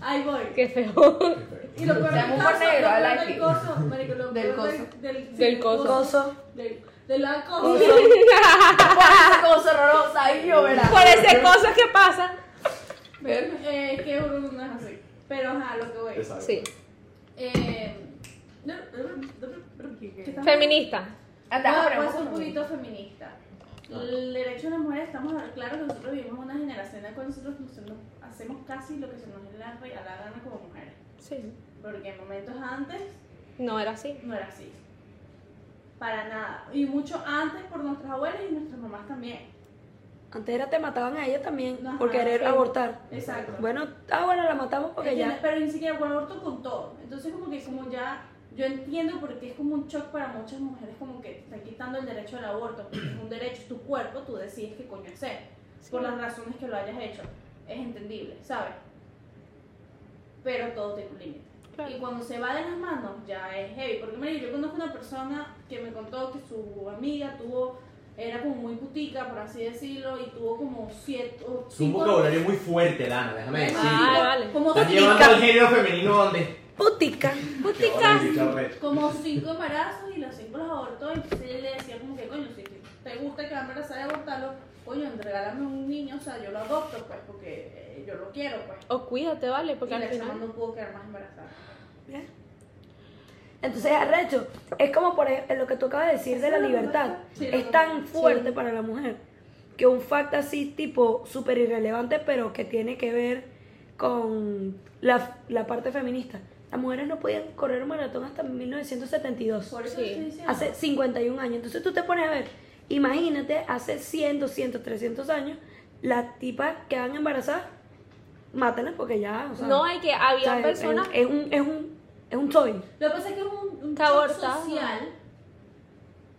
Speaker 2: Ahí voy.
Speaker 7: Qué feo.
Speaker 2: Y lo peor
Speaker 6: Se
Speaker 2: del
Speaker 6: llama un
Speaker 2: caso,
Speaker 6: negro,
Speaker 2: lo
Speaker 6: I
Speaker 2: peor
Speaker 6: like
Speaker 2: del
Speaker 6: it.
Speaker 2: caso, marico, lo
Speaker 5: Del coso.
Speaker 2: Del,
Speaker 7: Del
Speaker 2: sí,
Speaker 7: coso.
Speaker 2: Del, de la cosa.
Speaker 5: Cosa horrorosa, ahí yo verá.
Speaker 7: Por esas cosas que pasan.
Speaker 2: Eh, que uno no es así. Pero ajá, lo que voy.
Speaker 1: Exacto.
Speaker 7: Sí.
Speaker 2: Eh, no, ¿qué estamos-
Speaker 7: Feminista.
Speaker 2: No, pues,
Speaker 6: Andamos
Speaker 2: puedo
Speaker 6: por
Speaker 2: ser un
Speaker 6: un
Speaker 2: poquito feminista. El derecho de las mujeres, estamos claro que nosotros vivimos una generación en la cual nosotros nos- nos hacemos casi lo que se nos dé la regalada gana como mujeres.
Speaker 7: Sí.
Speaker 2: Porque en momentos antes
Speaker 7: No era así.
Speaker 2: no era así. Para nada. Y mucho antes por nuestras abuelas y nuestras mamás también.
Speaker 3: Antes era te mataban a ella también
Speaker 2: Ajá,
Speaker 3: por querer
Speaker 2: sí.
Speaker 3: abortar.
Speaker 2: Exacto.
Speaker 3: Bueno, ah, bueno, la matamos porque
Speaker 2: Entiende,
Speaker 3: ya.
Speaker 2: Pero ni siquiera por aborto con todo. Entonces como que como ya yo entiendo porque es como un shock para muchas mujeres como que te están quitando el derecho al aborto, porque es un derecho, es tu cuerpo, tú decides qué coño hacer, por las razones que lo hayas hecho. Es entendible, ¿sabes? Pero todo tiene un límite. Y cuando se va de las manos ya es heavy. Porque mira, yo conozco una persona que me contó que su amiga tuvo, era como muy putica, por así decirlo, y tuvo como siete o
Speaker 1: Es un
Speaker 2: cinco-
Speaker 1: vocabulario muy fuerte, Lana, déjame decirlo.
Speaker 7: Ah, vale.
Speaker 2: como
Speaker 1: Estás llevando al género femenino donde.
Speaker 3: Putica.
Speaker 1: Putica.
Speaker 2: como cinco embarazos y los cinco los abortó y entonces yo le decía como que coño si te gusta que la embarazada y abortarlo coño regálame un niño o sea yo lo adopto pues porque eh, yo lo quiero pues
Speaker 7: O cuídate, vale,
Speaker 2: porque
Speaker 7: porque
Speaker 2: y
Speaker 7: al
Speaker 2: la chama
Speaker 7: final.
Speaker 2: no pudo quedar más embarazada
Speaker 3: Entonces, arrecho, es como por e- lo que tú acabas de decir de la libertad.
Speaker 2: Sí,
Speaker 3: es
Speaker 2: la
Speaker 3: tan fuerte para la mujer que un fact así, tipo, súper irrelevante, pero que tiene que ver con la, la parte feminista. Las mujeres no podían correr un maratón hasta 1972.
Speaker 2: por eso
Speaker 7: Sí.
Speaker 2: te estoy diciendo
Speaker 3: Hace 51 años. Entonces tú te pones a ver, imagínate, hace 100, 200, 300 años, las tipas quedan embarazadas, mátalas porque ya, o sea,
Speaker 7: No, hay que
Speaker 3: o sea,
Speaker 7: había
Speaker 3: es-
Speaker 7: personas. Eh,
Speaker 3: Es, un, es un, es un toy.
Speaker 2: lo que pasa es que es un, un
Speaker 7: Que
Speaker 2: shock
Speaker 7: abortaba.
Speaker 2: social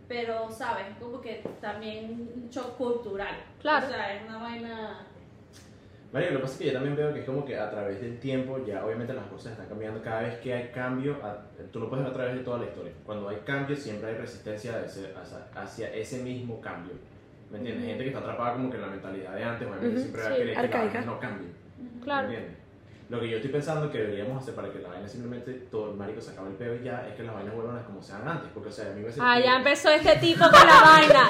Speaker 2: pero sabes como que también un shock cultural
Speaker 7: Claro.
Speaker 2: o sea es una vaina
Speaker 1: Mario, lo que pasa es que yo también veo que es como que a través del tiempo, ya obviamente las cosas están cambiando. Cada vez que hay cambio, a- tú lo puedes ver a través de toda la historia. Cuando hay cambio, siempre hay resistencia a ese- hacia, hacia ese mismo cambio. ¿Me entiendes? Gente que está atrapada como que en la mentalidad de antes, obviamente
Speaker 3: Ujú,
Speaker 1: siempre va
Speaker 7: sí,
Speaker 1: a querer que la
Speaker 3: arcaica.
Speaker 1: vaina no cambie.
Speaker 7: Claro.
Speaker 1: ¿Me entiendes? Lo que yo estoy pensando que deberíamos hacer para que la vaina simplemente todo el marico se acabe el peo y ya es que las vainas vuelvan a como sean antes. Porque, o sea, a mí me hace-
Speaker 7: Ah, ya empezó este tipo con la vaina. No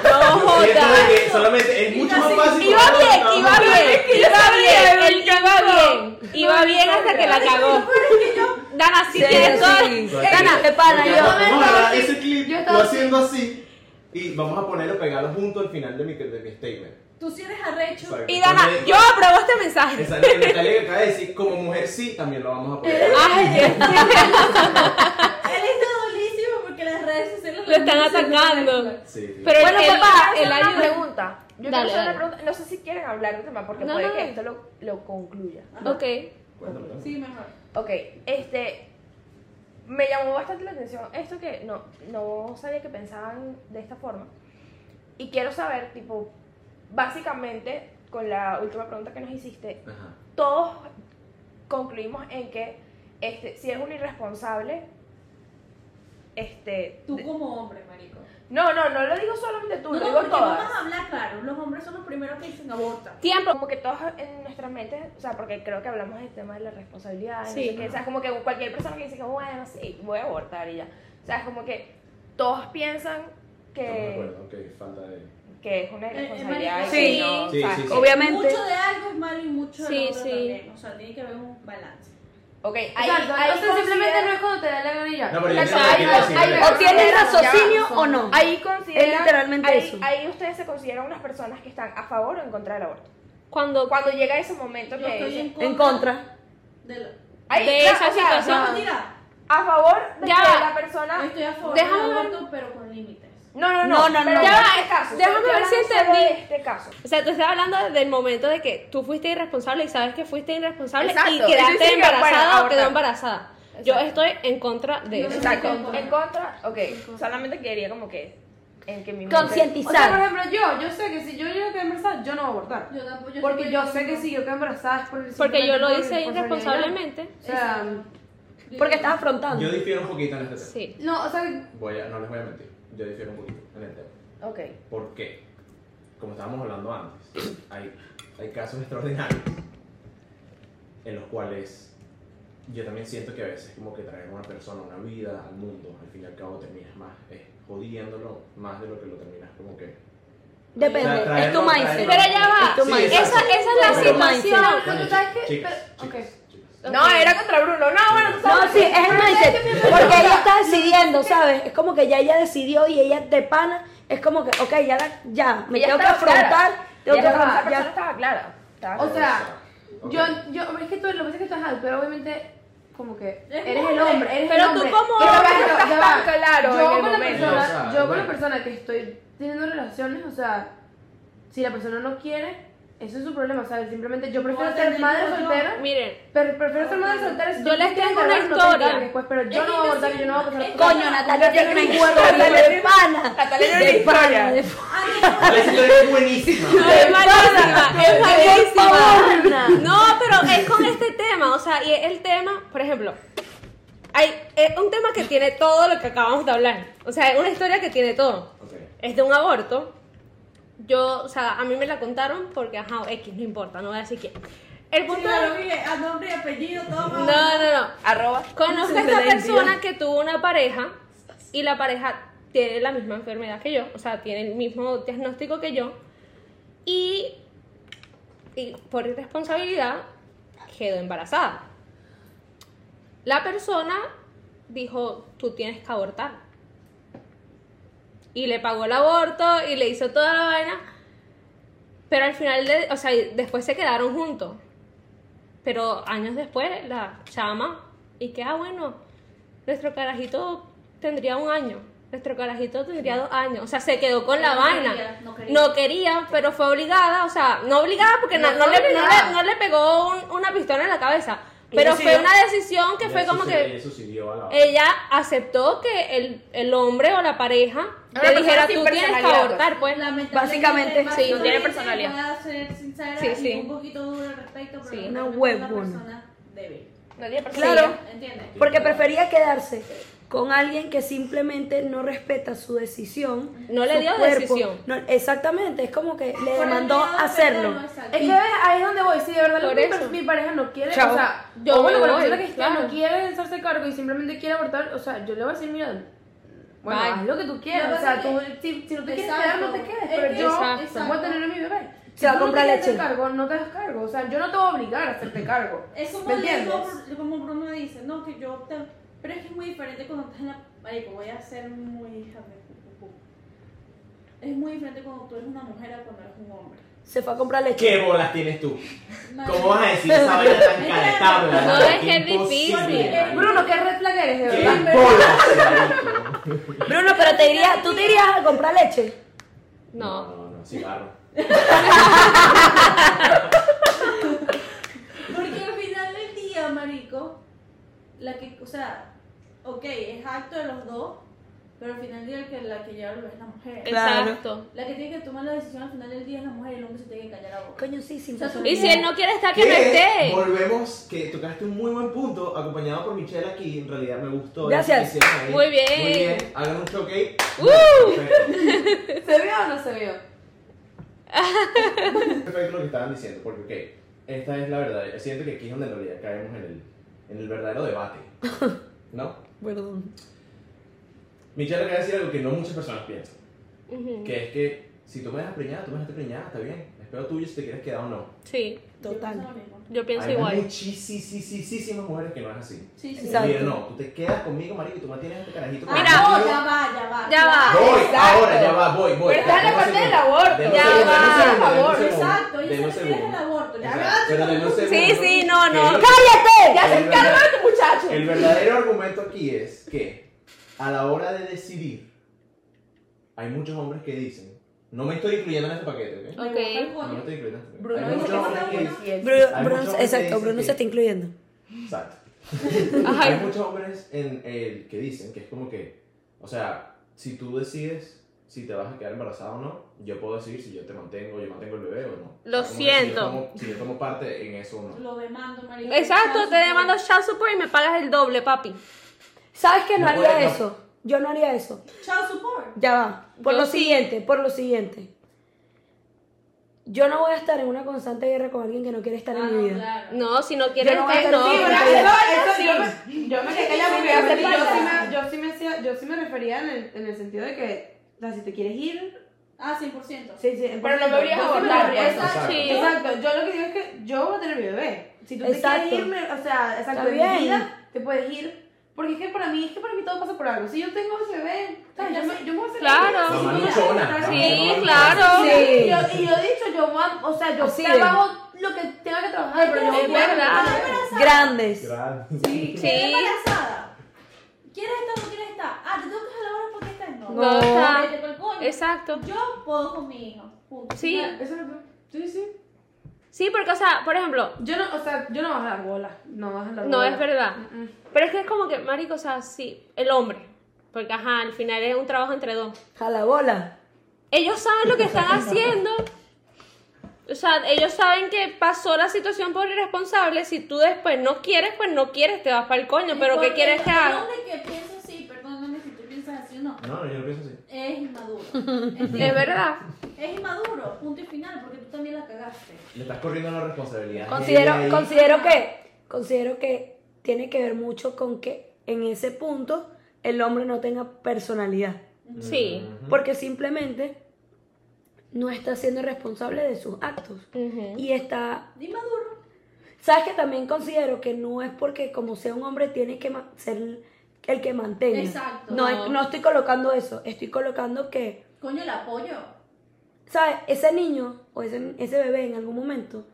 Speaker 1: Siento
Speaker 7: jodas.
Speaker 1: de que solamente es mucho más fácil.
Speaker 7: Iba
Speaker 1: cuando
Speaker 7: bien,
Speaker 1: estamos-
Speaker 7: iba bien, iba bien, él iba bien, iba bien hasta que la cagó. Dana, si tienes todo. Dana,
Speaker 3: Qué pana,
Speaker 1: Ya,
Speaker 3: yo.
Speaker 1: Vamos a agarrar ese clip,
Speaker 5: Yo
Speaker 1: tú
Speaker 5: estaba
Speaker 1: haciendo así, y vamos a ponerlo pegado junto al final de mi, de mi statement.
Speaker 2: tú si eres arrecho
Speaker 1: Exacto.
Speaker 7: y Dana,
Speaker 1: Entonces,
Speaker 7: yo apruebo este mensaje.
Speaker 1: Esa que Natalia que acaba de decir, como mujer sí, también lo vamos a poner.
Speaker 7: Ay, Dios.
Speaker 2: él está dolísimo porque las redes sociales
Speaker 7: Lo están
Speaker 2: están
Speaker 7: atacando.
Speaker 1: Sí, sí.
Speaker 7: Pero
Speaker 6: Bueno, pues,
Speaker 7: el,
Speaker 6: papá,
Speaker 7: el,
Speaker 6: el una
Speaker 7: año
Speaker 6: pregunta. Yo quiero
Speaker 7: Dale,
Speaker 6: hacer
Speaker 7: dale.
Speaker 6: una pregunta. No sé si quieren hablar del tema porque
Speaker 7: No,
Speaker 6: puede
Speaker 7: no,
Speaker 6: que
Speaker 7: no.
Speaker 6: esto lo, lo concluya.
Speaker 7: Ok,
Speaker 1: Cuéntame, cuéntame.
Speaker 2: sí mejor
Speaker 6: Ok, este. Me llamó bastante la atención esto que no, no sabía que pensaban de esta forma. Y quiero saber, tipo, básicamente, con la última pregunta que nos hiciste,
Speaker 1: Ajá.
Speaker 6: todos concluimos en que este, si es un irresponsable, este.
Speaker 2: tú
Speaker 6: de-
Speaker 2: como hombre marico
Speaker 6: no, no, no lo digo solamente tú,
Speaker 2: No,
Speaker 6: lo
Speaker 2: no,
Speaker 6: digo
Speaker 2: porque
Speaker 6: todas.
Speaker 2: vamos a hablar claro. Los hombres son los primeros que dicen aborta.
Speaker 7: tiempo.
Speaker 6: Como que todos en nuestras mentes, o sea, porque creo que hablamos del tema de la responsabilidad, no
Speaker 7: Sí.
Speaker 6: sé qué, o sea, como que cualquier persona que dice que, bueno, sí, voy a abortar y ya. O sea, es como que todos piensan
Speaker 1: Estamos
Speaker 7: Eh,
Speaker 1: de
Speaker 6: que,
Speaker 1: acuerdo, ok, falta de.
Speaker 6: que es una
Speaker 2: Eh, eh,
Speaker 6: irresponsabilidad. y
Speaker 7: marica,
Speaker 6: que
Speaker 7: sí.
Speaker 6: no, o
Speaker 1: Sí,
Speaker 6: sea,
Speaker 1: sí, sí.
Speaker 6: obvia-
Speaker 3: Obviamente.
Speaker 2: Mucho de algo es malo y mucho de
Speaker 7: Sí,
Speaker 2: otro
Speaker 7: sí.
Speaker 2: también. O sea, tiene que haber un balance.
Speaker 6: Ok, ahí,
Speaker 5: Exacto,
Speaker 6: ahí
Speaker 5: o sea, simplemente
Speaker 6: considero-
Speaker 5: no es cuando te da la gana y ya.
Speaker 1: No, pero yo creo
Speaker 6: Exacto,
Speaker 1: que
Speaker 6: hay-
Speaker 1: quiero
Speaker 6: hay-
Speaker 1: decirle-
Speaker 6: hay-
Speaker 3: O tienes raciocinio
Speaker 5: Ya,
Speaker 3: o no.
Speaker 6: Ahí consideran,
Speaker 3: Es literalmente
Speaker 6: ahí,
Speaker 3: eso.
Speaker 6: ahí ustedes se consideran unas personas que están a favor o en contra del aborto.
Speaker 7: Cuando
Speaker 6: Cuando llega ese momento
Speaker 2: Yo
Speaker 6: que
Speaker 2: estoy
Speaker 6: dicen-
Speaker 2: en contra.
Speaker 3: En contra.
Speaker 2: De la...
Speaker 6: Ahí,
Speaker 7: de
Speaker 6: ya,
Speaker 7: esa
Speaker 6: o sea,
Speaker 7: situación.
Speaker 2: No,
Speaker 6: no,
Speaker 2: mentira.
Speaker 6: a favor de
Speaker 7: Ya.
Speaker 6: que la persona
Speaker 2: Estoy a favor
Speaker 7: Déjame
Speaker 2: del
Speaker 7: ver.
Speaker 2: aborto, pero con límites.
Speaker 6: No, no,
Speaker 3: No,
Speaker 6: no.
Speaker 3: no,
Speaker 6: pero
Speaker 3: no.
Speaker 6: en
Speaker 7: Ya va,
Speaker 6: este caso,
Speaker 7: déjame
Speaker 6: estoy
Speaker 7: ver si
Speaker 6: hablando solo
Speaker 7: entendí.
Speaker 6: de este caso.
Speaker 7: O sea, tú estás hablando desde el momento de que tú fuiste irresponsable y sabes que fuiste irresponsable y
Speaker 6: Exacto.
Speaker 7: quedaste
Speaker 6: Y dices que, bueno,
Speaker 7: embarazada o
Speaker 6: abortar.
Speaker 7: quedó embarazada. Yo
Speaker 6: Exacto.
Speaker 7: estoy en contra de
Speaker 2: Yo
Speaker 7: eso.
Speaker 2: también.
Speaker 6: Exacto.
Speaker 2: En contra.
Speaker 6: En contra, ok. Solamente quería como que. En que mi mente-
Speaker 5: O sea, por
Speaker 3: Concientizar.
Speaker 5: ejemplo, yo, yo sé que si yo llego a quedar embarazada, yo no voy a abortar.
Speaker 2: Yo tampoco. Yo
Speaker 5: Porque
Speaker 2: soy-
Speaker 5: yo sé que si yo quedo embarazada es por el
Speaker 7: Porque yo lo
Speaker 5: simplemente
Speaker 7: hice
Speaker 5: por irresponsabilidad.
Speaker 7: irresponsablemente.
Speaker 5: O sea,
Speaker 3: Porque estás afrontando.
Speaker 1: Yo difiero un poquito en este tema.
Speaker 7: Sí.
Speaker 5: no, o sea,
Speaker 1: Voy a- no les voy a mentir. Yo difiero un poquito en el tema.
Speaker 6: Ok.
Speaker 1: ¿Por qué? Como estábamos hablando antes, hay, hay casos extraordinarios en los cuales yo también siento que a veces como que traer una persona, una vida al mundo, al fin y al cabo terminas más eh, jodiéndolo más de lo que lo terminas como que...
Speaker 3: Depende,
Speaker 1: O sea,
Speaker 3: es tu
Speaker 1: traerlo-
Speaker 3: mindset.
Speaker 1: traerlo-
Speaker 7: Pero ya va,
Speaker 3: Es Ah, tu
Speaker 1: Sí,
Speaker 3: mindset.
Speaker 7: esa, esa es la
Speaker 1: Pero-
Speaker 7: situación.
Speaker 1: Coño,
Speaker 5: tú sabes que-
Speaker 1: chicas,
Speaker 5: pero-
Speaker 1: chicas, chicas.
Speaker 6: No, era contra Bruno. No, bueno, tú
Speaker 3: No,
Speaker 6: sabes.
Speaker 3: sí, es el mindset. Porque ella está decidiendo, ¿sabes? Es como que ya ella decidió y ella de pana. Es como que, ok, ya, la- ya me
Speaker 6: Ella
Speaker 3: tengo que
Speaker 6: estaba clara.
Speaker 3: afrontar. Tengo
Speaker 6: Ya
Speaker 3: que
Speaker 6: estaba- esa
Speaker 3: afrontar.
Speaker 6: persona
Speaker 3: ya.
Speaker 6: estaba clara. Estaba
Speaker 5: O
Speaker 6: clara.
Speaker 5: sea,
Speaker 1: Ok.
Speaker 5: yo, yo, pero es que tú, lo que pasa es que tú eres alto, pero obviamente, como que,
Speaker 2: Eres
Speaker 5: eres el
Speaker 2: hombre.
Speaker 5: hombre, eres
Speaker 7: Pero
Speaker 5: el
Speaker 7: tú
Speaker 5: hombre.
Speaker 7: como
Speaker 5: Ya va,
Speaker 7: hombre
Speaker 5: ya
Speaker 7: estás
Speaker 5: va.
Speaker 7: tan claro
Speaker 5: yo
Speaker 7: en el
Speaker 5: con la
Speaker 7: momento.
Speaker 5: persona,
Speaker 1: O sea,
Speaker 5: yo con
Speaker 1: bueno.
Speaker 5: la persona que estoy teniendo relaciones, o sea, si la persona no quiere, eso es su problema, ¿sabes? Simplemente, yo prefiero
Speaker 2: No,
Speaker 5: ser
Speaker 2: te
Speaker 5: madre
Speaker 2: digo yo.
Speaker 5: soltera,
Speaker 7: Miren,
Speaker 5: pero prefiero ser madre soltera. si
Speaker 7: Yo
Speaker 5: tú
Speaker 7: les
Speaker 5: quieres
Speaker 7: tengo una
Speaker 5: cargar, no te
Speaker 7: historia.
Speaker 5: cargues, pues, pero yo no voy a abortar, yo no voy a pasar.
Speaker 2: Es-
Speaker 3: Coño, Natalia tiene una
Speaker 7: Natalia
Speaker 3: historia
Speaker 7: tiene-
Speaker 3: de pana.
Speaker 6: Natalia tiene
Speaker 3: de
Speaker 6: una
Speaker 3: pana,
Speaker 6: historia.
Speaker 3: de pana.
Speaker 1: Esa historia es buenísima.
Speaker 7: es malísima, es
Speaker 3: por
Speaker 7: malísima. No, pero es con este tema, o sea, y es el tema, por ejemplo, hay, es un tema que tiene todo lo que acabamos de hablar. O sea, es una historia que tiene todo.
Speaker 1: Ok.
Speaker 7: es de un aborto. Yo, o sea, a mí me la contaron porque, ajá, X, no importa, no voy a decir quién. El punto
Speaker 2: Claro,
Speaker 7: es-
Speaker 2: mire, a nombre y apellido, todo.
Speaker 7: No, no, no.
Speaker 6: arroba.
Speaker 7: Conozco a esta persona que tuvo una pareja y la pareja tiene la misma enfermedad que yo, o sea, tiene el mismo diagnóstico que yo. Y, y por irresponsabilidad quedó embarazada. La persona dijo, tú tienes que abortar. Y le pagó el aborto y le hizo toda la vaina. Pero al final, de- o sea, y después se quedaron juntos. Pero años después la llama y que, ah, bueno, nuestro carajito tendría un año. Nuestro carajito tendría dos años. O sea, se quedó con la
Speaker 2: No
Speaker 7: vaina.
Speaker 2: quería, no quería.
Speaker 7: no quería, pero fue obligada. O sea, no obligada porque no, no le, no le- no le pegó un- una pistola en la cabeza. Pero fue una decisión que
Speaker 1: Ella
Speaker 7: fue como
Speaker 1: sucedió-
Speaker 7: que
Speaker 1: ella sucedió a la
Speaker 7: ella aceptó que el, el hombre o la pareja
Speaker 6: Una
Speaker 7: le
Speaker 6: persona
Speaker 7: dijera
Speaker 6: sin
Speaker 7: tú tienes que
Speaker 6: personalidad,
Speaker 7: abortar, pues.
Speaker 2: Lamentablemente,
Speaker 7: Básicamente,
Speaker 2: más
Speaker 7: sí, no tiene
Speaker 2: que
Speaker 6: personalidad.
Speaker 2: pueda ser sincera
Speaker 7: Sí,
Speaker 2: y
Speaker 7: sí.
Speaker 2: un poquito dura al respecto, pero
Speaker 7: Sí,
Speaker 2: no
Speaker 3: una
Speaker 2: creo que
Speaker 3: huevona.
Speaker 2: persona débil.
Speaker 6: No tiene personalidad.
Speaker 3: Claro,
Speaker 2: ¿Entiendes?
Speaker 3: porque prefería quedarse con alguien que simplemente no respeta su decisión.
Speaker 7: No le
Speaker 3: su
Speaker 7: dio decisión.
Speaker 3: No, exactamente, es como que le
Speaker 2: Por el
Speaker 3: demandó
Speaker 2: miedo a
Speaker 3: hacerlo.
Speaker 2: perderlo, exacto.
Speaker 5: Es que ¿ves? ahí es donde voy, si de verdad lo
Speaker 7: Por
Speaker 5: que mi,
Speaker 7: eso.
Speaker 5: mi pareja no quiere,
Speaker 7: Chao.
Speaker 5: o sea,
Speaker 7: Yo
Speaker 5: o bueno,
Speaker 7: me
Speaker 5: con la
Speaker 7: voy,
Speaker 5: persona que está,
Speaker 7: claro.
Speaker 5: no quiere hacerse cargo y simplemente quiere abortar, o sea, yo le voy a decir, mira, bueno,
Speaker 7: Bye.
Speaker 5: haz lo que tú quieras,
Speaker 2: Lo que
Speaker 5: o sea,
Speaker 2: pasa
Speaker 5: tú,
Speaker 2: es que-
Speaker 5: si, si no te quieres
Speaker 2: Exacto.
Speaker 5: quedar, no te quedes,
Speaker 2: Es
Speaker 5: pero
Speaker 2: que-
Speaker 5: yo
Speaker 2: exacto.
Speaker 5: voy a tener a mi
Speaker 3: Se
Speaker 5: bebé.
Speaker 3: va
Speaker 5: Si
Speaker 3: a
Speaker 5: tú
Speaker 3: comprar
Speaker 5: no te quieres
Speaker 3: leche.
Speaker 5: hacer cargo, no te hagas cargo, o sea, yo no te voy a obligar a hacerte cargo,
Speaker 2: Es como,
Speaker 5: ¿me entiendes?
Speaker 2: digo- como Bruno dice, no, que yo opté. Pero es que es muy diferente cuando estás en la. Marico, voy a ser muy hija de pu- pu- pu. Es muy diferente cuando tú eres una mujer a cuando eres un hombre.
Speaker 3: Se fue a comprar leche.
Speaker 1: ¿Qué bolas tienes tú?
Speaker 2: Marico,
Speaker 1: ¿Cómo vas a decir esa vaina tan
Speaker 2: Claro.
Speaker 1: caretabla?
Speaker 7: No,
Speaker 1: Marico?
Speaker 7: es que es
Speaker 1: Imposible,
Speaker 7: difícil.
Speaker 1: marico.
Speaker 5: Bruno, qué red flag eres, de
Speaker 1: ¿Qué
Speaker 5: verdad.
Speaker 1: bolas, marico?
Speaker 3: Bruno, pero te diría, ¿tú te irías a comprar leche?
Speaker 7: No.
Speaker 1: No, no, cigarro.
Speaker 2: Porque al final del día, Marico, la que. O sea, ok, es acto de los dos, pero al final del día el que, la que lleva el bebé es la mujer.
Speaker 3: Claro.
Speaker 7: Exacto.
Speaker 2: La que tiene que tomar la decisión al final del día es la mujer y el hombre se tiene que callar la boca.
Speaker 3: Coño, sí, sin
Speaker 2: O sea,
Speaker 3: razón.
Speaker 7: Y si él no quiere estar, que no
Speaker 1: Que
Speaker 7: esté.
Speaker 1: Volvemos, que tocaste un muy buen punto, acompañado por Michelle aquí, en realidad me gustó.
Speaker 3: Gracias.
Speaker 1: eso que hicieron ahí.
Speaker 7: Muy bien. Uh.
Speaker 1: Muy bien, hagan un choque.
Speaker 5: ¿Se vio o no se vio?
Speaker 1: Perfecto lo que estaban diciendo, porque ok, esta es la verdad, yo siento que aquí es donde en realidad caemos en el, en el verdadero debate, ¿no?
Speaker 3: Perdón.
Speaker 1: Michelle acaba de decir algo que no muchas personas piensan,
Speaker 7: Ujú.
Speaker 1: que es que si tú me dejas preñada, tú me dejaste preñada, está bien, es pedo tuyo si te quieres quedar o no.
Speaker 7: Sí,
Speaker 2: Yo pienso
Speaker 3: Total.
Speaker 2: lo mismo.
Speaker 7: yo pienso
Speaker 1: Hay
Speaker 7: igual.
Speaker 1: muchísimas mujeres que no es así.
Speaker 2: Sí, sí.
Speaker 3: Exacto.
Speaker 1: Mira, no, tú te quedas conmigo, marico, y tú mantienes a este carajito.
Speaker 7: Mira,
Speaker 2: Ah, no,
Speaker 1: conmigo.
Speaker 2: ya va, ya va.
Speaker 7: Ya va.
Speaker 1: Voy,
Speaker 6: Exacto.
Speaker 1: ahora, ya va, voy, voy.
Speaker 6: Pero está en la
Speaker 1: Denme un
Speaker 6: parte del
Speaker 1: segundo,
Speaker 6: aborto.
Speaker 1: denme un
Speaker 7: Ya
Speaker 1: segundo,
Speaker 7: va,
Speaker 1: denme un segundo, denme un
Speaker 6: por favor.
Speaker 1: segundo,
Speaker 2: Exacto, ella
Speaker 1: denme un
Speaker 2: se refiere
Speaker 1: segundo.
Speaker 2: al aborto, ya
Speaker 1: Exacto,
Speaker 2: va.
Speaker 1: Pero denme un segundo.
Speaker 7: Sí, sí, no, no.
Speaker 1: Que
Speaker 7: ¡Cállate!
Speaker 1: el verdadero-
Speaker 6: Muchacho.
Speaker 1: El verdadero argumento aquí es que a la hora de decidir, hay muchos hombres que dicen, no me estoy incluyendo en este paquete, ¿ok?
Speaker 7: Ok.
Speaker 1: No me estoy incluyendo en este paquete.
Speaker 5: Bruno
Speaker 1: hay
Speaker 5: dice
Speaker 1: muchos
Speaker 5: que
Speaker 1: hombres
Speaker 5: está
Speaker 1: que
Speaker 5: bueno.
Speaker 3: Bruno,
Speaker 1: Hay
Speaker 3: Bruno-
Speaker 1: muchos hombres que
Speaker 3: exacto,
Speaker 1: dicen
Speaker 3: Bruno
Speaker 1: que-
Speaker 3: se está incluyendo.
Speaker 1: Exacto. Hay
Speaker 7: Ajá.
Speaker 1: muchos hombres en el que dicen que es como que, o sea, si tú decides si te vas a quedar embarazada o no, yo puedo decidir si yo te mantengo, yo mantengo el bebé o no.
Speaker 7: Lo
Speaker 1: O sea, como que si yo
Speaker 7: siento.
Speaker 1: tomo- Si yo, tomo parte en eso o no.
Speaker 2: Lo demando, marico.
Speaker 7: Exacto, te demando child support y me pagas el doble, papi.
Speaker 3: ¿Sabes que no,
Speaker 1: No
Speaker 3: haría
Speaker 1: puede, no.
Speaker 3: eso? Yo no haría eso.
Speaker 2: Chao, support.
Speaker 3: Ya va. Por
Speaker 7: Yo
Speaker 3: lo
Speaker 7: sí.
Speaker 3: siguiente, por lo siguiente. yo no voy a estar en una constante guerra con alguien que Ah, no quiere estar en mi vida.
Speaker 2: Ah,
Speaker 7: No, si no quieres,
Speaker 3: Yo no voy a
Speaker 7: eh,
Speaker 3: hacer
Speaker 7: no.
Speaker 3: así,
Speaker 5: Bueno,
Speaker 3: Porque-
Speaker 5: eso- eso
Speaker 4: sí.
Speaker 5: yo me- Yo me quedé callada porque
Speaker 7: Sí,
Speaker 5: yo sí
Speaker 7: sí, sí,
Speaker 5: me- yo sí me hacía- yo sí me refería en el, en el sentido de que, o sea, si te quieres ir,
Speaker 2: Ah, 100%.
Speaker 5: sí, sí,
Speaker 6: Pero no me obligues a
Speaker 5: yo sí me
Speaker 6: abordar,
Speaker 5: refiero-
Speaker 1: exacto.
Speaker 5: exacto.
Speaker 7: Sí.
Speaker 5: Exacto, yo lo que digo es que yo voy a tener mi bebé. Si tú te
Speaker 3: Exacto.
Speaker 5: quieres irme, o sea, exacto,
Speaker 3: Está
Speaker 5: en mi
Speaker 3: bien.
Speaker 5: vida te puedes ir. Porque es que para mí, es que para mí todo pasa por algo. Si yo tengo ese bebé, o sea, yo me, yo me voy a hacer
Speaker 7: Claro.
Speaker 5: feliz.
Speaker 1: Mamá
Speaker 5: Si yo
Speaker 1: luchona,
Speaker 5: voy a estar-
Speaker 1: mamá
Speaker 7: Sí, claro.
Speaker 5: Sí.
Speaker 3: Sí.
Speaker 5: Yo, y yo he dicho, yo voy a, o sea, yo
Speaker 3: Así
Speaker 5: trabajo lo que tenga que trabajar, pero yo
Speaker 7: Es
Speaker 5: voy a-
Speaker 7: verdad.
Speaker 3: Grandes.
Speaker 1: Gracias.
Speaker 2: Sí.
Speaker 7: Sí.
Speaker 2: ¿Estás embarazada? ¿Quieres estar o no quieres estar? Ah, te tengo que jalar ahora porque estás no.
Speaker 7: No, está-
Speaker 2: Vete pa'l coño.
Speaker 7: Exacto.
Speaker 2: Yo puedo con mi hijo. Punto.
Speaker 7: Sí,
Speaker 5: Eso es lo que- Sí, sí.
Speaker 7: sí, porque, o sea, por ejemplo,
Speaker 5: Yo no, o sea, yo no vas a dar bola. No vas a dar bola.
Speaker 7: No, es verdad. Pero es que es como que, marico, o sea, sí, el hombre. Porque, ajá, al final es un trabajo entre dos.
Speaker 3: Jala bola.
Speaker 7: Ellos saben lo que están haciendo. O sea, ellos saben que pasó la situación por irresponsable. Si tú después no quieres, pues no quieres, te vas para el coño. Pero ¿qué
Speaker 2: Porque
Speaker 7: quieres que
Speaker 2: el
Speaker 7: haga?
Speaker 2: hombre que piensa así, perdóname si tú piensas así o no,
Speaker 1: No, yo no pienso así.
Speaker 2: es inmaduro. ¿entiendes?
Speaker 7: Es verdad.
Speaker 2: Es inmaduro, punto y final, porque tú también la cagaste.
Speaker 1: Le estás corriendo la responsabilidad. Ella ahí-
Speaker 3: Considero, considero que considero que tiene que ver mucho con que en ese punto el hombre no tenga personalidad.
Speaker 7: Sí.
Speaker 1: Ujú.
Speaker 3: Porque simplemente no está siendo responsable de sus actos. Y está
Speaker 2: Inmaduro.
Speaker 3: Sabes que también considero que no es porque como sea un hombre tiene que ma- ser el que mantenga.
Speaker 2: Exacto.
Speaker 3: No, es- no estoy colocando eso, estoy colocando que,
Speaker 2: Coño, el apoyo.
Speaker 3: ¿sabes? Ese niño o ese, ese bebé en algún momento,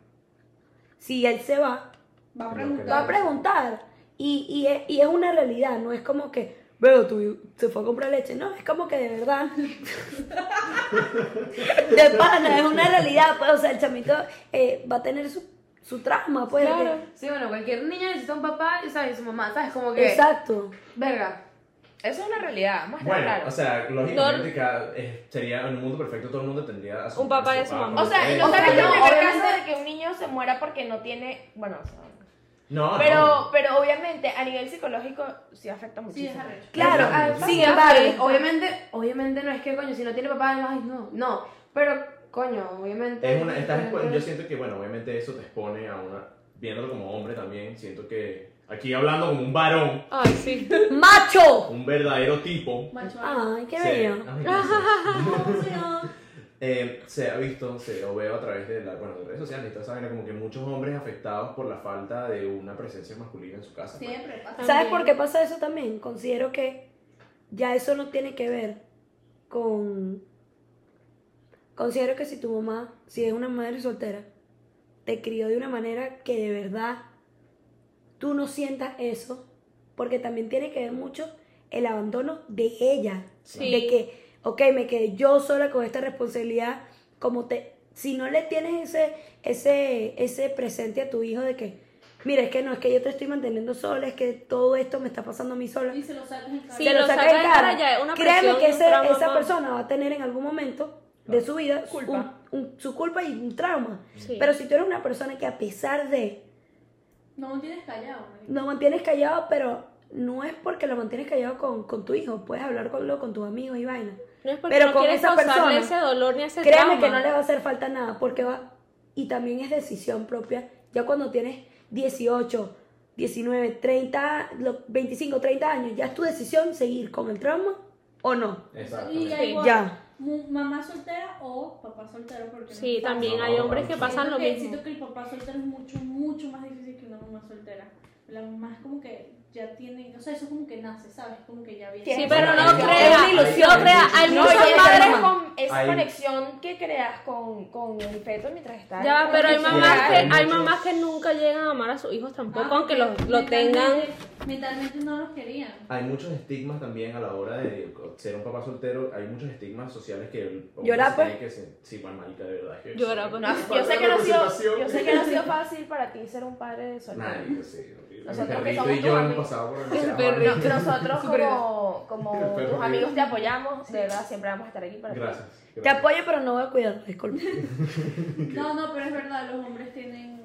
Speaker 3: si él se va,
Speaker 2: Va a
Speaker 3: va a
Speaker 2: preguntar.
Speaker 3: preguntar. Y, y es, y es una realidad, no es como que, veo, tú se fue a comprar leche. No, es como que de verdad. de pana, es una realidad. Pues, o sea, el chamito eh, va a tener su, su trauma, pues. de-
Speaker 7: Claro.
Speaker 5: Sí, bueno, cualquier niña necesita un papá, ¿sabes? Y su mamá, ¿sabes? Como que.
Speaker 3: Exacto.
Speaker 5: Verga.
Speaker 6: Eso es una realidad, más
Speaker 1: Bueno,
Speaker 6: claro.
Speaker 1: o sea, lógicamente cada- eh, sería en un mundo perfecto todo el mundo tendría a su
Speaker 7: Un papá y a su mamá.
Speaker 6: O sea,
Speaker 1: Eh,
Speaker 6: no sabes el
Speaker 5: no,
Speaker 6: primer
Speaker 5: obviamente-
Speaker 6: caso de que un niño se muera porque no tiene. Bueno, o sea,
Speaker 1: no,
Speaker 6: Pero,
Speaker 1: no.
Speaker 6: pero obviamente a nivel psicológico sí afecta
Speaker 2: Sí, es
Speaker 6: muchísimo.
Speaker 2: arrecho.
Speaker 3: Claro,
Speaker 1: Exacto.
Speaker 3: sin
Speaker 5: ah, Sí,
Speaker 3: embargo,
Speaker 5: obviamente, obviamente no es que, coño, si no tiene papá, además, ay, no. No. Pero, coño, obviamente.
Speaker 1: Es una, estás expu- yo siento que, bueno, obviamente eso te expone a una. Viéndolo como hombre también, siento que. Aquí hablando como un varón,
Speaker 7: Ay, sí.
Speaker 3: ¡Macho!
Speaker 1: un verdadero tipo.
Speaker 2: Macho.
Speaker 3: Ay, qué
Speaker 1: se-
Speaker 3: bello.
Speaker 1: Ay, gracias.
Speaker 2: No, señor.
Speaker 1: Eh, se ha visto, se lo veo a través de, la, bueno, de redes sociales y toda esa vaina, como que muchos hombres afectados por la falta de una presencia masculina en su casa. pues.
Speaker 2: Siempre pasa.
Speaker 3: ¿Sabes por qué pasa eso también? Considero que ya eso no tiene que ver con... Considero que si tu mamá, si es una madre soltera, te crió de una manera que de verdad tú no sientas eso, porque también tiene que ver mucho el abandono de ella.
Speaker 7: Sí.
Speaker 3: De que, ok, me quedé yo sola con esta responsabilidad, como te... Si no le tienes ese, ese, ese presente a tu hijo de que, mira, es que no, es que yo te estoy manteniendo sola, es que todo esto me está pasando a mí sola.
Speaker 2: Y se lo sacas en cara.
Speaker 7: Sí,
Speaker 3: Te
Speaker 7: lo
Speaker 3: saca
Speaker 7: saca
Speaker 3: en
Speaker 7: de cara, ya es una
Speaker 3: Créeme
Speaker 7: presión
Speaker 3: que
Speaker 7: y un
Speaker 3: ese-
Speaker 7: trauma
Speaker 3: esa
Speaker 7: más. Ah.
Speaker 3: persona va a tener en algún momento de su vida
Speaker 7: Culpa.
Speaker 3: un- un- su culpa y un trauma.
Speaker 7: Sí.
Speaker 3: Pero si tú eres una persona que a pesar de
Speaker 2: No lo tienes callado. marico.
Speaker 3: lo mantienes callado, pero no es porque lo mantienes callado con, con tu hijo, puedes hablar conlo con tus amigos y vaina.
Speaker 7: No es porque
Speaker 3: Pero
Speaker 7: no
Speaker 3: con
Speaker 7: quieres
Speaker 3: esa
Speaker 7: causarle
Speaker 3: persona,
Speaker 7: ese dolor ni ese
Speaker 3: Créeme
Speaker 7: trauma.
Speaker 3: que no le va a hacer falta nada porque va y también es decisión propia. Ya cuando tienes 18, 19, 30, los 25, 30 años, ya es tu decisión seguir con el trauma o no.
Speaker 1: Exacto.
Speaker 2: Y ya igual,
Speaker 3: Ya.
Speaker 2: mu- mamá soltera o papá soltero. Porque
Speaker 7: Sí,
Speaker 2: no
Speaker 7: también
Speaker 1: No,
Speaker 7: hay
Speaker 1: no,
Speaker 7: hombres
Speaker 1: no.
Speaker 7: que pasan
Speaker 2: Siento
Speaker 7: lo
Speaker 2: que-
Speaker 7: mismo.
Speaker 2: Siento que el papá soltero es mucho, mucho más difícil que una mamá soltera. La mamá es como que ya tiene, o sea, eso es como que nace, ¿sabes? Como que ya viene. Ah,
Speaker 7: Sí,
Speaker 1: Bueno,
Speaker 7: pero
Speaker 1: hay-
Speaker 7: no crea,
Speaker 1: hay-
Speaker 7: no
Speaker 1: hay-
Speaker 7: crea,
Speaker 1: hay-
Speaker 7: hay
Speaker 6: No,
Speaker 7: muchas
Speaker 6: y hay
Speaker 7: madres
Speaker 6: madres
Speaker 7: con-
Speaker 6: con esa
Speaker 1: Hay-
Speaker 6: conexión que creas con, con el feto mientras estás.
Speaker 7: Ya, pero hay
Speaker 1: Sí,
Speaker 7: mamás,
Speaker 1: hay
Speaker 7: que, hay
Speaker 1: muchos.
Speaker 7: mamás que nunca llegan a amar a sus hijos tampoco,
Speaker 2: Ah,
Speaker 7: aunque lo,
Speaker 2: porque
Speaker 7: lo tengan.
Speaker 2: mentalmente- Mentalmente no los querían.
Speaker 1: Hay muchos estigmas también a la hora de ser un papá soltero. Hay muchos estigmas sociales que. el hombre
Speaker 3: Llora,
Speaker 1: se
Speaker 3: pues.
Speaker 1: tiene Que se- sí, bueno, marica, de verdad. Que
Speaker 7: Llora, pues.
Speaker 6: Yo sé, que no ha sido, yo sé que no ha sido fácil para ti ser un padre soltero.
Speaker 1: Nadie, sí. horrible.
Speaker 6: Nosotros que
Speaker 1: Mi perrito
Speaker 6: somos
Speaker 1: y
Speaker 6: tus
Speaker 1: yo hemos
Speaker 6: amigos.
Speaker 1: pasado por demasiadas
Speaker 7: perrito.
Speaker 1: vainas.
Speaker 6: Nosotros como, como
Speaker 1: Pero-
Speaker 6: tus amigos te apoyamos, de verdad siempre vamos a estar aquí para ti.
Speaker 1: Gracias.
Speaker 3: Te apoyo, pero no voy a cuidar, disculpa.
Speaker 2: No, no, pero es verdad, los hombres tienen.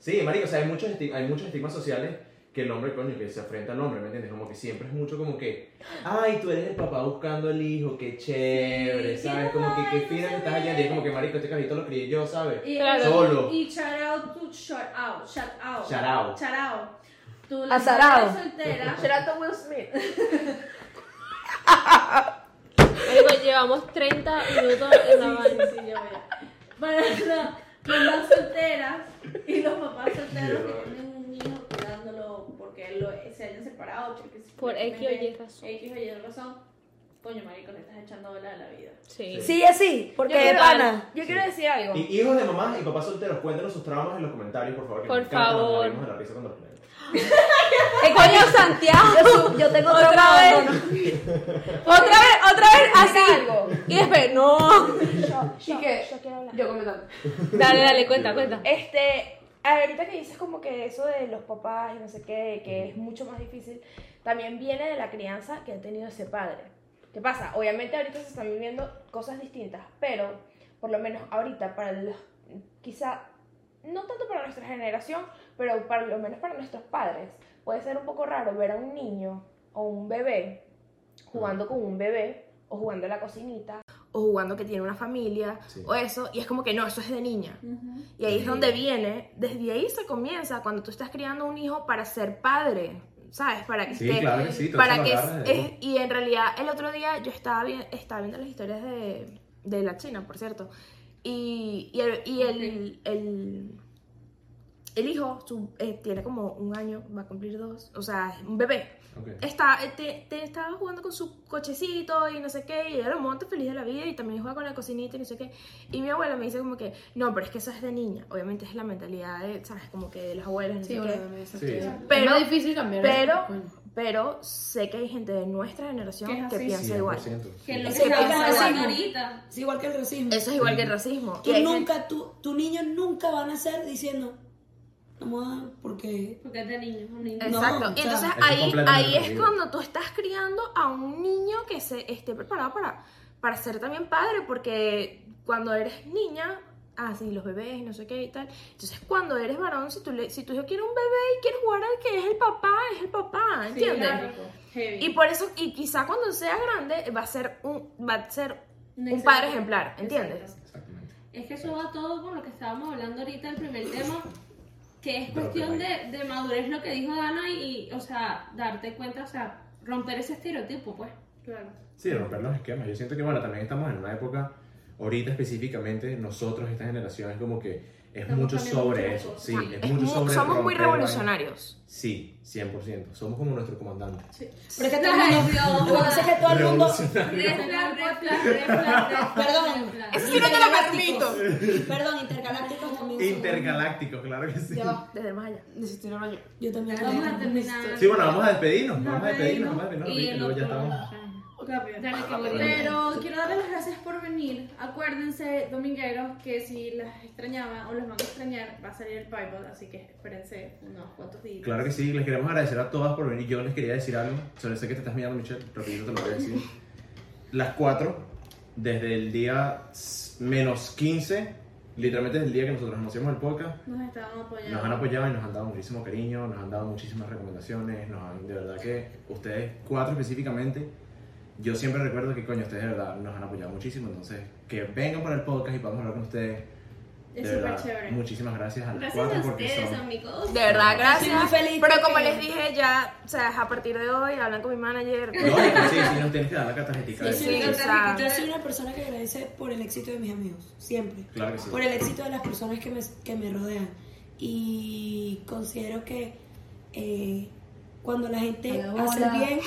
Speaker 1: Sí, marico, o sea, hay muchos, esti- hay muchos estigmas sociales que el hombre, coño, que se afrenta al hombre, ¿me entiendes? Como que siempre es mucho como que, ay, tú eres el papá buscando el hijo, qué chévere,
Speaker 2: Sí,
Speaker 1: ¿sabes?
Speaker 2: qué
Speaker 1: Como que qué
Speaker 2: guay,
Speaker 1: fina
Speaker 2: no
Speaker 1: que estás
Speaker 2: sé.
Speaker 1: allá, y es como que marico, este carrito lo crié yo, ¿sabes?
Speaker 2: Y,
Speaker 7: Claro.
Speaker 1: Solo.
Speaker 2: Y shout out to shout out, shout out.
Speaker 1: Charao.
Speaker 2: Shout out. Tu
Speaker 3: Azarao.
Speaker 2: mujer soltera.
Speaker 6: Gerardo Will Smith.
Speaker 7: Marico, llevamos 30 minutos en la
Speaker 2: Sí,
Speaker 7: vaina.
Speaker 2: sí, ya voy a- Para las mamás solteras y los papás solteros que tienen un niño cuidándolo porque lo, se hayan separado. Porque
Speaker 7: Por X o Y
Speaker 2: simplemente
Speaker 7: razón.
Speaker 2: X o Y razón. Coño, marico, le estás echando bola a la vida.
Speaker 7: Sí.
Speaker 3: Sí, así, porque de pana.
Speaker 6: Yo quiero decir algo.
Speaker 1: Y hijos de mamás y papás solteros, cuéntenos sus traumas en los comentarios, por favor. Que
Speaker 7: Por
Speaker 1: nos encanta, nos
Speaker 7: favor.
Speaker 1: morimos de la risa cuando los leemos.
Speaker 7: ¿Qué Eh, coño, Santiago?
Speaker 3: Yo, su- yo tengo
Speaker 7: Otra
Speaker 3: trauma de
Speaker 7: vez.
Speaker 3: abandono.
Speaker 7: Otra vez, otra vez, así.
Speaker 6: algo.
Speaker 7: Y después, no.
Speaker 5: ¿Y qué? Yo comentando.
Speaker 7: Dale, dale, cuenta, cuenta.
Speaker 6: Este, ahorita que dices como que eso de los papás y no sé qué, que es mucho más difícil, también viene de la crianza que ha tenido ese padre. ¿Qué pasa? Obviamente ahorita se están viviendo cosas distintas, pero por lo menos ahorita para los, quizá, no tanto para nuestra generación, pero para lo menos para nuestros padres, puede ser un poco raro ver a un niño o un bebé jugando con un bebé o jugando en la cocinita o jugando que tiene una familia
Speaker 1: Sí.
Speaker 6: o eso y es como que no, eso es de niña. Y ahí es donde viene, desde ahí se comienza cuando tú estás criando un hijo para ser padre, ¿sabes? Para que esté-
Speaker 1: que sí. todo
Speaker 6: para
Speaker 1: eso lo
Speaker 6: que
Speaker 1: agarras de-
Speaker 6: es- y en realidad el otro día yo estaba vi- estaba viendo las historias de, de la China, por cierto. Y, y el, y el, el, el hijo su- eh, tiene como un año, va a cumplir dos, o sea, es un bebé
Speaker 1: Ok.
Speaker 6: está, eh, te, te estaba jugando con su cochecito y no sé qué, y ella lo monta feliz de la vida y también juega con la cocinita y no sé qué. Y mi abuela me dice como que, no, pero es que eso es de niña. Obviamente es la mentalidad de, ¿sabes? Como que de los abuelos, no sé qué.
Speaker 1: Sí, sí.
Speaker 6: Pero-
Speaker 5: Pero es difícil cambiar.
Speaker 6: pero-
Speaker 5: Coño.
Speaker 6: Pero sé que hay gente de nuestra generación
Speaker 5: Que es
Speaker 6: que
Speaker 5: así.
Speaker 6: piensa igual.
Speaker 1: 100%.
Speaker 2: Que
Speaker 6: lo que está pasando
Speaker 2: ahorita.
Speaker 3: Es igual que el racismo.
Speaker 6: Eso es igual que el racismo. Y
Speaker 3: Tú
Speaker 6: hay gente-
Speaker 3: nunca, tú, tu niño nunca van a ser diciendo, no me voy a dar porque
Speaker 2: Porque es de niños, un niño.
Speaker 6: Exacto.
Speaker 3: No,
Speaker 6: y entonces
Speaker 3: o
Speaker 1: sea, eso
Speaker 6: ahí,
Speaker 1: es completamente
Speaker 6: ahí es
Speaker 1: prohibido.
Speaker 6: cuando tú estás criando a un niño que se esté preparado para, para ser también padre, porque cuando eres niña, así los bebés, no sé qué y tal. Entonces cuando eres varón, si tú, le, si tu hijo quiere un bebé y quieres jugar al que es el papá, es el papá, ¿entiendes? Y por eso, y quizá cuando sea grande, va a ser un, va a ser un padre ejemplar, ¿entiendes?
Speaker 1: Exactamente.
Speaker 8: Es que eso va todo con lo que estábamos hablando ahorita, el primer tema, que es
Speaker 1: Pero
Speaker 8: cuestión
Speaker 1: que
Speaker 8: de, de madurez, lo que dijo Dana, y, y, o sea, darte cuenta, o sea, romper ese estereotipo, pues.
Speaker 1: Sí, romper los esquemas. Yo siento que, bueno, también estamos en una época, ahorita específicamente, nosotros, esta generación, es como que es
Speaker 8: Estamos
Speaker 1: mucho
Speaker 8: cambiando
Speaker 1: sobre
Speaker 8: muchas
Speaker 1: eso.
Speaker 8: cosas.
Speaker 1: Sí,
Speaker 6: O sea,
Speaker 1: es
Speaker 6: Ah, es
Speaker 1: mucho
Speaker 6: mu-
Speaker 1: sobre
Speaker 6: somos muy
Speaker 1: romper vainas.
Speaker 6: revolucionarios.
Speaker 1: Sí, 100%. Somos como nuestro comandante.
Speaker 3: Pero es que todo el mundo. Lo que pasa es que todo el mundo. Perdón.
Speaker 8: Perdón.
Speaker 6: sí no te lo permito.
Speaker 3: Intergalácticos. Perdón, intergalácticos también. son-
Speaker 1: Intergaláctico, claro que sí.
Speaker 6: Desde más allá.
Speaker 3: Yo también.
Speaker 8: Vamos a terminar.
Speaker 1: Sí, bueno, vamos a despedirnos.
Speaker 8: Nos
Speaker 1: Vamos a despedirnos. Vamos a
Speaker 8: vemos
Speaker 1: despedirnos.
Speaker 8: Y el
Speaker 1: luego ya
Speaker 8: otro-
Speaker 1: estamos.
Speaker 8: Dale, que voy.
Speaker 2: Pero quiero darles las gracias por venir. Acuérdense, domingueros, que si las extrañaban o las van a extrañar, va a salir el Bible, así que espérense unos cuantos días.
Speaker 1: Claro que sí, les queremos agradecer a todas por venir. Yo les quería decir algo. Solo sé que te estás mirando, Michelle. Rapidito te lo voy a decir. Las 4, desde el día s- menos 15, literalmente desde el día que nosotros nos hacíamos el podcast,
Speaker 2: Nos estaban apoyando.
Speaker 1: Nos han apoyado y nos han dado muchísimo cariño, nos han dado muchísimas recomendaciones, nos han, de verdad que ustedes cuatro específicamente, yo siempre recuerdo que coño, ustedes de verdad nos han apoyado muchísimo, entonces que vengan para el podcast y podamos hablar con ustedes. De
Speaker 2: Es
Speaker 1: verdad,
Speaker 2: súper chévere.
Speaker 1: muchísimas gracias a las
Speaker 8: Gracias
Speaker 1: cuatro
Speaker 8: a
Speaker 1: porque
Speaker 8: ustedes,
Speaker 1: son...
Speaker 8: amigos.
Speaker 6: De verdad, gracias.
Speaker 3: Estoy muy feliz
Speaker 6: Pero
Speaker 3: porque-
Speaker 6: como les dije, ya, o sea, a partir de hoy hablan con mi manager.
Speaker 1: No, es que sí, sí, nos tienes que dar la tarjetita.
Speaker 3: Yo
Speaker 1: de-
Speaker 3: soy,
Speaker 6: Sí, o sea.
Speaker 3: yo soy una persona que agradece por el éxito de mis amigos, siempre.
Speaker 1: Claro que sí.
Speaker 3: Por el éxito de las personas que me, que me rodean. Y considero que eh, cuando la gente
Speaker 5: Hola,
Speaker 3: hace
Speaker 5: hola.
Speaker 3: el bien.